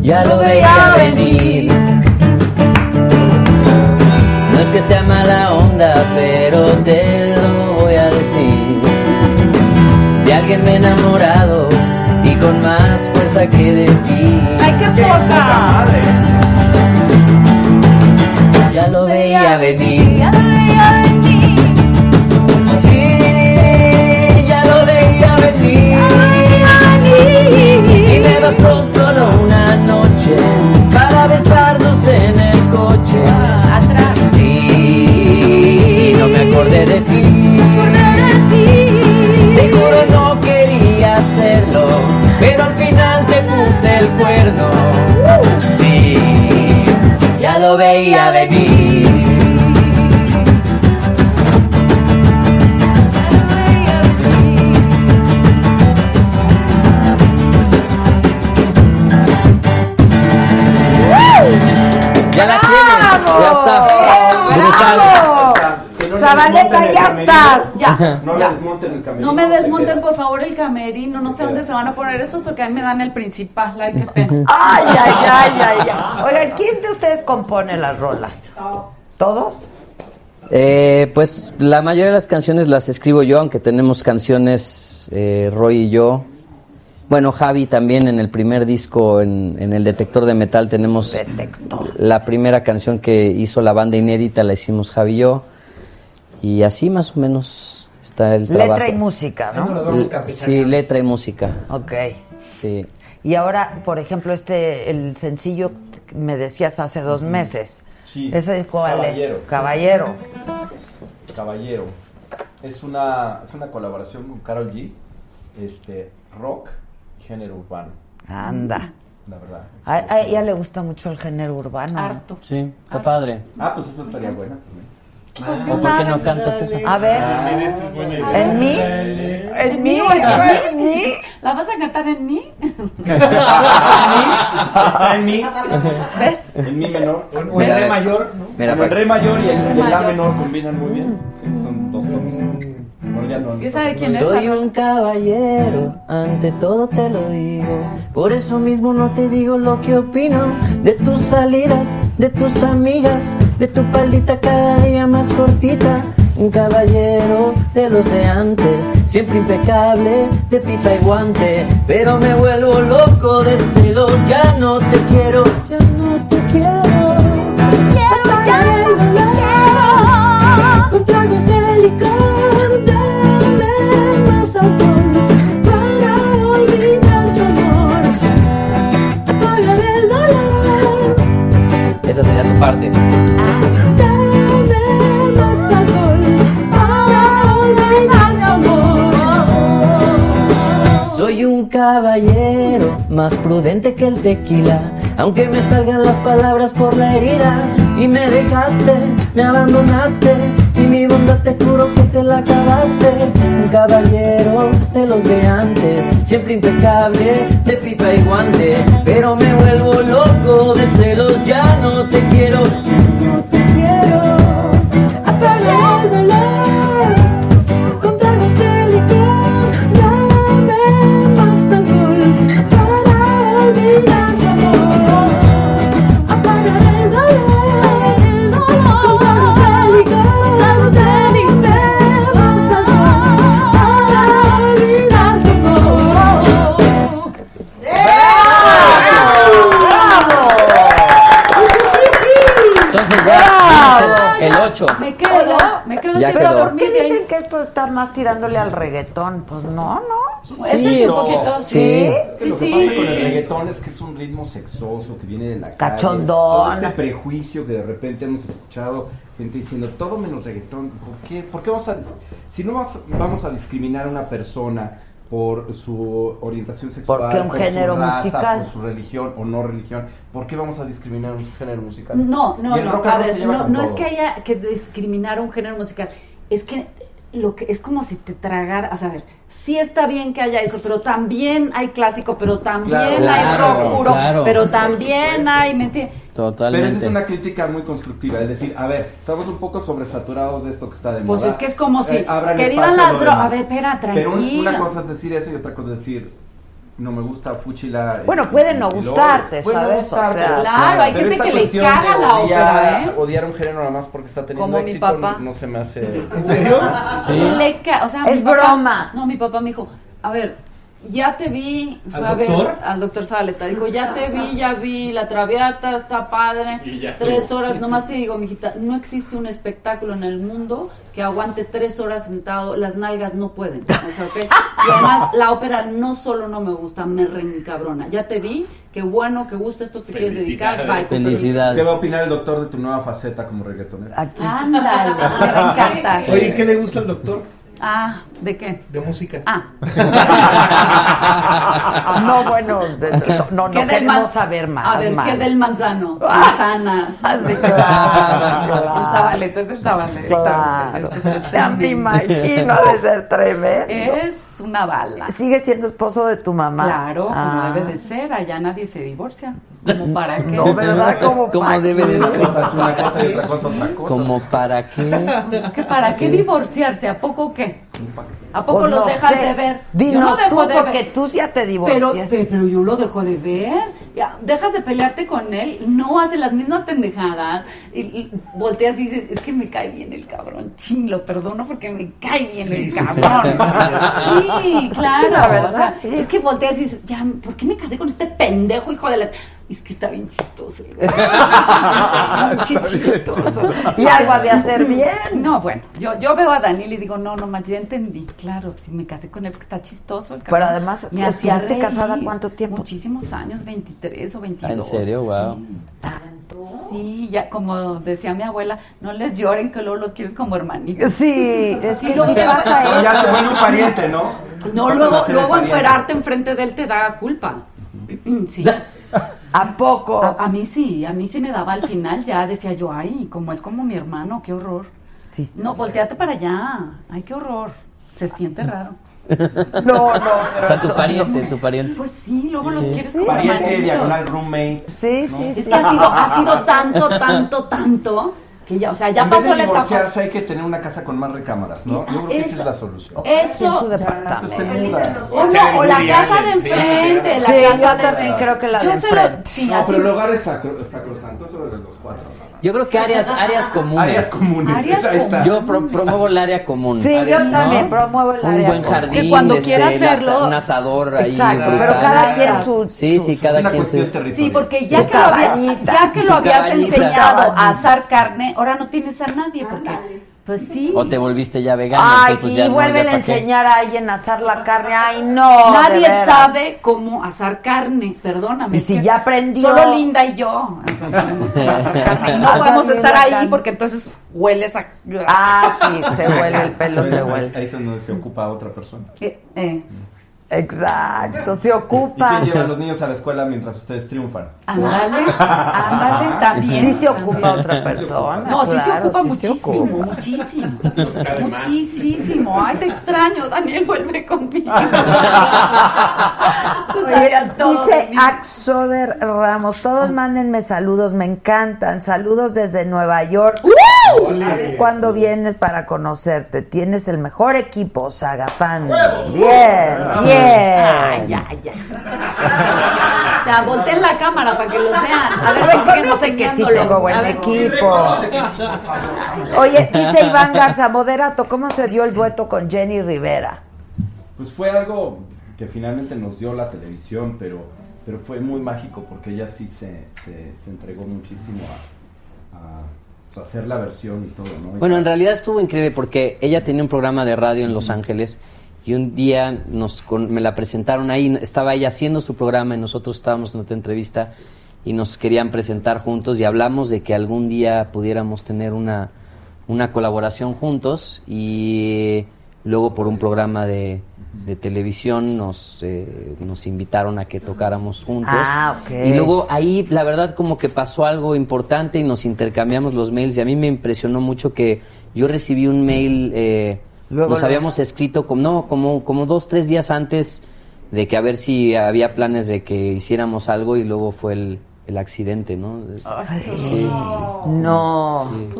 Speaker 19: ya lo veía venir.
Speaker 13: No es que sea mala onda, pero te lo voy a decir.
Speaker 19: De alguien me he enamorado y con más fuerza que de ti.
Speaker 18: ¡Ay, qué poca!
Speaker 19: Ya lo veía venir.
Speaker 13: Sí, ya lo veía venir.
Speaker 19: Y me bastó solo una noche para besarnos en el coche. Atrás. Sí, no me acordé de ti. Te juro no quería hacerlo, pero al final te puse el cuerno. Sí, ya lo veía venir.
Speaker 13: Ya la tienes. Ya está.
Speaker 6: ¡Bravo!
Speaker 14: no le desmonten
Speaker 6: Zabaleta,
Speaker 14: el
Speaker 6: ya
Speaker 14: camerino.
Speaker 6: estás.
Speaker 18: Ya.
Speaker 14: No le desmonten el camerino.
Speaker 18: No me
Speaker 14: se
Speaker 18: desmonten
Speaker 14: queda.
Speaker 18: por favor el camerino, no sé dónde se van a poner estos porque a mí me dan el principal, ay, qué pena.
Speaker 6: Ay, ay, ay, ay, ay. Oigan, ¿quién de ustedes compone las rolas? ¿Todos?
Speaker 13: Eh, pues la mayoría de las canciones las escribo yo, aunque tenemos canciones eh, Roy y yo. Bueno, Javi también en el primer disco, en, en el Detector de Metal, tenemos la primera canción que hizo la banda inédita, la hicimos Javi y yo. Y así más o menos está el trabajo.
Speaker 6: Letra y música, ¿no?
Speaker 13: L- Sí, letra y música.
Speaker 6: Ok.
Speaker 13: Sí.
Speaker 6: Y ahora, por ejemplo, este, el sencillo que me decías hace dos meses.
Speaker 14: Sí.
Speaker 6: ¿Ese cuál
Speaker 14: Caballero.
Speaker 6: es? Caballero.
Speaker 14: Caballero. Es una, es una colaboración con Carol G. Este, rock y género urbano.
Speaker 6: Anda.
Speaker 14: La verdad. Este,
Speaker 6: A, a ella Ah, le gusta mucho el género urbano. ¿no?
Speaker 18: Ah, Harto.
Speaker 13: Sí, está padre.
Speaker 14: Ah, pues esa estaría buena también.
Speaker 18: Pues
Speaker 13: ¿O
Speaker 18: de
Speaker 13: por qué
Speaker 18: una
Speaker 13: no
Speaker 18: vez.
Speaker 13: cantas eso?
Speaker 6: A ver.
Speaker 7: Ah.
Speaker 6: ¿En mí? ¿En mí?
Speaker 18: o
Speaker 6: ¿En mí?
Speaker 18: ¿La vas a cantar en mí?
Speaker 14: Está en mí.
Speaker 18: ¿Ves?
Speaker 14: En mi menor.
Speaker 17: Un Mira, re mayor, ¿no?
Speaker 13: mira,
Speaker 14: Bueno, el re
Speaker 13: Frank.
Speaker 14: mayor y el,
Speaker 13: Re
Speaker 14: y el la
Speaker 13: mayor.
Speaker 14: menor combinan muy bien. Sí, son dos tonos.
Speaker 17: Mm.
Speaker 14: Bueno, ya no.
Speaker 18: ¿Y sabe quién es?
Speaker 19: Soy un caballero, ante todo te lo digo. Por eso mismo no te digo lo que opino de tus salidas, de tus amigas, de tu faldita cada día más cortita. Un caballero de los de antes, siempre impecable, de pipa y guante. Pero me vuelvo loco este de celos, ya no te quiero, ya no te quiero. Quiero, ya
Speaker 20: cuatro años de licor, dame más alcohol para olvidar su amor. Apaga el dolor,
Speaker 13: Esa sería tu parte.
Speaker 20: dame más alcohol para olvidar su amor.
Speaker 19: Soy un caballero más prudente que el tequila, aunque me salgan las palabras por la herida. Y me dejaste, me abandonaste, y mi bondad te juro que te la acabaste. Un caballero de los de antes, siempre impecable, de pipa y guante. Pero me vuelvo loco de celos, ya no te quiero, ya no te quiero.
Speaker 20: Apaga el dolor, con tragos de licor, dame más alcohol para olvidar su amor. Apaga el dolor, el dolor, con tragos de licor, dame más alcohol para olvidar su amor.
Speaker 13: Entonces ya tienes el 8.
Speaker 18: Me quedo, me quedo
Speaker 13: Ya
Speaker 18: sin
Speaker 13: quedó.
Speaker 6: ¿Por
Speaker 18: dormir.
Speaker 6: qué dicen que esto está más tirándole al reggaetón? Pues no, no.
Speaker 18: Este es un poquito, sí.
Speaker 14: Es
Speaker 18: Sí,
Speaker 14: que lo que
Speaker 18: sí,
Speaker 14: pasa
Speaker 18: sí,
Speaker 14: con el
Speaker 18: sí.
Speaker 14: reggaetón es que es un ritmo sexoso que viene de la calle.
Speaker 6: Cachondón.
Speaker 14: Todo este prejuicio que de repente hemos escuchado, gente diciendo todo menos reggaetón. ¿Por qué? ¿Por qué vamos a dis- si no vas- vamos a discriminar a una persona por su orientación sexual,
Speaker 6: ¿Por qué un
Speaker 14: su
Speaker 6: género
Speaker 14: raza,
Speaker 6: musical?
Speaker 14: por su religión o no religión? ¿Por qué vamos a discriminar un género musical?
Speaker 18: No, no,
Speaker 14: Y el
Speaker 18: no.
Speaker 14: rock and
Speaker 18: a
Speaker 14: roll se
Speaker 18: ver,
Speaker 14: lleva
Speaker 18: no,
Speaker 14: con
Speaker 18: no es
Speaker 14: todo.
Speaker 18: que haya que discriminar un género musical. Es que lo que es como si te tragara, o sea, a ver, sí está bien que haya eso, pero también hay clásico, pero también
Speaker 13: Claro,
Speaker 18: hay
Speaker 13: claro,
Speaker 18: rock puro,
Speaker 13: claro.
Speaker 18: pero también hay, ¿me entiendes?
Speaker 13: Totalmente.
Speaker 14: Pero esa es una crítica muy constructiva, es decir, a ver, estamos un poco sobresaturados de esto que está de moda.
Speaker 18: Pues es que es como si
Speaker 14: Eh, abran
Speaker 18: que
Speaker 14: espacio
Speaker 18: vivan
Speaker 14: a
Speaker 18: las
Speaker 14: lo
Speaker 18: drogas. A
Speaker 14: demás.
Speaker 18: ver, espera,
Speaker 14: Pero un-
Speaker 18: tranquila.
Speaker 14: una cosa es decir eso y otra cosa es decir, no me gusta, fúchila. eh,
Speaker 6: Bueno, puede no
Speaker 14: y lo odio.
Speaker 6: gustarte,
Speaker 14: Puede no
Speaker 6: ¿sabes? O
Speaker 14: gustarte,
Speaker 6: sea,
Speaker 18: Claro, hay
Speaker 14: pero
Speaker 18: gente
Speaker 14: esta
Speaker 18: que le
Speaker 14: cuestión
Speaker 18: caga
Speaker 14: de
Speaker 18: la ópera,
Speaker 14: odiar-
Speaker 18: ¿eh?
Speaker 14: Odiar un género nada más porque está teniendo
Speaker 18: Como mi
Speaker 14: éxito,
Speaker 18: papá.
Speaker 14: no se me hace...
Speaker 18: ¿En
Speaker 14: serio?
Speaker 18: Sí, le ca- o sea,
Speaker 6: Es
Speaker 18: mi papá-
Speaker 6: broma.
Speaker 18: No, mi papá me dijo, a ver, ya te vi, fue
Speaker 14: ¿Al
Speaker 18: a ver
Speaker 14: doctor?
Speaker 18: al doctor Saleta, dijo, ya te vi, ya vi, la traviata está padre,
Speaker 14: Y ya
Speaker 18: tres
Speaker 14: estuvo.
Speaker 18: horas, nomás te digo, mijita, no existe un espectáculo en el mundo que aguante tres horas sentado, las nalgas no pueden, o sea, ¿ok? Y además, la ópera no solo no me gusta, me reencabrona, ya te vi, qué bueno, qué gusto, esto te quieres dedicar, bye.
Speaker 14: ¿Qué va a opinar el doctor de tu nueva faceta como reggaetonero?
Speaker 6: Ah,
Speaker 18: Ándale, me encanta.
Speaker 17: Oye, ¿qué le gusta al doctor?
Speaker 18: Ah, ¿de qué?
Speaker 17: De música.
Speaker 18: Ah.
Speaker 6: No, bueno, de- no, no,
Speaker 18: ¿Qué Ah. del
Speaker 6: queremos
Speaker 18: man-
Speaker 6: saber
Speaker 18: A
Speaker 6: más.
Speaker 18: ver,
Speaker 6: Maru.
Speaker 18: ¿qué del manzano? Manzanas.
Speaker 6: Así, claro,
Speaker 18: El
Speaker 6: claro.
Speaker 18: zabaleta es el zabaleta.
Speaker 6: Ah, Claro.
Speaker 18: Es- es- es
Speaker 6: Ya me
Speaker 18: tremendo.
Speaker 6: imagino, ha de ser tremendo.
Speaker 18: Es una bala.
Speaker 6: ¿Sigue siendo esposo de tu mamá?
Speaker 18: Claro,
Speaker 6: Ah.
Speaker 18: como debe de ser. Allá nadie se divorcia. ¿Como para qué?
Speaker 6: No, ¿verdad? Como
Speaker 13: Como debe de ser.
Speaker 14: Una cosa y otra cosa, otra cosa.
Speaker 13: Como para qué.
Speaker 18: Pues es que ¿para qué divorciarse? ¿A poco qué? ¿A poco
Speaker 6: Pues
Speaker 18: los
Speaker 6: no
Speaker 18: dejas
Speaker 6: sé.
Speaker 18: de ver?
Speaker 6: Dinos
Speaker 18: Yo no dejo
Speaker 6: tú,
Speaker 18: de
Speaker 6: porque
Speaker 18: ver.
Speaker 6: tú ya te
Speaker 18: Pero,
Speaker 6: divorcias.
Speaker 18: pe- pero yo lo dejo de ver. Ya, dejas de pelearte con él, no hace las mismas pendejadas. Y, y volteas y dices, es que me cae bien el cabrón. Ching, lo perdono porque me cae bien
Speaker 20: Sí,
Speaker 18: el
Speaker 20: sí,
Speaker 18: cabrón.
Speaker 20: sí, sí, sí.
Speaker 18: Sí, claro.
Speaker 20: Sí, la verdad,
Speaker 18: o sea,
Speaker 20: sí.
Speaker 18: Es que volteas y dices, ya, ¿por qué me casé con este pendejo, hijo de la...? Es que está bien chistoso. el güey. chistoso.
Speaker 6: Y algo ha de hacer bien.
Speaker 18: No, bueno, yo, yo veo a Daniel y digo, no, no más, ya entendí. Claro, si me casé con él porque está chistoso. El cabrón.
Speaker 6: Pero además,
Speaker 18: me hacía
Speaker 6: ¿estuviste
Speaker 18: reír.
Speaker 6: casada cuánto tiempo?
Speaker 18: Muchísimos años, 23 o 22.
Speaker 13: ¿En serio? Wow.
Speaker 18: Sí, ya como decía mi abuela, no les lloren que luego los quieres como hermanitos.
Speaker 6: Sí, es que sí
Speaker 18: luego-
Speaker 6: pasa eso.
Speaker 14: Ya se vuelve un pariente, ¿no?
Speaker 18: No,
Speaker 14: Pasan a
Speaker 18: luego,
Speaker 14: ser el
Speaker 18: luego
Speaker 14: pariente.
Speaker 18: encuerarte enfrente de él te da culpa. Sí.
Speaker 6: ¿A poco?
Speaker 18: A, a mí sí, a mí sí me daba al final, ya decía yo, ay, como es como mi hermano, qué horror. No, volteate para allá, ay, qué horror. Se siente raro.
Speaker 6: No, no.
Speaker 13: O sea, tu pariente, tu pariente.
Speaker 18: Pues sí, luego los quieres
Speaker 14: Sí.
Speaker 18: como
Speaker 14: Pariente,
Speaker 18: hermanitos.
Speaker 14: diagonal, roommate.
Speaker 6: Sí,
Speaker 14: ¿no?
Speaker 18: Es que ha sido, ha sido tanto, tanto, tanto, que ya, o sea, ya
Speaker 14: en
Speaker 18: pasó
Speaker 14: vez de
Speaker 18: la etapa. ah,
Speaker 14: divorciarse hay que tener una casa con más recámaras, ¿no? Yo creo que esa
Speaker 18: Eso-
Speaker 14: es la solución.
Speaker 18: Eso.
Speaker 14: Entonces te mudas.
Speaker 18: O no, o la casa de enfrente, la
Speaker 6: Sí, yo
Speaker 18: casa de
Speaker 6: también creo que la de
Speaker 18: Yo se lo-
Speaker 6: enfrente.
Speaker 18: sí,
Speaker 14: No,
Speaker 18: así-
Speaker 14: pero el hogar es sacro- sacrosanto, eso es de los cuatro.
Speaker 13: Yo creo que áreas, áreas comunes.
Speaker 14: Áreas comunes, Áreas esa- ahí está.
Speaker 13: Yo pro- promuevo el área común.
Speaker 6: Sí, yo también promuevo el área
Speaker 13: Un buen
Speaker 6: común.
Speaker 13: jardín.
Speaker 6: Que cuando
Speaker 13: este,
Speaker 6: quieras
Speaker 13: la-
Speaker 6: verlo-
Speaker 13: Un asador ahí.
Speaker 6: Exacto, pero
Speaker 13: brutal.
Speaker 6: cada quien su-
Speaker 13: Sí,
Speaker 6: su-
Speaker 13: sí,
Speaker 6: su-
Speaker 13: cada
Speaker 6: Es una
Speaker 13: quien su.
Speaker 6: cuestión territorial.
Speaker 18: Sí, porque ya
Speaker 6: Su
Speaker 18: que, lo, había-
Speaker 6: cabañita.
Speaker 18: ya que
Speaker 13: Su
Speaker 18: lo habías
Speaker 13: cabañita.
Speaker 18: enseñado
Speaker 13: Cabañita.
Speaker 18: a asar carne, ahora no tienes a nadie porque Pues sí.
Speaker 13: O te volviste ya vegano.
Speaker 6: Ay,
Speaker 13: entonces, pues,
Speaker 6: y
Speaker 13: ya no,
Speaker 6: vuelven
Speaker 13: ya
Speaker 6: a
Speaker 13: pa' qué.
Speaker 6: enseñar a alguien a asar la carne. Ay, no. de
Speaker 18: Nadie
Speaker 6: veras.
Speaker 18: sabe cómo asar carne, perdóname.
Speaker 6: Y
Speaker 18: es
Speaker 6: si
Speaker 18: que
Speaker 6: ya aprendió.
Speaker 18: Solo Linda y yo. o sea, sabemos cómo asar carne. Y No podemos estar ahí porque entonces hueles a...
Speaker 6: Ah, sí, se huele el pelo, se huele.
Speaker 14: Ahí es donde se ocupa otra persona.
Speaker 18: Eh, eh.
Speaker 6: Exacto, se
Speaker 14: ¿Y quién
Speaker 6: ocupa.
Speaker 14: lleva a los niños a la escuela mientras ustedes triunfan?
Speaker 18: Ándale, ándale también.
Speaker 6: Sí se ocupa
Speaker 18: También.
Speaker 6: otra persona.
Speaker 18: No, sí se
Speaker 6: claro,
Speaker 18: ocupa
Speaker 6: sí se
Speaker 18: muchísimo,
Speaker 6: ocupa.
Speaker 18: muchísimo. Muchísimo. Ay, te extraño, Daniel, vuelve conmigo. Tú sabías todo.
Speaker 6: Dice Axoder Ramos, todos mándenme saludos, me encantan. Saludos desde Nueva York. A ver ¿Cuándo vienes para conocerte? Tienes el mejor equipo, Saga Fan. Bien, bien.
Speaker 14: Ah,
Speaker 18: Ay, ya, ya. O sea, volteen la cámara para que lo vean. A ver, si siguen
Speaker 6: Reconoce que sí
Speaker 18: enseñándolo.
Speaker 6: tengo buen
Speaker 18: A ver.
Speaker 6: equipo. Oye, dice Iván Garza, moderato, ¿cómo se dio el dueto con Jenny Rivera?
Speaker 14: Pues fue algo que finalmente nos dio la televisión, pero, pero fue muy mágico porque ella sí se, se, se entregó muchísimo a, a, pues, a hacer la versión y todo, ¿no? Y-
Speaker 13: Bueno, en realidad estuvo increíble porque ella tenía un programa de radio en Los Ángeles y un día nos con- me la presentaron ahí, estaba ella haciendo su programa y nosotros estábamos en otra entrevista y nos querían presentar juntos y hablamos de que algún día pudiéramos tener una, una colaboración juntos y luego por un programa de, de televisión nos, eh, nos invitaron a que tocáramos juntos.
Speaker 6: Ah, ok.
Speaker 13: Y luego ahí la verdad como que pasó algo importante y nos intercambiamos los mails y a mí me impresionó mucho que yo recibí un mail, eh,
Speaker 6: Luego,
Speaker 13: nos
Speaker 6: luego.
Speaker 13: habíamos escrito como, no, como, como dos, tres días antes de que a ver si había planes de que hiciéramos algo y luego fue el, el accidente, ¿no?
Speaker 6: Ah.
Speaker 13: Sí.
Speaker 6: No.
Speaker 13: Sí.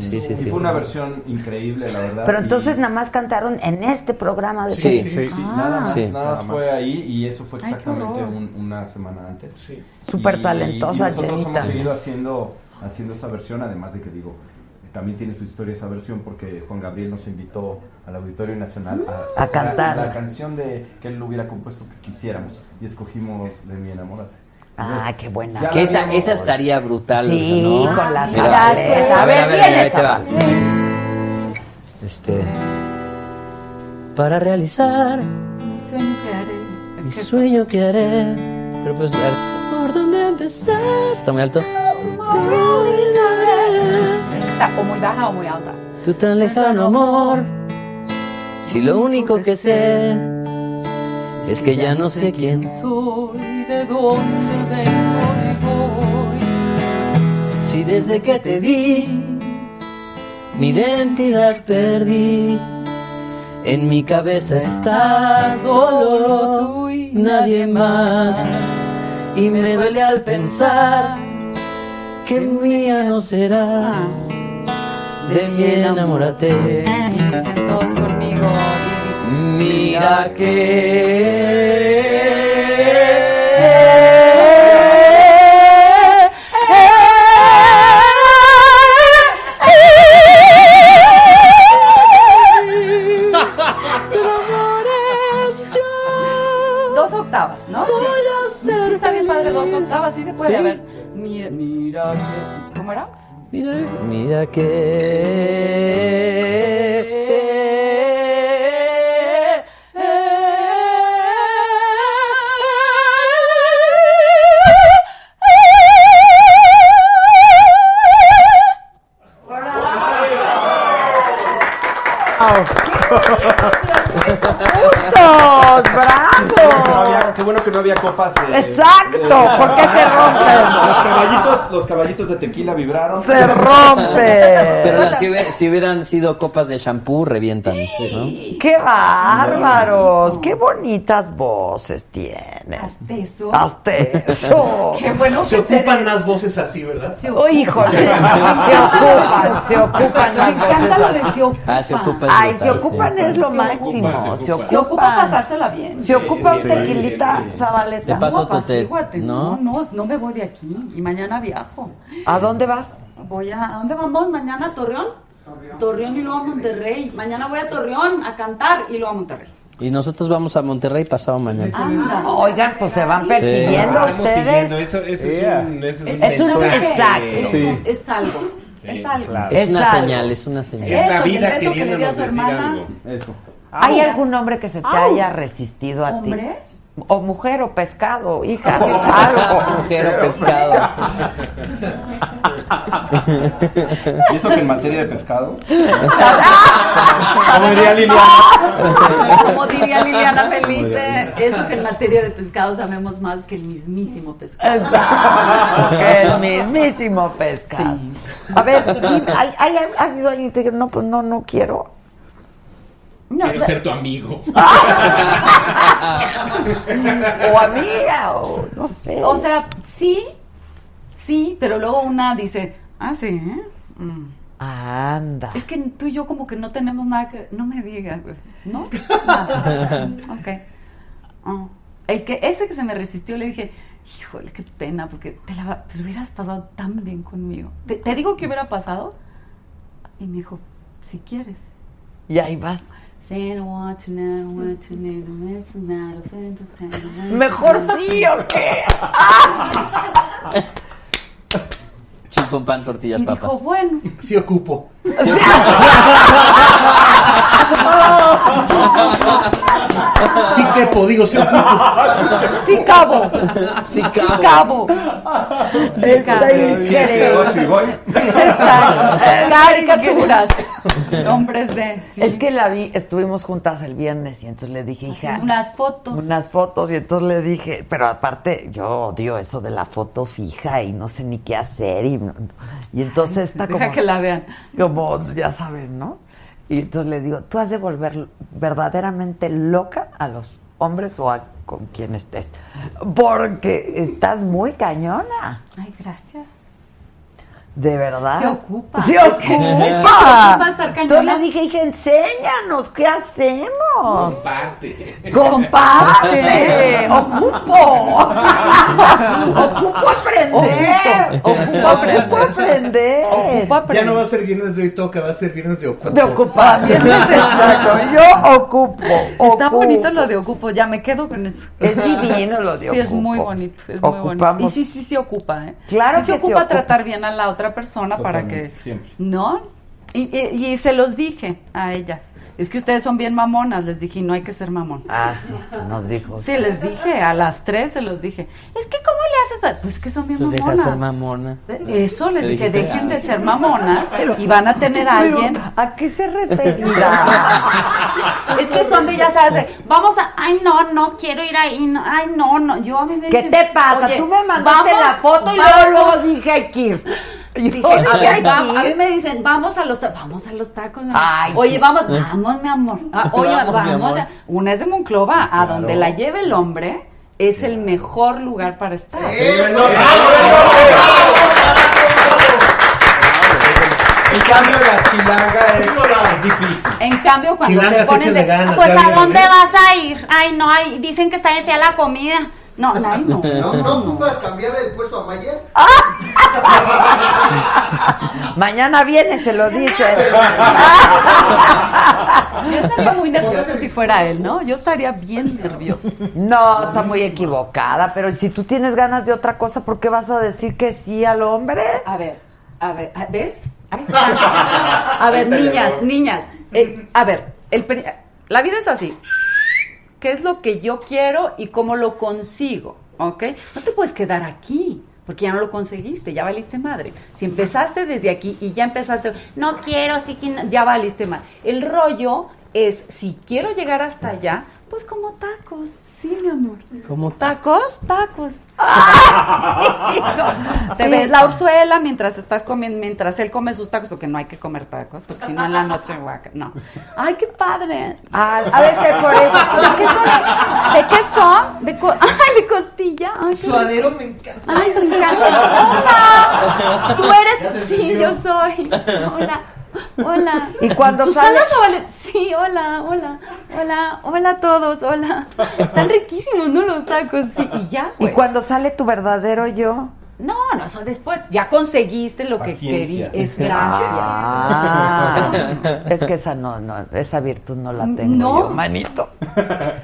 Speaker 13: Sí, sí,
Speaker 14: y
Speaker 13: sí.
Speaker 14: fue una versión increíble, la verdad.
Speaker 6: Pero
Speaker 14: y-
Speaker 6: entonces nada más cantaron en este programa de
Speaker 13: Sí,
Speaker 14: Sí, sí,
Speaker 6: Ah.
Speaker 14: nada más,
Speaker 13: Sí.
Speaker 14: nada más
Speaker 13: Nada
Speaker 14: fue
Speaker 13: más.
Speaker 14: ahí y eso fue
Speaker 6: Ay, qué
Speaker 14: exactamente
Speaker 6: horror.
Speaker 14: un- una semana antes. Sí.
Speaker 6: Súper talentosa,
Speaker 14: y nosotros
Speaker 6: Jenita.
Speaker 14: hemos seguido haciendo, haciendo esa versión, además de que digo, también tiene su historia esa versión porque Juan Gabriel nos invitó al Auditorio Nacional a,
Speaker 6: A
Speaker 14: hacer la-
Speaker 6: cantar.
Speaker 14: La, canción de que él hubiera compuesto que quisiéramos y escogimos de mi enamorate.
Speaker 6: Ah, qué buena.
Speaker 13: Que esa, esa estaría brutal.
Speaker 6: Sí,
Speaker 13: ¿no?
Speaker 6: con la
Speaker 13: Mira,
Speaker 6: zabaleta. A ver, viene
Speaker 13: ahí te va.
Speaker 6: zabaleta.
Speaker 13: Este, para realizar
Speaker 18: Mi sueño que haré.
Speaker 13: mi sueño que haré. Pero pues, eh,
Speaker 20: ¿Por dónde empezar?
Speaker 13: está muy alto.
Speaker 18: Es que está o muy baja o muy alta.
Speaker 13: Tu tan lejano amor, si lo único que sé es que ya no sé quién
Speaker 18: Soy de dónde vengo y voy.
Speaker 13: Si desde que te vi, mi identidad perdí. En mi cabeza estás solo tú y nadie más. Y me duele al pensar que mía no serás. De mí enamórate.
Speaker 18: Eh, Dicen todos conmigo.
Speaker 13: Mira que
Speaker 18: Dos octavas, ¿no?
Speaker 20: Voy a
Speaker 18: sí.
Speaker 20: ser
Speaker 18: Sí, está bien padre, dos
Speaker 20: feliz.
Speaker 18: octavas, sí se puede.
Speaker 20: Sí.
Speaker 18: A ver, mira, mira, que- ¿cómo era?
Speaker 13: Ah. Mira, mira que
Speaker 6: ¡Juntos! ¡Bravo!
Speaker 14: Qué bueno que no había copas. de-
Speaker 6: Exacto, ¿por qué se rompen?
Speaker 14: Los caballitos, los caballitos de tequila vibraron.
Speaker 6: Se rompe.
Speaker 13: Pero la- si, hubie- si hubieran sido copas de shampoo, revientan. ¿no?
Speaker 6: ¡Qué bárbaros! ¡Qué bonitas voces tienes!
Speaker 18: De eso.
Speaker 13: Ah.
Speaker 6: ¡Hasta eso!
Speaker 18: Qué bueno
Speaker 17: Se
Speaker 18: que se
Speaker 17: ocupan
Speaker 18: de-
Speaker 17: las voces así, ¿verdad?
Speaker 6: ¡Oh, híjole! Se ocupan, se ocupan las
Speaker 18: Me encanta lo
Speaker 6: voces.
Speaker 18: de se ocupa.
Speaker 13: Ah, se ocupan.
Speaker 6: Ay,
Speaker 13: sí,
Speaker 6: se ocupan
Speaker 13: sí.
Speaker 6: es lo
Speaker 18: Se
Speaker 6: máximo.
Speaker 13: ocupan,
Speaker 6: Se
Speaker 13: se
Speaker 6: ocupan.
Speaker 13: ocupan.
Speaker 18: Se ocupa pasársela bien.
Speaker 6: Se ocupa un
Speaker 13: sí,
Speaker 6: tequilita,
Speaker 13: sí.
Speaker 6: Zabaleta.
Speaker 13: Te paso
Speaker 18: No,
Speaker 13: otro té,
Speaker 18: apacíguate,
Speaker 13: ¿no?
Speaker 18: No, no, no me voy de aquí. Y mañana viajo.
Speaker 6: ¿A dónde vas?
Speaker 18: Voy a. ¿A dónde vamos? Mañana a Torreón. Torreón y luego a Monterrey. Mañana voy a Torreón a cantar y luego a Monterrey.
Speaker 13: Y nosotros vamos a Monterrey pasado mañana.
Speaker 18: Anda.
Speaker 6: Oigan, pues se van persiguiendo
Speaker 16: Estamos
Speaker 6: ustedes.
Speaker 16: siguiendo, Eso, eso
Speaker 13: Yeah.
Speaker 16: es un. Eso es
Speaker 6: Es un-
Speaker 16: mensaje.
Speaker 6: exacto.
Speaker 18: Es, un- es algo. es algo.
Speaker 13: Es una señal, es una señal.
Speaker 18: Es la vida queriéndonos decir algo.
Speaker 14: Eso.
Speaker 6: ¿Hay algún hombre que se te
Speaker 18: Au.
Speaker 6: haya resistido a ti?
Speaker 18: ¿Hombres?
Speaker 6: O mujer o pescado, hija, algo.
Speaker 13: Mujer o pescado.
Speaker 14: ¿Y eso que en materia de pescado?
Speaker 18: Como
Speaker 14: diría Liliana.
Speaker 18: Como diría Liliana
Speaker 14: Como diría
Speaker 18: Felipe,
Speaker 14: Liliana.
Speaker 18: eso que en materia de pescado sabemos más que el mismísimo pescado.
Speaker 6: Exacto, que el mismísimo pescado. A ver, dime, ¿hay, hay, ha habido alguien que diga, no, pues no, no quiero?
Speaker 16: Quiero ser tu amigo.
Speaker 6: O amiga, o no sé.
Speaker 18: O sea, sí, sí, pero luego una dice, ah, sí, ¿eh? Mm.
Speaker 6: Anda.
Speaker 18: Es que tú y yo como que no tenemos nada que... No me digas, güey. ¿No? Nada. ok. Ah. El que, ese que se me resistió le dije, híjole, qué pena, porque te, la, te lo hubieras pasado tan bien conmigo. Te, te digo que hubiera pasado. Y me dijo, si quieres.
Speaker 6: Y ahí vas.
Speaker 18: Sí, no want to know, no want to know, no want to know, no want to know.
Speaker 6: Mejor sí o qué.
Speaker 13: Chimpón, pan, tortillas,
Speaker 18: Y
Speaker 13: papas.
Speaker 18: dijo, bueno.
Speaker 13: Sí ocupo.
Speaker 17: Sí quepo, digo, sí ocupo.
Speaker 18: Sí cabo.
Speaker 13: Sí
Speaker 18: cabo.
Speaker 6: Está
Speaker 14: increíble.
Speaker 18: Caricaturas. Hombres de... sí.
Speaker 6: Es que la vi, estuvimos juntas el viernes y entonces le dije, hija.
Speaker 18: unas fotos.
Speaker 6: Unas fotos, y entonces le dije, pero aparte, yo odio eso de la foto fija y no sé ni qué hacer. Y, no- no. y entonces está
Speaker 18: Deja
Speaker 6: como.
Speaker 18: que la vean.
Speaker 6: Como, ya sabes, ¿no? Y entonces le digo, tú has de volver verdaderamente loca a los hombres o a con quien estés. Porque estás muy cañona,
Speaker 18: Ay, gracias.
Speaker 6: de verdad.
Speaker 18: Se ocupa.
Speaker 6: Se
Speaker 18: Es
Speaker 6: ocupa.
Speaker 18: que- es que se ocupa estar cañona.
Speaker 6: Entonces le dije, hija, enséñanos, ¿qué hacemos?
Speaker 16: Comparte.
Speaker 6: Comparte. Ocupo. Ocupo aprender. Ocupo aprender. Ocupo aprender.
Speaker 17: Ya no va a ser viernes de hoy toca, va a ser viernes de ocupo.
Speaker 6: De ocupar. Exacto. Yo ocupo.
Speaker 18: Está
Speaker 6: ocupo.
Speaker 18: bonito lo de ocupo, ya me quedo con eso.
Speaker 6: Es divino lo de
Speaker 18: Sí, es muy
Speaker 6: ocupo.
Speaker 18: bonito, es muy bonito. Y
Speaker 6: Ocupamos.
Speaker 18: sí, sí, sí ocupa, ¿eh?
Speaker 6: Claro
Speaker 18: Sí se
Speaker 6: que se
Speaker 18: ocupa
Speaker 6: ocupa.
Speaker 18: tratar bien a la otra persona para
Speaker 6: Totalmente,
Speaker 18: que...
Speaker 6: siempre.
Speaker 18: ¿No? Y, y- y se los dije a ellas. Es que ustedes son bien mamonas, les dije, y no hay que ser mamón.
Speaker 6: Ah, sí, nos dijo.
Speaker 18: Sí, les dije, a las tres se los dije. Es que, ¿cómo le haces? para- Pues que son bien
Speaker 13: Pues deja de
Speaker 18: mamonas.
Speaker 13: ser mamona.
Speaker 18: Eso les
Speaker 13: Le
Speaker 18: dije,
Speaker 13: dijiste,
Speaker 18: dejen
Speaker 13: ah.
Speaker 18: de ser mamonas y van a tener a
Speaker 6: Pero,
Speaker 18: alguien.
Speaker 6: ¿A qué se referirá?
Speaker 18: Es que son de, ya sabes, de, vamos a, ay, no, no quiero ir ahí, no, ay, no, no. Yo a mí me
Speaker 6: ¿Qué
Speaker 18: dicen,
Speaker 6: te pasa?
Speaker 18: oye,
Speaker 6: Tú me mandaste
Speaker 18: vamos,
Speaker 6: la foto y
Speaker 18: vamos.
Speaker 6: luego, luego dije hay que ir. Yo
Speaker 18: Dije,
Speaker 6: dije,
Speaker 18: a, ver,
Speaker 6: hay que
Speaker 18: vamos- a
Speaker 6: ir.
Speaker 18: mí me dicen, vamos a los tacos, vamos a los tacos. mi amor.
Speaker 6: Ay,
Speaker 18: oye,
Speaker 6: sí. Eh.
Speaker 18: vamos, vamos, mi amor. Ah, oye,
Speaker 13: Vamos, mi
Speaker 18: vamos.
Speaker 13: amor.
Speaker 18: a- una es de Monclova, a donde la lleve el hombre, es el mejor lugar para estar.
Speaker 13: Eh,
Speaker 2: Ah,
Speaker 17: En cambio, la chilanga es, es difícil.
Speaker 18: En cambio, cuando
Speaker 17: Chilangas,
Speaker 18: se ponen de,
Speaker 17: échenle ganas,
Speaker 18: "Ah, pues
Speaker 17: ya
Speaker 18: a
Speaker 17: viene". ¿eh?
Speaker 18: dónde vas a ir? Ay, no, ay, dicen que está bien fea la comida. No, ay, no.
Speaker 2: ¿No, no ocupas cambiarle el puesto a Mayer?
Speaker 6: Mañana viene, se lo dice.
Speaker 18: Yo estaría muy nerviosa si fuera él, ¿no? Yo estaría bien nerviosa.
Speaker 6: No, está muy equivocada, pero si tú tienes ganas de otra cosa, ¿por qué vas a decir que sí al hombre?
Speaker 18: A ver, a ver, ¿ah, ¿ves? Ay, A ver, niñas, niñas. eh, a ver, el pri- la vida es así. ¿Qué es lo que yo quiero y cómo lo consigo? ¿Ok? No te puedes quedar aquí. Porque ya no lo conseguiste, ya valiste madre. Si empezaste desde aquí y ya empezaste, no quiero, sí que no", ya valiste madre. El rollo es, si quiero llegar hasta allá, pues como tacos. Sí, mi amor.
Speaker 13: Como
Speaker 18: ¿Tacos? Tacos. Te
Speaker 6: Sí.
Speaker 18: ves la urzuela mientras estás comiendo, mientras él come sus tacos, porque no hay que comer tacos, porque si no en la noche guaca, no. Ay, qué padre.
Speaker 6: Ah, ha de ser por eso.
Speaker 18: ¿De qué son? ¿De qué son? ¿De co- ay, de costilla. Ay, qué
Speaker 17: Suadero
Speaker 18: rico. Ay, me encanta. Hola. Tú eres. Sí, yo soy. Hola. Hola.
Speaker 6: Y cuando
Speaker 18: Susana
Speaker 6: sale-
Speaker 18: Zabaleta- Sí, hola, hola, hola, hola a todos, hola. Están riquísimos, ¿no? Los tacos, sí. Y ya,
Speaker 6: Y cuando sale tu verdadero yo,
Speaker 18: No, no, eso después. Ya conseguiste lo
Speaker 6: Paciencia.
Speaker 18: que quería. Es gracias.
Speaker 6: Ah, es que esa no, no, esa virtud no la tengo
Speaker 18: No.
Speaker 6: yo, manito.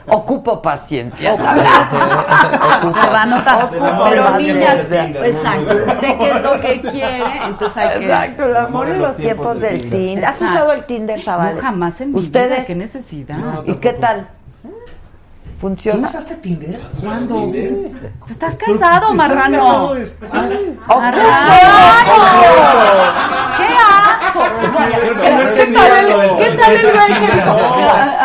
Speaker 6: Ocupo paciencia.
Speaker 18: Se va a notar.
Speaker 6: Ocupo
Speaker 18: Pero
Speaker 6: paciencia.
Speaker 18: niñas, exacto. Usted qué es lo que quiere, entonces hay que.
Speaker 6: Exacto, el amor en los tiempos del Tinder. ¿Has
Speaker 18: Exacto.
Speaker 6: usado el Tinder, chaval?
Speaker 18: No, jamás en mi
Speaker 6: ¿Ustedes?
Speaker 18: vida, ¿Qué necesidad?
Speaker 6: ¿Y qué tal? ¿Funciona?
Speaker 18: usaste
Speaker 6: Tinder?
Speaker 18: ¿Cuándo? Tú estás
Speaker 6: ¿Por qué
Speaker 18: casado,
Speaker 6: te estás
Speaker 18: marrano.
Speaker 6: casado
Speaker 18: Ah,
Speaker 6: ¡Oh,
Speaker 18: ¡Qué asco!
Speaker 6: ¿Qué tal el- qué tal el güey que dijo?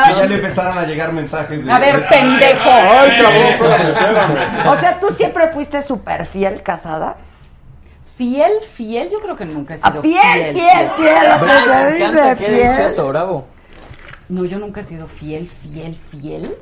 Speaker 21: Que ya le empezaron a llegar mensajes. de-
Speaker 6: A ver, pendejo.
Speaker 21: Ay, cabrón, espérame.
Speaker 6: O sea, ¿tú siempre fuiste súper fiel casada?
Speaker 18: Fiel, fiel, yo creo que nunca he
Speaker 6: Ah,
Speaker 18: sido
Speaker 6: fiel, fiel, fiel, lo que se
Speaker 18: Bravo,
Speaker 6: dice,
Speaker 18: encanta que
Speaker 6: fiel.
Speaker 18: hayas dicho eso,
Speaker 13: bravo.
Speaker 18: No, yo nunca he sido fiel, fiel, fiel.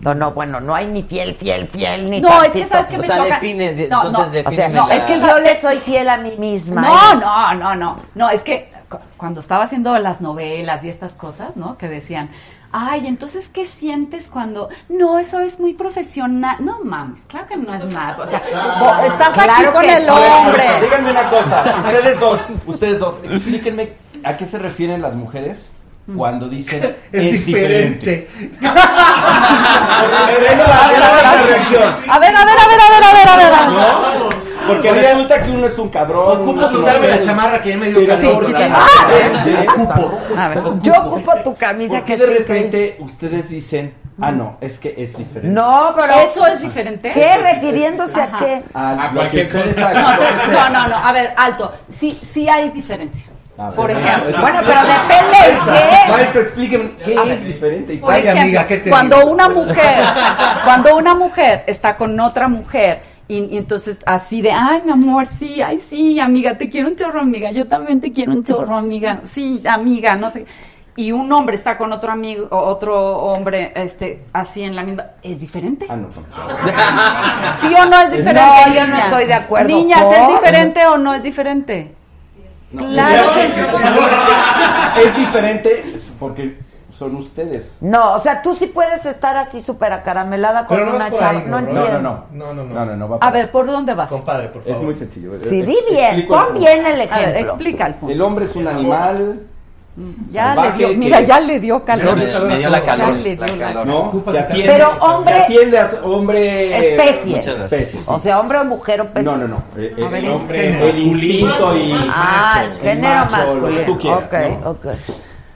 Speaker 6: No, no, bueno, no hay ni fiel, fiel, fiel, ni
Speaker 18: No, es que
Speaker 6: tantito.
Speaker 18: sabes que me O sea, choca- define, de- No, entonces
Speaker 6: O
Speaker 18: no. define
Speaker 6: sea,
Speaker 18: la-
Speaker 6: es que yo le soy fiel a mí misma.
Speaker 18: No,
Speaker 6: ¿eh?
Speaker 18: no, no, no. No, es que cu- cuando estaba haciendo las novelas y estas cosas, ¿no? Que decían, ay, entonces, ¿qué sientes cuando.? No, eso es muy profesional. No mames, claro que no es nada. O sea, vo- estás aquí
Speaker 14: Claro
Speaker 18: con
Speaker 14: que
Speaker 18: el
Speaker 14: sí. A ver,
Speaker 18: hombre.
Speaker 14: a ver, Díganme una cosa, ustedes dos, ustedes dos, explíquenme a qué se refieren las mujeres cuando dicen es, diferente.
Speaker 18: A ver, a ver, a ver, a ver, a ver, a ver. a ver.
Speaker 14: ¿No? Porque resulta que uno es un cabrón.
Speaker 7: Ocupo
Speaker 14: uno es un
Speaker 7: quitarme
Speaker 14: hotel.
Speaker 7: la chamarra que ya me dio
Speaker 14: Pero
Speaker 7: calor.
Speaker 14: ¿por qué?
Speaker 7: Ah,
Speaker 14: ¿Eh? Ocupo.
Speaker 6: A ver,
Speaker 14: Ocupo.
Speaker 6: yo ocupo tu camisa
Speaker 14: ¿Por qué
Speaker 6: que
Speaker 14: de repente ustedes dicen, ah, no, es que es diferente?
Speaker 6: No, pero.
Speaker 18: ¿Eso es diferente?
Speaker 6: ¿Qué? ¿Refiriéndose a qué?
Speaker 14: A,
Speaker 6: cualquier cosa.
Speaker 18: No, te- no, no, no, a ver, alto. Sí, sí hay diferencia. Por ejemplo.
Speaker 6: Bueno, pero depende de qué.
Speaker 14: Maestro, explíqueme qué es diferente y
Speaker 18: Por
Speaker 14: cuál
Speaker 18: ejemplo, cuando una mujer, cuando una mujer está con otra mujer y, y entonces así de, ay, mi amor, sí, ay, sí, amiga, te quiero un chorro, amiga, yo también te quiero un chorro, amiga, sí, amiga, no sé. Y un hombre está con otro amigo, o otro hombre, este, así en la misma, es diferente.
Speaker 14: Ah, no,
Speaker 18: ¿Sí o no es diferente?
Speaker 6: Ah, No, yo no estoy de acuerdo.
Speaker 18: Niñas, ¿es
Speaker 6: ¿Por?
Speaker 18: diferente o no es diferente? Claro que
Speaker 14: Es diferente es porque son ustedes.
Speaker 6: No, o sea, tú sí puedes estar así súper acaramelada con una chava. No entiendo.
Speaker 14: No, no, no. No, no, no. va
Speaker 18: A
Speaker 14: para-
Speaker 18: ver, ¿por dónde vas?
Speaker 14: Compadre, por favor. Es muy sencillo.
Speaker 6: Sí,
Speaker 14: Ex-
Speaker 6: di bien,
Speaker 14: explico
Speaker 6: pon
Speaker 14: punto.
Speaker 6: bien el ejemplo.
Speaker 18: explica el punto.
Speaker 14: El hombre es un animal.
Speaker 18: Ya
Speaker 14: salvaje
Speaker 18: le dio,
Speaker 14: que-
Speaker 18: mira, ya le dio calor.
Speaker 14: Me dio- me dio la calor,
Speaker 18: Ya le dio la calor.
Speaker 14: ¿No? Que atiende,
Speaker 6: Pero
Speaker 14: que
Speaker 6: hombre-
Speaker 14: atiende a hombre.
Speaker 6: Especie.
Speaker 14: Muchas gracias. Especies, sí.
Speaker 6: O sea, hombre o mujer o pez.
Speaker 14: No, no, no. Eh, eh,
Speaker 6: A ver,
Speaker 14: El
Speaker 6: el
Speaker 14: hombre,
Speaker 6: género
Speaker 14: el instinto y.
Speaker 6: Ah, el
Speaker 14: macho,
Speaker 6: género
Speaker 14: macho, lo que
Speaker 6: masculino.
Speaker 14: tú quieras,
Speaker 6: Ok,
Speaker 14: ¿no?
Speaker 6: ok.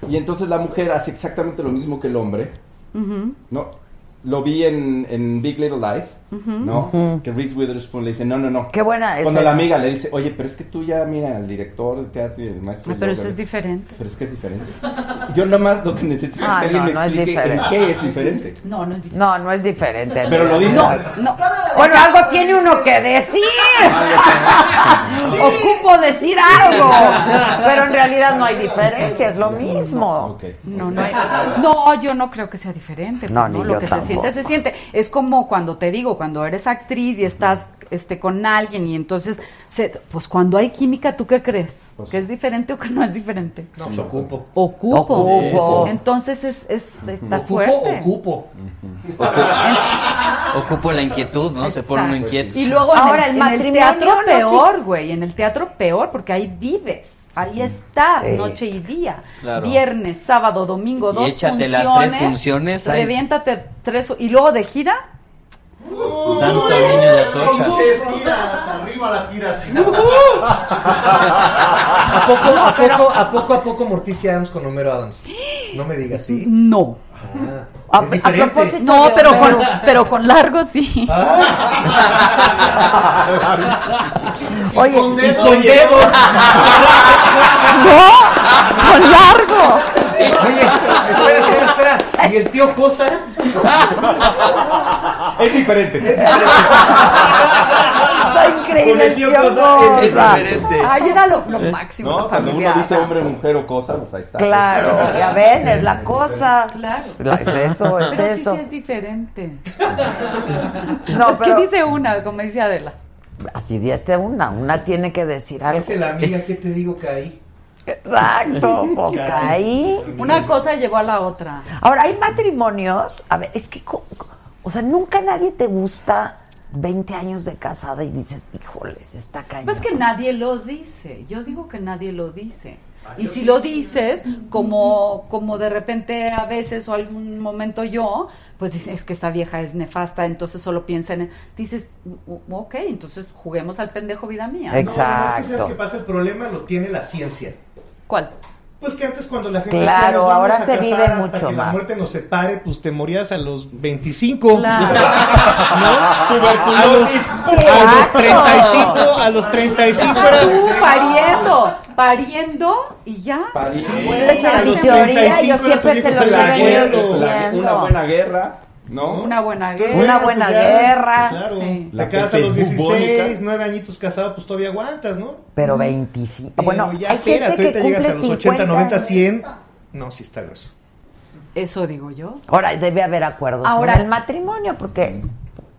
Speaker 14: Y entonces la mujer hace exactamente lo mismo que el hombre.
Speaker 22: Ujú.
Speaker 14: No, lo vi en, en Big Little Lies,
Speaker 22: Ujú.
Speaker 14: ¿no?
Speaker 22: Ujú.
Speaker 14: Que Reese Witherspoon le dice, no, no, no.
Speaker 6: Qué buena es
Speaker 14: Cuando la
Speaker 6: esa.
Speaker 14: amiga le dice, oye, pero es que tú ya, mira, el director de teatro y el maestro...
Speaker 18: Ah, pero
Speaker 14: de
Speaker 18: eso
Speaker 14: yoga".
Speaker 18: es diferente.
Speaker 14: Pero es que es diferente. Yo nada más lo que necesito
Speaker 6: Ah,
Speaker 14: es que alguien
Speaker 6: no,
Speaker 14: me
Speaker 6: no es
Speaker 14: explique en
Speaker 6: diferente.
Speaker 14: qué es diferente.
Speaker 18: No, no es diferente.
Speaker 6: No, no es diferente.
Speaker 14: Pero lo dice.
Speaker 6: No,
Speaker 18: no.
Speaker 6: Bueno, algo tiene uno que decir. Ocupo decir algo. Pero en realidad no hay diferencia, es lo mismo.
Speaker 18: No, no, hay- no, yo no creo que sea diferente. pues,
Speaker 6: No,
Speaker 18: no,
Speaker 6: ni
Speaker 18: lo
Speaker 6: yo
Speaker 18: que
Speaker 6: tampoco.
Speaker 18: se siente, se siente. Es como cuando te digo, cuando eres actriz y estás este, con alguien y entonces, se- pues cuando hay química, ¿tú qué crees? ¿Que es diferente o que no es diferente?
Speaker 7: Pues No, pues, ocupo.
Speaker 18: Ocupo.
Speaker 7: Ocupo.
Speaker 18: Entonces es, es- está
Speaker 7: Ocupo,
Speaker 18: fuerte.
Speaker 7: ocupo.
Speaker 13: Ocupo la inquietud, ¿no? Se pone uno
Speaker 18: Exacto.
Speaker 13: inquieto.
Speaker 18: Y luego
Speaker 6: Ahora, el
Speaker 18: en el, en el
Speaker 6: matrimonio
Speaker 18: teatro
Speaker 6: no
Speaker 18: peor, güey. En el teatro peor, porque ahí vives. Ahí estás,
Speaker 13: Sí.
Speaker 18: noche y día.
Speaker 13: Claro.
Speaker 18: Viernes, sábado, domingo,
Speaker 13: Y
Speaker 18: dos
Speaker 13: échate las
Speaker 18: funciones.
Speaker 13: tres funciones, ahí.
Speaker 18: Reviéntate tres. Y luego de gira.
Speaker 13: Santo niño de
Speaker 17: Con
Speaker 13: Atocha.
Speaker 17: muchas giras, arriba las giras, chicas.
Speaker 7: ¿A poco, Ah, a poco, a poco, a poco Morticia Adams con Homero Adams? No me digas, ¿sí?
Speaker 18: No.
Speaker 7: Ah, es diferente.
Speaker 18: No, pero con, pero con largo sí.
Speaker 6: Oye,
Speaker 18: con dedos.
Speaker 7: con dedos.
Speaker 18: ¡No! ¡Con largo!
Speaker 7: Oye, espera, espera, espera. ¿Y el tío Cosa?
Speaker 14: Es diferente.
Speaker 6: Está increíble.
Speaker 14: Con el tío Cosa es diferente.
Speaker 18: Ay, era lo, lo máximo.
Speaker 14: No,
Speaker 18: la
Speaker 14: cuando
Speaker 18: familia
Speaker 14: uno dice
Speaker 18: Adams.
Speaker 14: hombre, mujer o cosa, pues ahí está.
Speaker 6: Claro, ya ven, es la cosa.
Speaker 18: Claro.
Speaker 6: La- es eso, es
Speaker 18: Pero sí,
Speaker 6: Pues eso.
Speaker 18: sí es diferente.
Speaker 6: No,
Speaker 18: es
Speaker 6: pero-
Speaker 18: que dice una, como dice Adela.
Speaker 6: Así dieste una, una tiene que decir algo.
Speaker 7: Es la amiga que te digo que ahí.
Speaker 6: Exacto, pues caí.
Speaker 18: Una cosa llevó a la otra.
Speaker 6: Ahora, hay matrimonios, a ver, es que, co- co- o sea, nunca nadie te gusta 20 años de casada y dices, híjoles, está cañón.
Speaker 18: Pues que nadie lo dice. Yo digo que nadie lo dice. Y si lo dices, como, como de repente a veces o algún momento yo, pues dices, es que esta vieja es nefasta, entonces solo piensa en... Dices, "U- ok, entonces juguemos al pendejo vida mía. ¿no?
Speaker 17: No, es que ¿sabes qué pasa? El problema lo tiene la ciencia.
Speaker 18: ¿Cuál?
Speaker 17: Pues que antes cuando la gente
Speaker 6: Claro,
Speaker 17: "Nos vamos
Speaker 6: ahora
Speaker 17: a
Speaker 6: se
Speaker 17: casar
Speaker 6: vive
Speaker 17: hasta
Speaker 6: mucho
Speaker 17: que la
Speaker 6: más.
Speaker 17: muerte nos separe, pues te morías a los 25.
Speaker 18: Claro.
Speaker 17: ¿No?
Speaker 18: Tuberculosis.
Speaker 17: A los, a los
Speaker 18: Exacto.
Speaker 17: 35, a los 35
Speaker 18: Deja
Speaker 17: eras
Speaker 18: tú, pariendo, pariendo y ya.
Speaker 6: Esa es mi Pues teoría, yo siempre se los he venido diciendo.
Speaker 14: Una buena guerra, ¿no?
Speaker 18: Una buena
Speaker 17: Entonces,
Speaker 18: guerra.
Speaker 17: bueno, pues ya, Claro.
Speaker 18: Sí.
Speaker 17: Te
Speaker 14: La
Speaker 17: casas a los
Speaker 14: peste
Speaker 17: 16, 9 añitos casado, pues todavía aguantas, ¿no?
Speaker 6: Pero 25. Ah, bueno,
Speaker 17: ya
Speaker 6: hay
Speaker 17: espera,
Speaker 6: gente que
Speaker 17: ahorita llegas a
Speaker 6: cumple
Speaker 17: los 80, 90,
Speaker 6: 50.
Speaker 17: 100. No, sí está grueso.
Speaker 18: Eso digo yo.
Speaker 6: Ahora debe haber acuerdos
Speaker 18: Ahora-
Speaker 6: en el matrimonio porque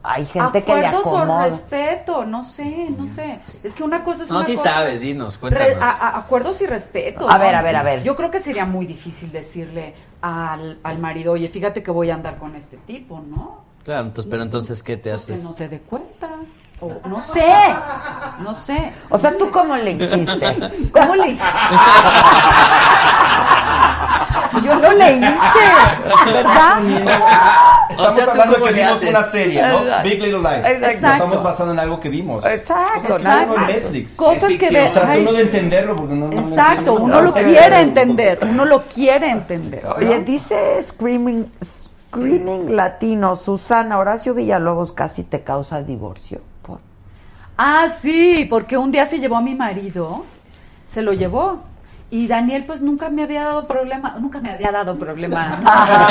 Speaker 6: hay gente que le
Speaker 18: Acuerdos o
Speaker 6: acomoda.
Speaker 18: respeto, no sé, no sé. Es que una cosa es
Speaker 13: No,
Speaker 18: una
Speaker 13: sí
Speaker 18: cosa-
Speaker 13: sabes, dinos, cuéntanos.
Speaker 18: Re- a- a- acuerdos y respeto.
Speaker 13: A
Speaker 18: ¿no?
Speaker 13: ver, a ver, a ver.
Speaker 18: Yo creo que sería muy difícil decirle al, al marido, oye, fíjate que voy a andar con este tipo, ¿no?
Speaker 13: Claro, entonces, pero entonces, ¿qué te
Speaker 18: Que
Speaker 13: haces?
Speaker 18: no se dé cuenta. O, no sé, no sé.
Speaker 6: O sea, ¿tú cómo le hiciste?
Speaker 18: ¿Cómo le hiciste? Yo no le hice, ¿verdad?
Speaker 14: Estamos
Speaker 18: O sea, ¿tú
Speaker 14: hablando de
Speaker 18: cómo
Speaker 14: que
Speaker 18: le
Speaker 14: vimos
Speaker 18: haces?
Speaker 14: una serie, ¿no?
Speaker 18: Exacto.
Speaker 14: Big Little Lies.
Speaker 18: Exacto.
Speaker 14: Nos estamos basando en algo que vimos.
Speaker 18: Exacto,
Speaker 14: Cosas que vimos en
Speaker 18: exacto.
Speaker 14: Netflix.
Speaker 18: Cosas que ve-
Speaker 14: Traté
Speaker 18: ay,
Speaker 14: uno de
Speaker 18: sí.
Speaker 14: entenderlo porque no. no lo
Speaker 18: Exacto,
Speaker 14: entiendo.
Speaker 18: uno lo
Speaker 14: Ahorita-
Speaker 18: quiere entender, uno lo quiere entender.
Speaker 6: Oye, dice Screaming, Screaming Latino, Susana, Horacio Villalobos casi te causa divorcio. Por-
Speaker 18: Ah, sí, porque un día se llevó a mi marido, se lo llevó. Y Daniel, pues nunca me había dado problema, nunca me había dado problema.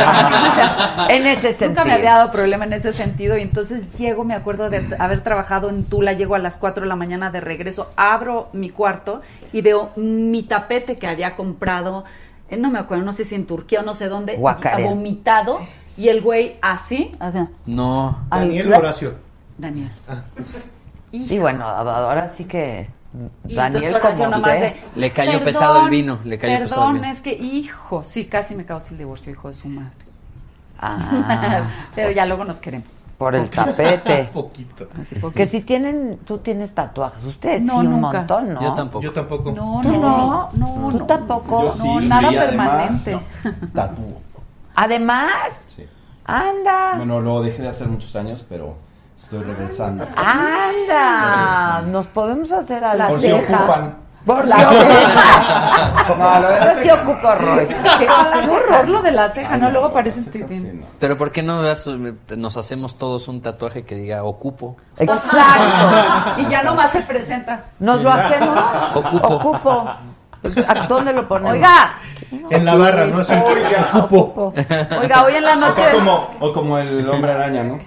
Speaker 6: en ese
Speaker 18: Nunca
Speaker 6: sentido.
Speaker 18: me había dado problema en ese sentido. Y entonces llego, me acuerdo de t- haber trabajado en Tula, llego a las 4 de la mañana de regreso, abro mi cuarto y veo mi tapete que había comprado, eh, no me acuerdo, no sé si en Turquía o no sé dónde,
Speaker 13: Guacarea.
Speaker 18: vomitado. Y el güey así, o sea,
Speaker 13: No.
Speaker 18: Daniel o Horacio. Daniel.
Speaker 6: Sí, bueno, ahora sí que
Speaker 18: Y
Speaker 6: Daniel
Speaker 18: entonces
Speaker 6: como
Speaker 18: Horacio nomás
Speaker 6: usted.
Speaker 18: de,
Speaker 13: Le cayó
Speaker 18: "Perdón,
Speaker 13: pesado el vino, le cayó pesado el
Speaker 18: Perdón,
Speaker 13: vino".
Speaker 18: es que, hijo, sí, casi me causa el divorcio, hijo de su madre.
Speaker 6: Ah,
Speaker 18: Pero ya luego nos queremos.
Speaker 6: por el tapete.
Speaker 17: Poquito.
Speaker 6: Porque si tienen, tú tienes tatuajes, ustedes
Speaker 18: No,
Speaker 6: sí un
Speaker 18: nunca.
Speaker 6: montón, ¿no?
Speaker 13: Yo tampoco.
Speaker 17: Yo tampoco.
Speaker 18: No,
Speaker 6: ¿Tú
Speaker 18: no,
Speaker 6: no?
Speaker 18: no,
Speaker 6: ¿Tú
Speaker 18: no.
Speaker 6: tampoco?
Speaker 18: Yo sí, No, sí, nada además, permanente.
Speaker 14: Tatú.
Speaker 6: Además, anda,
Speaker 14: Bueno, lo dejé de hacer muchos años, pero estoy regresando.
Speaker 18: Ah,
Speaker 6: anda, nos podemos hacer a la
Speaker 14: Por si
Speaker 6: ceja.
Speaker 14: ocupan.
Speaker 6: Por la ceja.
Speaker 14: No, lo de la
Speaker 6: No se ocupa, Roy.
Speaker 18: Qué horror lo de la ceja, ¿no? Luego parece un titín.
Speaker 13: Pero ¿por qué no das- eh, nos hacemos todos un tatuaje que diga ocupo?
Speaker 18: Exacto. Y ya nomás se presenta.
Speaker 6: Nos lo hacemos.
Speaker 13: Ocupo.
Speaker 6: Ocupo. ¿A dónde lo ponemos?
Speaker 18: Oiga,
Speaker 17: En la barra, ¿no? Así, ocupo.
Speaker 18: oiga, hoy en la noche.
Speaker 14: O como, o como el hombre araña, ¿no?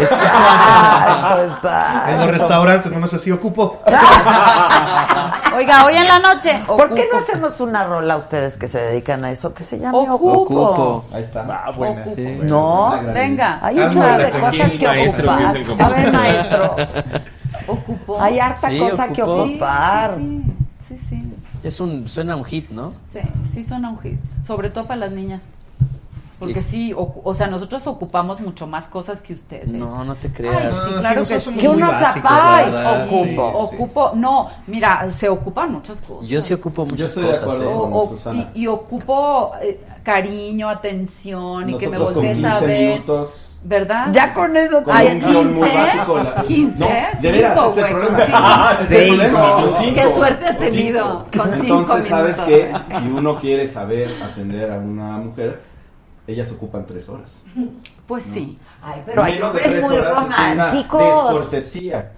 Speaker 6: Exacto, exacto.
Speaker 17: En los restaurantes, nomás así, ocupo.
Speaker 18: Oiga, hoy en la noche.
Speaker 6: ¿Por qué no hacemos una rola ustedes que se dedican a eso que se llama Ocupo?
Speaker 14: Ahí está.
Speaker 13: buena.
Speaker 6: No.
Speaker 18: Ah, Venga.
Speaker 6: Hay un
Speaker 18: Amo
Speaker 6: chorro
Speaker 18: la
Speaker 6: de cosas
Speaker 18: tranquila,
Speaker 6: que ocupar.
Speaker 18: maestro, dice el
Speaker 6: A ver,
Speaker 18: compositor.
Speaker 6: maestro.
Speaker 18: Ocupó.
Speaker 6: Hay harta
Speaker 13: Sí,
Speaker 6: cosa que
Speaker 13: ocupó.
Speaker 6: ocupar.
Speaker 18: Sí, sí, sí, sí.
Speaker 13: Es un, suena un hit, ¿no?
Speaker 18: Sí, sí suena un hit, sobre todo para las niñas. Porque sí, o, o sea, nosotros ocupamos mucho más cosas que ustedes.
Speaker 13: No, no te
Speaker 18: Ay,
Speaker 13: creas.
Speaker 18: sí, claro que sí.
Speaker 6: Que unos zapais
Speaker 18: ocupo. Ocupo, no, mira, se ocupan muchas cosas.
Speaker 13: Yo sí ocupo muchas
Speaker 14: estoy de
Speaker 13: cosas.
Speaker 14: acuerdo
Speaker 13: ¿eh?
Speaker 14: con
Speaker 18: O-
Speaker 14: Susana.
Speaker 18: y, y ocupo eh, cariño, atención y que me
Speaker 14: Nosotros con
Speaker 18: voltees a
Speaker 14: 15
Speaker 18: ver.
Speaker 14: minutos.
Speaker 18: ¿Verdad?
Speaker 6: Ya con eso
Speaker 14: Con
Speaker 18: Ay,
Speaker 14: un guión muy
Speaker 18: 15,
Speaker 14: básico, la-
Speaker 18: 15,
Speaker 14: No, de veras,
Speaker 18: cinco,
Speaker 14: ese
Speaker 18: güey,
Speaker 14: problema.
Speaker 18: con cinco.
Speaker 14: Ah, ese es el problema, con
Speaker 18: Qué
Speaker 14: cinco,
Speaker 18: suerte has
Speaker 14: con cinco.
Speaker 18: tenido, con cinco
Speaker 14: Entonces, ¿sabes
Speaker 18: minutos,
Speaker 14: que
Speaker 18: güey.
Speaker 14: Si uno quiere saber atender a una mujer, ellas ocupan tres horas.
Speaker 18: Pues sí.
Speaker 6: Ay, pero hay
Speaker 14: Menos de
Speaker 6: hombres
Speaker 14: tres
Speaker 6: muy
Speaker 14: horas es una
Speaker 6: románticos.
Speaker 14: descortesía.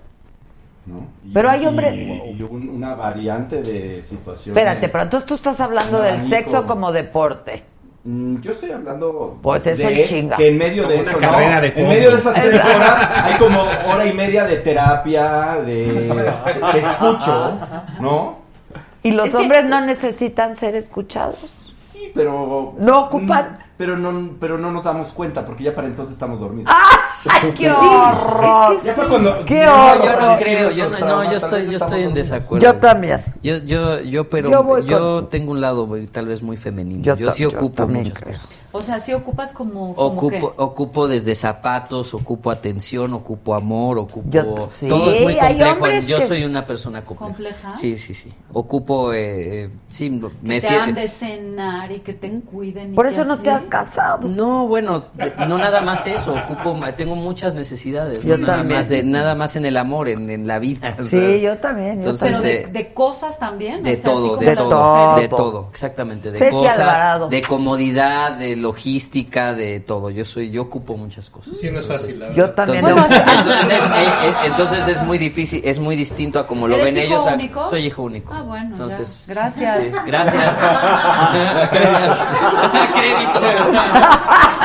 Speaker 14: ¿no? Y-
Speaker 6: Pero hay
Speaker 14: y-
Speaker 6: hombres-
Speaker 14: Y, un- una variante de situaciones.
Speaker 6: Espérate, pero entonces tú estás hablando del
Speaker 14: Abanico.
Speaker 6: sexo como deporte.
Speaker 14: Mm, Yo estoy hablando.
Speaker 6: Pues eso
Speaker 14: de
Speaker 6: es chinga.
Speaker 14: Que en medio de
Speaker 6: Como una
Speaker 14: eso,
Speaker 6: carrera
Speaker 14: ¿no?
Speaker 6: de
Speaker 14: en
Speaker 6: fondo.
Speaker 14: medio de esas tres horas, hay como hora y media de terapia, de. Te escucho, ¿no?
Speaker 6: Y los hombres no necesitan ser escuchados.
Speaker 14: Sí, pero. mm,
Speaker 6: No ocupan.
Speaker 14: Pero no, pero no nos damos cuenta porque ya para entonces estamos dormidos.
Speaker 6: ¡Ah! ¡Ay, qué
Speaker 13: Sí,
Speaker 6: horror!
Speaker 13: es que Ya fue sí. cuando-
Speaker 6: ¡Qué
Speaker 13: No,
Speaker 6: horror!
Speaker 13: yo no creo, yo no- no, yo estoy- yo estoy en desacuerdo.
Speaker 6: Yo también.
Speaker 13: Yo, yo, yo, pero
Speaker 6: Yo
Speaker 13: yo,
Speaker 6: voy
Speaker 13: tengo un lado güey, tal vez muy femenino.
Speaker 6: Yo
Speaker 13: Yo,
Speaker 6: ta-
Speaker 13: sí
Speaker 6: yo
Speaker 13: ocupo
Speaker 6: también
Speaker 13: muchas cosas.
Speaker 18: O sea, si ocupas como... como
Speaker 13: Ocupo,
Speaker 18: que-
Speaker 13: ocupo desde zapatos, ocupo atención, ocupo amor, ocupo...
Speaker 6: Yo- sí,
Speaker 13: todo es muy
Speaker 6: hay
Speaker 13: complejo.
Speaker 6: hombres
Speaker 13: Yo
Speaker 6: que-
Speaker 13: soy una persona compleja.
Speaker 18: ¿Compleja?
Speaker 13: Sí, sí, sí. Ocupo... eh, eh, sí, me
Speaker 18: te
Speaker 13: sie-
Speaker 18: han de cenar y que te cuiden. y
Speaker 13: Por
Speaker 18: que
Speaker 13: eso no
Speaker 18: así.
Speaker 13: te has casado. No, bueno, de- no nada más eso. Ocupo, ma- tengo muchas necesidades.
Speaker 6: Yo
Speaker 13: no nada
Speaker 6: también.
Speaker 13: Más de, nada más en el amor, en, en la vida. o sea.
Speaker 6: Sí, yo también. yo
Speaker 13: Entonces,
Speaker 18: Pero de,
Speaker 13: eh,
Speaker 18: de cosas también.
Speaker 13: de
Speaker 18: o sea, así
Speaker 13: todo,
Speaker 18: como
Speaker 13: de
Speaker 18: las
Speaker 13: todo,
Speaker 18: mujeres.
Speaker 13: de todo, exactamente, de
Speaker 18: Ceci
Speaker 13: cosas,
Speaker 18: Alvarado.
Speaker 13: de comodidad, de logística, de todo. Yo soy, yo ocupo muchas cosas.
Speaker 17: Sí, no es fácil, la
Speaker 6: Yo también.
Speaker 13: Entonces,
Speaker 6: Bueno,
Speaker 13: eh, entonces, eh, eh, entonces es muy difícil, es muy distinto a como lo
Speaker 18: ¿Eres
Speaker 13: ven
Speaker 18: hijo
Speaker 13: ellos. a-
Speaker 18: único?
Speaker 13: Soy hijo único.
Speaker 18: Ah, bueno, ya.
Speaker 13: Entonces,
Speaker 18: Gracias.
Speaker 13: sí, gracias. Créditos.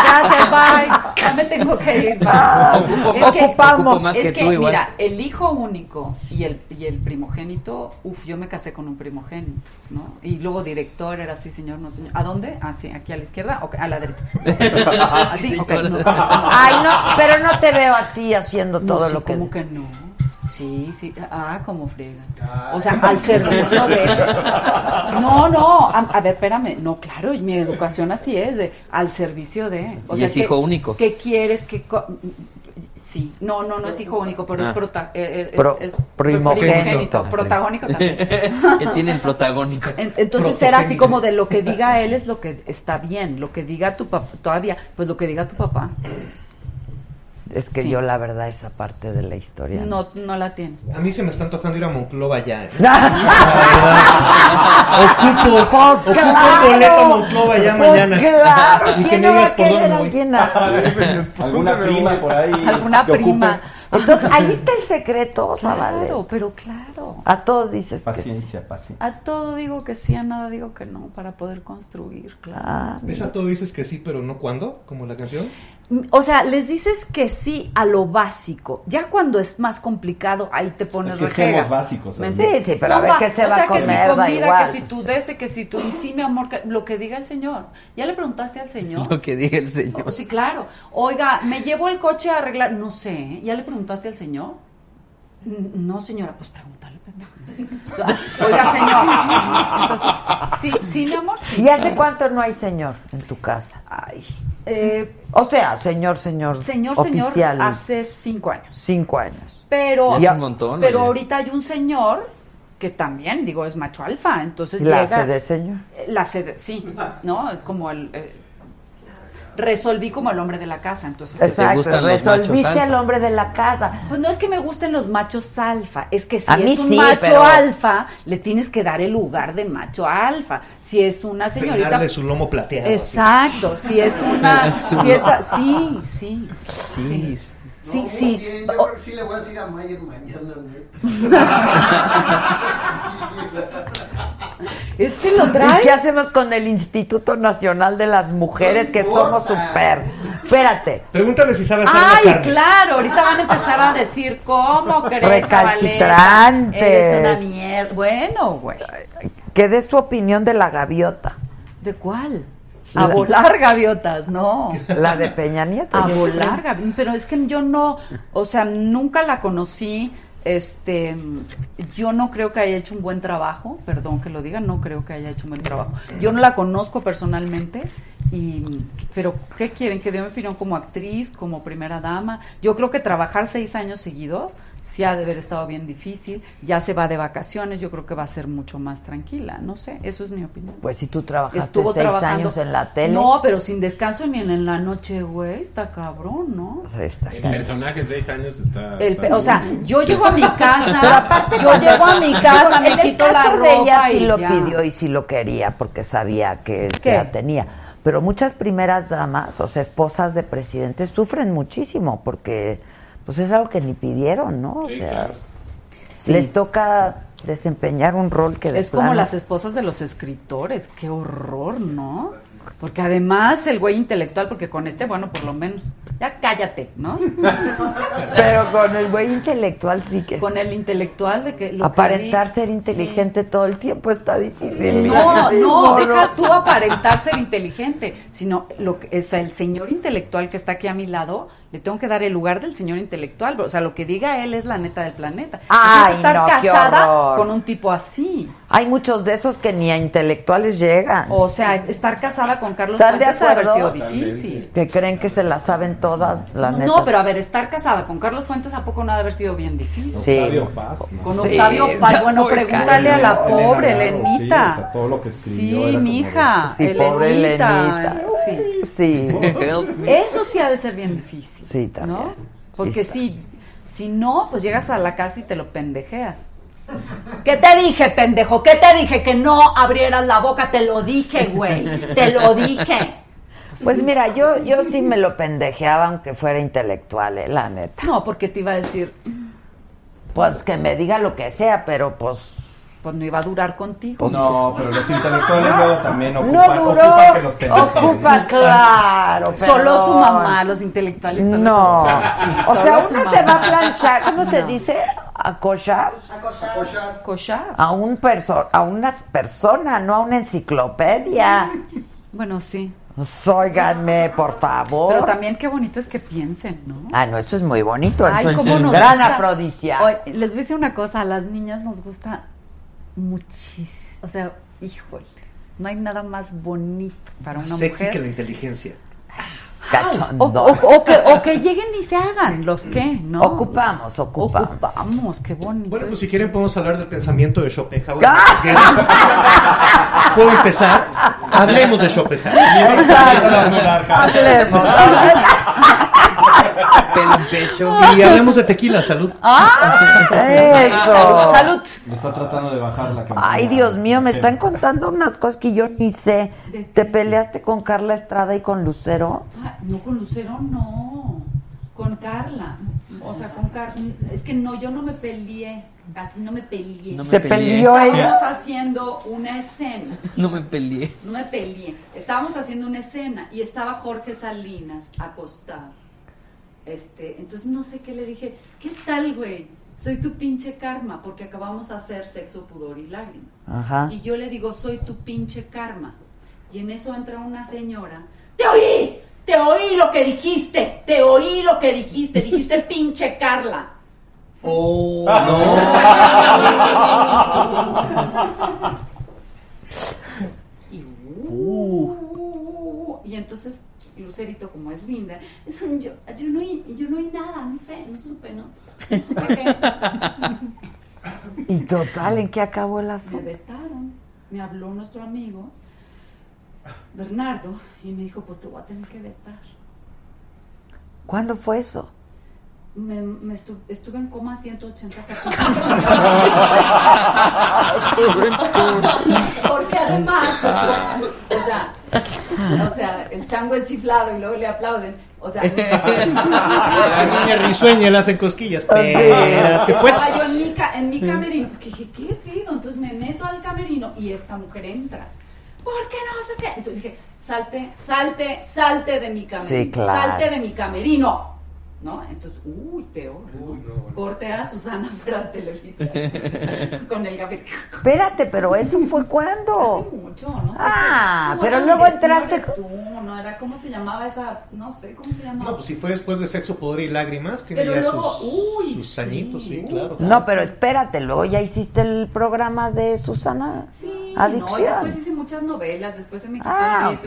Speaker 18: Gracias, bye. Ya me tengo que ir. bye.
Speaker 13: Ocupo más- ocupo más
Speaker 18: es
Speaker 13: que tú igual.
Speaker 18: Mira, el hijo único y el, y el primogénito, uf, yo me casé con un primogénito, ¿no? Y luego director, era así, señor, no señor. ¿A dónde? Ah, sí, aquí a la izquierda, ok, a la derecha. Así, ok, no, no.
Speaker 6: Ay, no, pero no te veo a ti haciendo
Speaker 18: No,
Speaker 6: todo
Speaker 18: sí,
Speaker 6: lo que...
Speaker 18: ¿cómo que no? Sí, sí. Ah, como frega. O sea, al servicio de... No, no. A, a ver, espérame. No, claro, y mi educación así es, de al servicio de... O
Speaker 13: Y
Speaker 18: sea,
Speaker 13: es hijo único.
Speaker 18: ¿Qué quieres? que co- Sí. No, no, no es hijo único, pero
Speaker 13: Ah.
Speaker 18: es, prota- eh, eh, es-
Speaker 13: Pro-
Speaker 18: es
Speaker 13: primogénito.
Speaker 18: Protagónico también.
Speaker 13: que tienen protagónico.
Speaker 18: En- Entonces era así como de lo que diga él es lo que está bien, lo que diga tu papá, todavía, pues lo que diga tu papá,
Speaker 6: Es que yo la verdad esa parte de la historia... no.
Speaker 18: no, no la tienes.
Speaker 17: A mí se me está antojando ir a Monclova ya. ¿eh?
Speaker 6: Ocupo, pues,
Speaker 17: ocupo
Speaker 6: claro.
Speaker 17: el boleto a Monclova ya
Speaker 6: Pues,
Speaker 17: mañana.
Speaker 6: claro,
Speaker 17: y que
Speaker 6: ¿quién
Speaker 17: me
Speaker 6: no va
Speaker 17: digas
Speaker 6: a
Speaker 17: por dónde
Speaker 6: querer
Speaker 17: me
Speaker 6: a
Speaker 17: voy.
Speaker 6: alguien así?
Speaker 14: Alguna prima por ahí.
Speaker 6: Alguna
Speaker 14: que ocupe.
Speaker 6: prima. Entonces, ahí está el secreto, Zavala.
Speaker 18: Claro, pero claro.
Speaker 6: A todo dices que sí.
Speaker 14: Paciencia, paciencia.
Speaker 18: A todo digo que sí, a nada digo que no, para poder construir,
Speaker 6: Ah.
Speaker 18: claro.
Speaker 17: ¿Ves a todo dices que sí, pero no cuándo? Como la canción.
Speaker 18: Mm, O sea, les dices que sí a lo básico. Ya cuando es más complicado, ahí te pones
Speaker 14: Es que
Speaker 18: rejega.
Speaker 14: somos básicos,
Speaker 18: ¿Me
Speaker 14: así.
Speaker 18: entiendes?
Speaker 14: Sí, sí, pero a
Speaker 18: Son
Speaker 14: ver
Speaker 18: ba-
Speaker 14: qué se
Speaker 18: o
Speaker 14: va
Speaker 18: sea, que
Speaker 14: a comer,
Speaker 18: si
Speaker 14: da
Speaker 18: comida,
Speaker 14: igual,
Speaker 18: que si
Speaker 14: pues.
Speaker 18: tú de este, que si tú sí, mi amor, que- lo que diga el señor. ¿Ya le preguntaste al señor?
Speaker 13: Lo que diga el señor.
Speaker 18: Oh, Sí, claro. Oiga, me llevo el coche a arreglar. No sé, ¿eh? ¿ya le preguntaste al señor? N- No, señora, pues pregúntale, pendejo. Oiga, señor. Entonces, sí, sí, mi amor. sí.
Speaker 6: ¿Y hace cuánto no hay señor en tu casa?
Speaker 18: Ay. Eh,
Speaker 6: O sea, señor, señor.
Speaker 18: señor,
Speaker 6: oficial,
Speaker 18: señor, hace cinco años.
Speaker 6: Cinco años.
Speaker 18: Pero,
Speaker 6: Ya es un montón,
Speaker 18: Oh, pero
Speaker 6: oye.
Speaker 18: ahorita hay un señor que también, digo, es macho alfa, entonces
Speaker 6: ¿La
Speaker 18: llega...
Speaker 6: hace de señor?
Speaker 18: Eh, La hace de- sí, ¿no? Es como el... eh, resolví como el hombre de la casa, entonces...
Speaker 6: Exacto, resolviste al hombre de la casa.
Speaker 18: Pues no es que me gusten los machos alfa, es que si
Speaker 6: A mí
Speaker 18: es un
Speaker 6: sí,
Speaker 18: macho
Speaker 6: pero-
Speaker 18: alfa, le tienes que dar el lugar de macho alfa. Si es una señorita...
Speaker 17: Peinarle su lomo plateado.
Speaker 18: Exacto, si es una...
Speaker 17: Su-
Speaker 18: si es a- sí, sí,
Speaker 17: Sí.
Speaker 18: sí. Sí,
Speaker 2: No,
Speaker 18: sí. Oh,
Speaker 2: bien, yo creo que sí le voy a decir a Mayer mañana,
Speaker 18: Este lo trae.
Speaker 6: ¿Y qué hacemos con el Instituto Nacional de las Mujeres que somos super? Espérate.
Speaker 17: Pregúntale si sabe hacer
Speaker 18: Ay,
Speaker 17: una carne.
Speaker 18: claro, ahorita van a empezar a decir cómo crees,
Speaker 6: Recalcitrantes.
Speaker 18: Es una mierda. Bueno, güey.
Speaker 6: Que des tu opinión de la gaviota.
Speaker 18: ¿De cuál? A volar gaviotas, no.
Speaker 6: La de Peña Nieto.
Speaker 18: A
Speaker 6: yo
Speaker 18: volar
Speaker 6: creo.
Speaker 18: gaviotas, pero es que yo no, o sea, nunca la conocí. Este, yo no creo que haya hecho un buen trabajo, perdón que lo diga, no creo que haya hecho un buen trabajo. Yo no la conozco personalmente, y, pero ¿qué quieren? Que dé mi opinión como actriz, como primera dama. Yo creo que trabajar seis años seguidos sí ha de haber estado bien difícil. Ya se va de vacaciones, yo creo que va a ser mucho más tranquila. No sé, eso es mi opinión.
Speaker 6: Pues si tú trabajaste
Speaker 18: Estuvo
Speaker 6: seis
Speaker 18: trabajando.
Speaker 6: años en la tele.
Speaker 18: No, pero sin descanso ni en la noche, güey. Está cabrón, ¿no?
Speaker 6: pues Está
Speaker 16: El personaje de 6 años está.
Speaker 18: El pe-
Speaker 16: está
Speaker 18: o sea,
Speaker 16: bien.
Speaker 18: yo llego a mi
Speaker 6: Pero
Speaker 18: casa,
Speaker 6: aparte,
Speaker 18: yo llego a mi casa,
Speaker 6: en
Speaker 18: me
Speaker 6: el
Speaker 18: quito la
Speaker 6: caso
Speaker 18: ropa
Speaker 6: de ella sí
Speaker 18: y
Speaker 6: lo
Speaker 18: ya.
Speaker 6: pidió y sí lo quería porque sabía que
Speaker 18: ¿Qué?
Speaker 6: la tenía. Pero muchas primeras damas, o sea, esposas de presidentes sufren muchísimo porque pues es algo que ni pidieron, ¿no? O sea,
Speaker 18: Sí.
Speaker 6: les toca desempeñar un rol que de
Speaker 18: Es como
Speaker 6: plano-
Speaker 18: las esposas de los escritores, qué horror, ¿no? Porque además el güey intelectual, porque con este, bueno, por lo menos, ya cállate, ¿no?
Speaker 6: Pero con el güey intelectual sí que
Speaker 18: Con el intelectual de que... lo que
Speaker 6: aparentar
Speaker 18: di-
Speaker 6: ser inteligente todo el tiempo está difícil.
Speaker 18: No,
Speaker 6: Sí,
Speaker 18: no,
Speaker 6: moro.
Speaker 18: deja tú aparentar ser inteligente, sino lo que, o sea, el señor intelectual que está aquí a mi lado le tengo que dar el lugar del señor intelectual. O sea, lo que diga él es la neta del planeta. Yo
Speaker 6: Ay,
Speaker 18: tengo que estar
Speaker 6: no, qué
Speaker 18: casada
Speaker 6: horror.
Speaker 18: con un tipo así.
Speaker 6: Hay muchos de esos que ni a intelectuales llegan.
Speaker 18: O sea, estar casada con Carlos
Speaker 6: ¿Están de
Speaker 18: Fuentes ha de haber sido
Speaker 6: acuerdo?
Speaker 18: difícil.
Speaker 6: Que creen que se la saben todas, la neta.
Speaker 18: No, pero a ver, estar casada con Carlos Fuentes a poco no ha de haber sido bien difícil.
Speaker 6: Sí.
Speaker 18: Con
Speaker 6: Sí,
Speaker 18: Octavio
Speaker 6: está
Speaker 18: Paz, bueno,
Speaker 6: muy
Speaker 18: pregúntale a la
Speaker 6: caro.
Speaker 18: pobre
Speaker 6: Elena Garro,
Speaker 18: Elenita.
Speaker 14: sí, o sea, todo lo que escribió
Speaker 18: Sí,
Speaker 14: era
Speaker 18: mi
Speaker 14: como-
Speaker 18: hija.
Speaker 6: Sí, pobre Elenita.
Speaker 18: Sí.
Speaker 6: Sí.
Speaker 18: Eso sí ha de ser bien difícil.
Speaker 6: Sí, también.
Speaker 18: ¿No? Porque
Speaker 6: está.
Speaker 18: si, si no, pues llegas a la casa y te lo pendejeas. ¿Qué te dije, pendejo? ¿Qué te dije? Que no abrieras la boca. Te lo dije, güey. Te lo dije.
Speaker 6: Pues mira, yo, yo sí me lo pendejeaba aunque fuera intelectual, eh, la neta.
Speaker 18: No, porque te iba a decir,
Speaker 6: Pues que me diga lo que sea, pero pues...
Speaker 18: Pues no iba a durar contigo.
Speaker 14: No, pero los intelectuales luego también ocupan,
Speaker 6: No duró,
Speaker 14: ocupan que los pendejen.
Speaker 6: ocupa, claro.
Speaker 18: Solo su
Speaker 6: perdón.
Speaker 18: mamá, los intelectuales. son
Speaker 6: No.
Speaker 18: los- Sí,
Speaker 6: o
Speaker 18: solo
Speaker 6: sea,
Speaker 18: su
Speaker 6: uno se va
Speaker 18: mamá.
Speaker 6: a planchar, ¿cómo se
Speaker 18: No.
Speaker 6: dice? Acochar
Speaker 2: Acochar.
Speaker 18: Cochar.
Speaker 6: a un perso a unas personas, no a una enciclopedia.
Speaker 18: Bueno, sí.
Speaker 6: Pues, Óiganme, por favor.
Speaker 18: Pero también qué bonito es que piensen, ¿no?
Speaker 6: Ah, no, eso es muy bonito, eso
Speaker 18: Ay,
Speaker 6: es
Speaker 18: cómo
Speaker 6: un
Speaker 18: nos
Speaker 6: gran
Speaker 18: gusta.
Speaker 6: afrodisíaco.
Speaker 18: Oye, les voy a decir una cosa, a las niñas nos gusta muchísimo. O sea, híjole, no hay nada más bonito para una
Speaker 17: Sexy
Speaker 18: mujer.
Speaker 17: que la inteligencia.
Speaker 18: O, o- o que, o que lleguen y se hagan, los que, ¿no?
Speaker 6: Ocupamos, ocupamos.
Speaker 18: Ocupamos, qué bonito.
Speaker 17: Bueno, pues
Speaker 18: es.
Speaker 17: si quieren podemos hablar del pensamiento de Schopenhauer.
Speaker 6: ¡Ah!
Speaker 17: ¿Puedo empezar? Hablemos de Schopenhauer.
Speaker 6: Hablemos.
Speaker 17: Y hablemos de tequila, salud.
Speaker 6: Eso.
Speaker 18: Salud.
Speaker 14: Me está tratando de bajar la campana.
Speaker 6: Ay, Dios mío, me están contando unas cosas que yo ni sé. ¿Te peleaste con Carla Estrada y con Lucero?
Speaker 18: Ah, No, con Lucero no. Con Carla. O sea, con Carla. Es que no, yo no me peleé. Así no me peleé.
Speaker 13: No me
Speaker 6: Se peleé. peleó ella.
Speaker 18: Estábamos haciendo una escena.
Speaker 13: No me peleé.
Speaker 18: No me peleé. Estábamos haciendo una escena y estaba Jorge Salinas acostado. Este, entonces no sé qué le dije. ¿Qué tal, güey? Soy tu pinche karma, porque acabamos de hacer sexo, pudor y lágrimas.
Speaker 6: Ajá.
Speaker 18: Y yo le digo, soy tu pinche karma. Y en eso entra una señora. ¡Te oí! ¡Te oí lo que dijiste! ¡Te oí lo que dijiste! Dijiste pinche Carla. uh, Y entonces Lucerito, como es linda, es un- yo, yo no oí, yo no oí nada, no sé, no supe, ¿no? No supe qué.
Speaker 6: Y total, ¿en qué acabó el
Speaker 18: Me
Speaker 6: asunto?
Speaker 18: vetaron. Me habló nuestro amigo Bernardo y me dijo, pues te voy a tener que vetar.
Speaker 6: ¿Cuándo fue eso?
Speaker 18: Me, me estu- estuve en coma 180 capítulos. Porque además, pues, o sea, o sea, el chango es chiflado y luego le aplauden. O sea,
Speaker 17: La niña risueña le hacen cosquillas.
Speaker 6: Ah,
Speaker 17: Espérate,
Speaker 18: Estaba
Speaker 17: pues.
Speaker 18: yo en mi, ca- en mi camerino. Que dije, ¿qué pido? Entonces me meto al camerino y esta mujer entra. ¿Por qué no? sé qué? Entonces dije, salte, salte, salte de mi camerino.
Speaker 6: Sí, claro.
Speaker 18: Salte de mi camerino. ¿No? Entonces, uy, peor. Corte a Susana fuera de televisión. con el café.
Speaker 6: Espérate, pero eso fue cuándo?
Speaker 18: Mucho, no sé.
Speaker 6: Oh. Ah,
Speaker 18: No,
Speaker 6: pero
Speaker 18: era
Speaker 6: luego
Speaker 18: mi- no
Speaker 6: entraste
Speaker 18: eres tú, no era, ¿cómo se llamaba esa? No sé, ¿cómo se llamaba?
Speaker 17: No, pues si fue después de sexo, podre y lágrimas, tiene
Speaker 18: Pero
Speaker 17: ya
Speaker 18: luego,
Speaker 17: sus,
Speaker 18: uy,
Speaker 17: sus añitos, sí, claro.
Speaker 6: No, pero espérate, luego ya hiciste el programa de Susana
Speaker 18: Sí, no, y
Speaker 6: Adicción.
Speaker 18: después hice muchas novelas, después se me quitó
Speaker 6: ah,
Speaker 18: el nieto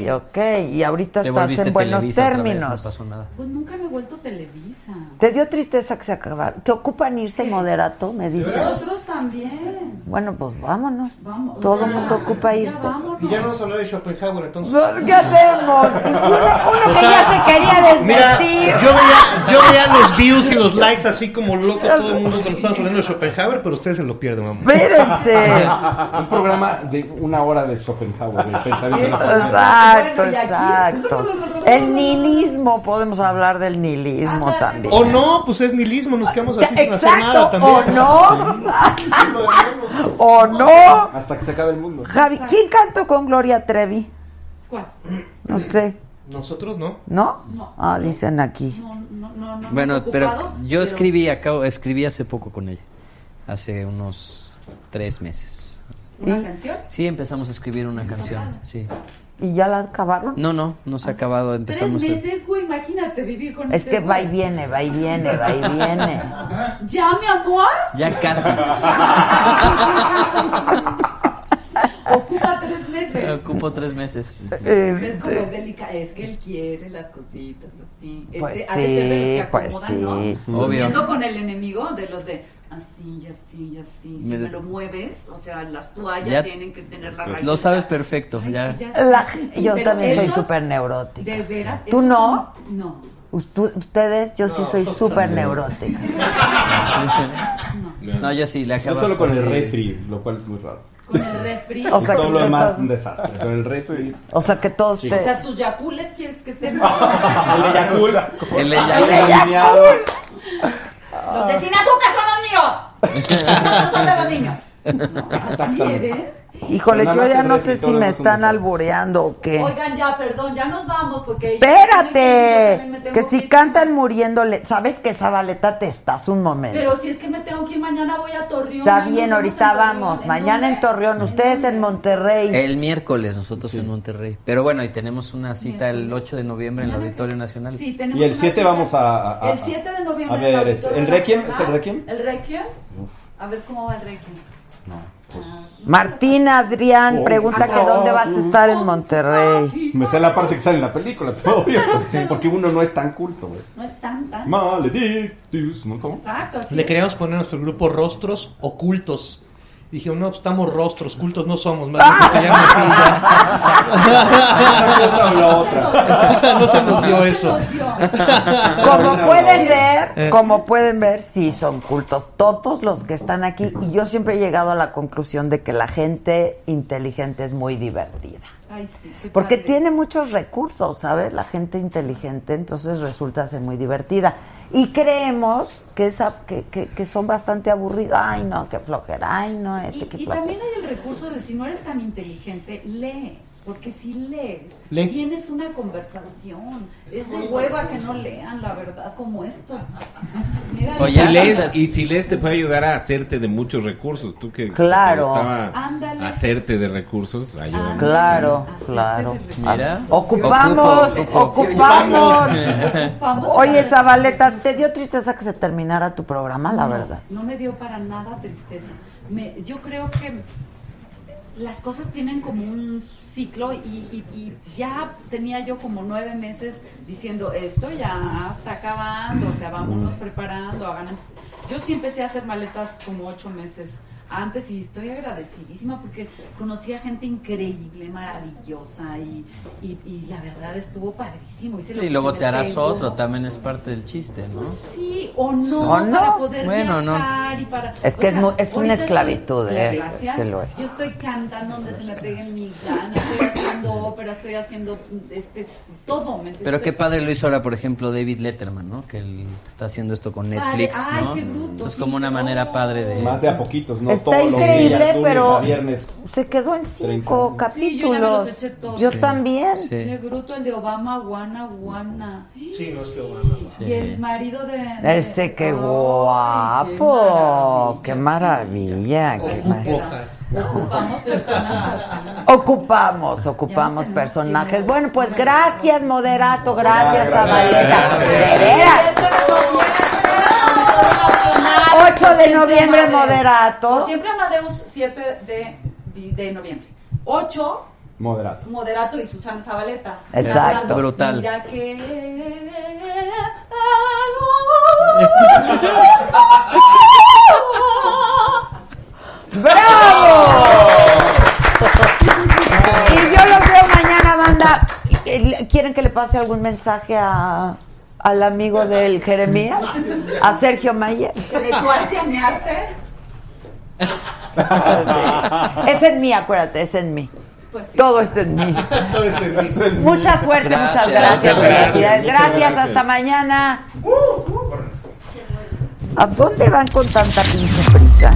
Speaker 18: y
Speaker 6: ok, ok. Y ahorita estás en buenos términos.
Speaker 18: todo. Pues nunca me he vuelto Televisa.
Speaker 6: ¿Te dio tristeza que se acabara? ¿Te ocupan irse moderato? Me dicen.
Speaker 18: Nosotros también.
Speaker 6: Bueno, pues vámonos.
Speaker 18: Vamos.
Speaker 6: Todo el mundo ocupa
Speaker 18: ya
Speaker 6: irse.
Speaker 18: vámonos.
Speaker 17: Y ya no nos habló de Schopenhauer, entonces.
Speaker 6: No, Pues, ¿Qué hacemos? Uno, uno
Speaker 17: O
Speaker 6: que
Speaker 17: sea,
Speaker 6: pues ya se quería desvestir.
Speaker 17: Pues Mira, yo veía, yo veía los views y los likes así como loco todo el mundo cuando estábamos hablando de Schopenhauer, pero ustedes se lo pierden, vamos.
Speaker 6: Espérense.
Speaker 14: Un programa de una hora de Schopenhauer. el pensamiento de Schopenhauer.
Speaker 6: Exacto,
Speaker 17: Bueno, y aquí-
Speaker 6: exacto. El nihilismo, podemos hablar del nihilismo también.
Speaker 17: O no, pues es nihilismo, nos quedamos así sin hacer
Speaker 6: Exacto,
Speaker 17: nada también.
Speaker 6: o no. o no.
Speaker 14: Hasta que se acabe el mundo.
Speaker 6: Javi, ¿quién cantó con Gloria Trevi?
Speaker 18: ¿Cuál?
Speaker 6: No sé,
Speaker 17: Nosotros no.
Speaker 6: ¿no?
Speaker 18: No.
Speaker 6: Ah, dicen aquí.
Speaker 18: No, no, no, no.
Speaker 13: Bueno,
Speaker 18: nos he
Speaker 13: pero
Speaker 18: ocupado,
Speaker 13: yo escribí, acabo, escribí hace poco con ella. Hace unos tres meses.
Speaker 18: ¿Una canción?
Speaker 13: Sí, empezamos a escribir una canción. Sí.
Speaker 6: ¿Y ya la acabaron?
Speaker 13: No, no, no se ha acabado.
Speaker 18: Tres
Speaker 13: Empezamos. el-
Speaker 18: meses, güey, imagínate vivir con
Speaker 6: Es
Speaker 18: este
Speaker 6: que va y
Speaker 18: güey.
Speaker 6: viene, va y viene, va y viene.
Speaker 18: ¿Ya, mi amor?
Speaker 13: Ya casi.
Speaker 18: Ocupa tres meses.
Speaker 13: Ocupo tres meses.
Speaker 6: Eh,
Speaker 18: Es como
Speaker 6: Este-
Speaker 18: es delicada, es que él quiere las cositas así. Este,
Speaker 13: Pues
Speaker 18: ha de ser de los que
Speaker 13: sí, pues
Speaker 18: acomodan,
Speaker 13: sí.
Speaker 18: ¿no?
Speaker 13: Obvio.
Speaker 18: Viendo con el enemigo de los de así, así, así. Si
Speaker 13: Me-
Speaker 18: me, lo mueves, o sea, las toallas
Speaker 13: Ya-
Speaker 18: tienen que tener la raíz.
Speaker 13: Lo sabes perfecto. Ya.
Speaker 18: sí, ya sé.
Speaker 6: La-
Speaker 18: Y
Speaker 6: yo
Speaker 18: de
Speaker 6: también
Speaker 18: los-
Speaker 6: soy
Speaker 18: esos,
Speaker 6: súper neurótica.
Speaker 18: De veras.
Speaker 6: ¿Tú
Speaker 18: esos
Speaker 6: no?
Speaker 18: son- no.
Speaker 6: Ustu- Ustedes, yo sí soy súper
Speaker 13: sí.
Speaker 6: neurótica.
Speaker 13: No, yo sí, le
Speaker 14: Yo
Speaker 13: acabas
Speaker 14: solo con el
Speaker 13: así.
Speaker 14: refri, lo cual es muy raro.
Speaker 18: Con el refri.
Speaker 14: O sea, todo lo
Speaker 6: están
Speaker 14: demás
Speaker 6: todos-
Speaker 14: un desastre. Con el refri.
Speaker 6: O sea, que todos
Speaker 14: Sí.
Speaker 18: O
Speaker 6: te-
Speaker 18: sea, tus yacules quieres que estén.
Speaker 14: El
Speaker 18: Ah,
Speaker 14: Eyacul.
Speaker 13: El
Speaker 18: Eyacul.
Speaker 14: alineado.
Speaker 18: Los de sin azúcar son los míos. Nosotros son de los niños.
Speaker 14: Exactamente.
Speaker 6: Híjole,
Speaker 14: Nada
Speaker 6: yo
Speaker 14: más
Speaker 6: ya
Speaker 14: el
Speaker 6: no
Speaker 14: refri,
Speaker 6: sé si
Speaker 14: todo lo
Speaker 6: me
Speaker 14: demás un
Speaker 6: están albureando o qué.
Speaker 18: Oigan, ya, perdón, ya nos vamos porque.
Speaker 6: ¡Espérate!
Speaker 18: Yo también me tengo
Speaker 6: Que si cantan muriéndole, ¿sabes que Zabaleta te estás un momento?
Speaker 18: Pero si es que me tengo que ir mañana, voy a Torreón.
Speaker 6: Está
Speaker 18: Nos
Speaker 6: bien,
Speaker 18: vemos
Speaker 6: ahorita
Speaker 18: en Torreón.
Speaker 6: vamos.
Speaker 18: ¿En
Speaker 6: Mañana en Torreón, ustedes en Monterrey.
Speaker 13: El miércoles nosotros en Monterrey. Pero bueno, y tenemos una cita el 8 de noviembre en el Auditorio Nacional.
Speaker 18: Sí, tenemos
Speaker 14: Y el
Speaker 18: una
Speaker 14: 7
Speaker 18: cita.
Speaker 14: vamos a. a- a-
Speaker 18: El 7 de noviembre.
Speaker 14: A
Speaker 18: en
Speaker 14: ver, este,
Speaker 18: Auditorio
Speaker 14: ¿el Requiem? ¿Es el
Speaker 18: Nacional.
Speaker 14: Requiem?
Speaker 18: ¿El Requiem? A ver cómo va el Ah, Requiem.
Speaker 14: pues,
Speaker 6: Martín
Speaker 14: Oh,
Speaker 6: Adrián pregunta que dónde vas a estar en Monterrey.
Speaker 14: Me sé la parte que sale en la película, pues, obvio. Porque uno no es tan culto, güey.
Speaker 18: No es tanta.
Speaker 14: Maledictus, ¿no? ¿Cómo?
Speaker 18: Exacto, así.
Speaker 17: Le queríamos poner a nuestro grupo rostros ocultos. Dije, no, pues, estamos rostros, cultos no somos, más
Speaker 6: Ah.
Speaker 17: bien que se llama así ya.
Speaker 14: Una cosa o la otra.
Speaker 17: no se nos dio
Speaker 14: No se
Speaker 17: eso.
Speaker 14: nos dio.
Speaker 6: Como pueden
Speaker 16: Eh.
Speaker 6: ver, como pueden ver, sí son cultos todos los que están aquí y yo siempre he llegado a la conclusión de que la gente inteligente es muy divertida.
Speaker 18: Ay, sí. qué
Speaker 6: Porque
Speaker 18: padre.
Speaker 6: tiene muchos recursos, ¿sabes? La gente inteligente, entonces resulta ser muy divertida. Y creemos que, esa, que, que- que son bastante aburridos. Ay, no, qué flojera. Ay, no, este, qué
Speaker 18: Y, y
Speaker 6: flojera.
Speaker 18: también hay el recurso de si no eres tan inteligente, lee. Porque si lees,
Speaker 6: Lee.
Speaker 18: tienes una conversación. Es de
Speaker 6: muy
Speaker 18: hueva que no lean, la verdad, como estos. Mira,
Speaker 16: Y
Speaker 18: ya-
Speaker 16: si, lees, y si lees te puede ayudar a hacerte de muchos recursos. Tú que que te
Speaker 6: Claro.
Speaker 16: gustaba
Speaker 18: Ándale.
Speaker 16: hacerte de recursos, ayuda mucho.
Speaker 6: Claro, claro.
Speaker 18: Ah,
Speaker 16: Mira.
Speaker 6: Ocupamos,
Speaker 16: Ocupo, ocupo.
Speaker 6: ocupamos.
Speaker 18: Ocupamos.
Speaker 6: Oye, Zabaleta, ¿te dio tristeza que se terminara tu programa, la verdad?
Speaker 18: No me dio para nada tristeza. Me- yo creo que las cosas tienen como un ciclo y, y- y ya tenía yo como nueve meses diciendo esto ya está acabando, o sea, vámonos preparando, hagan... Yo sí empecé a hacer maletas como ocho meses antes y estoy agradecidísima porque conocí a gente increíble, maravillosa y, y- y la verdad estuvo padrísimo. hice lo
Speaker 13: Y
Speaker 18: que
Speaker 13: luego
Speaker 18: se me
Speaker 13: te harás
Speaker 18: pegó.
Speaker 13: otro, también es parte del chiste, ¿no?
Speaker 18: Pues Sí, o no,
Speaker 13: ¿O no?
Speaker 18: para poder
Speaker 13: Bueno, no.
Speaker 18: viajar y para...
Speaker 13: Es que es mu- es una
Speaker 18: ahorita estoy-
Speaker 13: esclavitud,
Speaker 18: Pues,
Speaker 13: eh,
Speaker 18: gracias.
Speaker 13: se lo es.
Speaker 18: Yo estoy cantando donde se me peguen mis ganas, estoy haciendo ópera, estoy haciendo este, todo. ¿me entiendes?
Speaker 13: Pero qué
Speaker 18: Estoy-
Speaker 13: padre lo hizo ahora, por ejemplo, David Letterman, ¿no? Que él está haciendo esto con
Speaker 18: Padre,
Speaker 13: Netflix,
Speaker 18: ay,
Speaker 13: ¿no?
Speaker 18: qué bruto,
Speaker 13: es como una manera padre de...
Speaker 14: Más de a poquitos, ¿no?
Speaker 13: Está
Speaker 14: Todos
Speaker 13: increíble,
Speaker 14: los días, lunes
Speaker 13: pero-
Speaker 14: a viernes.
Speaker 6: Se quedó en cinco
Speaker 18: Sí, yo ya me los
Speaker 6: capítulos.
Speaker 18: eché todos.
Speaker 6: Yo también.
Speaker 18: Qué bruto el de Obama, Guana, Guana. Sí, no es que
Speaker 17: Obama,
Speaker 18: Y el marido de... de-
Speaker 6: Ese qué
Speaker 18: Ay,
Speaker 6: guapo, qué maravilla. qué maravilla.
Speaker 18: Ocupamos personas así.
Speaker 6: Ocupamos, ocupamos personajes. Bueno, pues gracias, moderato, gracias a Valera. De veras. 8 de noviembre,
Speaker 18: Por
Speaker 6: moderato.
Speaker 18: siempre Amadeus, 7 de, de, de noviembre. 8,
Speaker 14: Moderato.
Speaker 18: Moderato y Susana Zabaleta.
Speaker 14: Exacto.
Speaker 18: Cantando,
Speaker 14: Brutal.
Speaker 18: Mira que...
Speaker 6: Y yo los veo mañana, banda. Eh, ¿Quieren que le pase algún mensaje a, al amigo del Jeremías? A Sergio Mayer.
Speaker 18: Que de tu arte a mi arte,
Speaker 6: Es en mí, acuérdate, es en mí.
Speaker 18: pues
Speaker 6: Todo es en mí. Mucha suerte, muchas
Speaker 20: Muchas
Speaker 6: gracias.
Speaker 20: gracias. Muchas
Speaker 6: Felicidades. Gracias,
Speaker 20: gracias.
Speaker 6: hasta mañana. ¿A dónde van con tanta pinche prisa?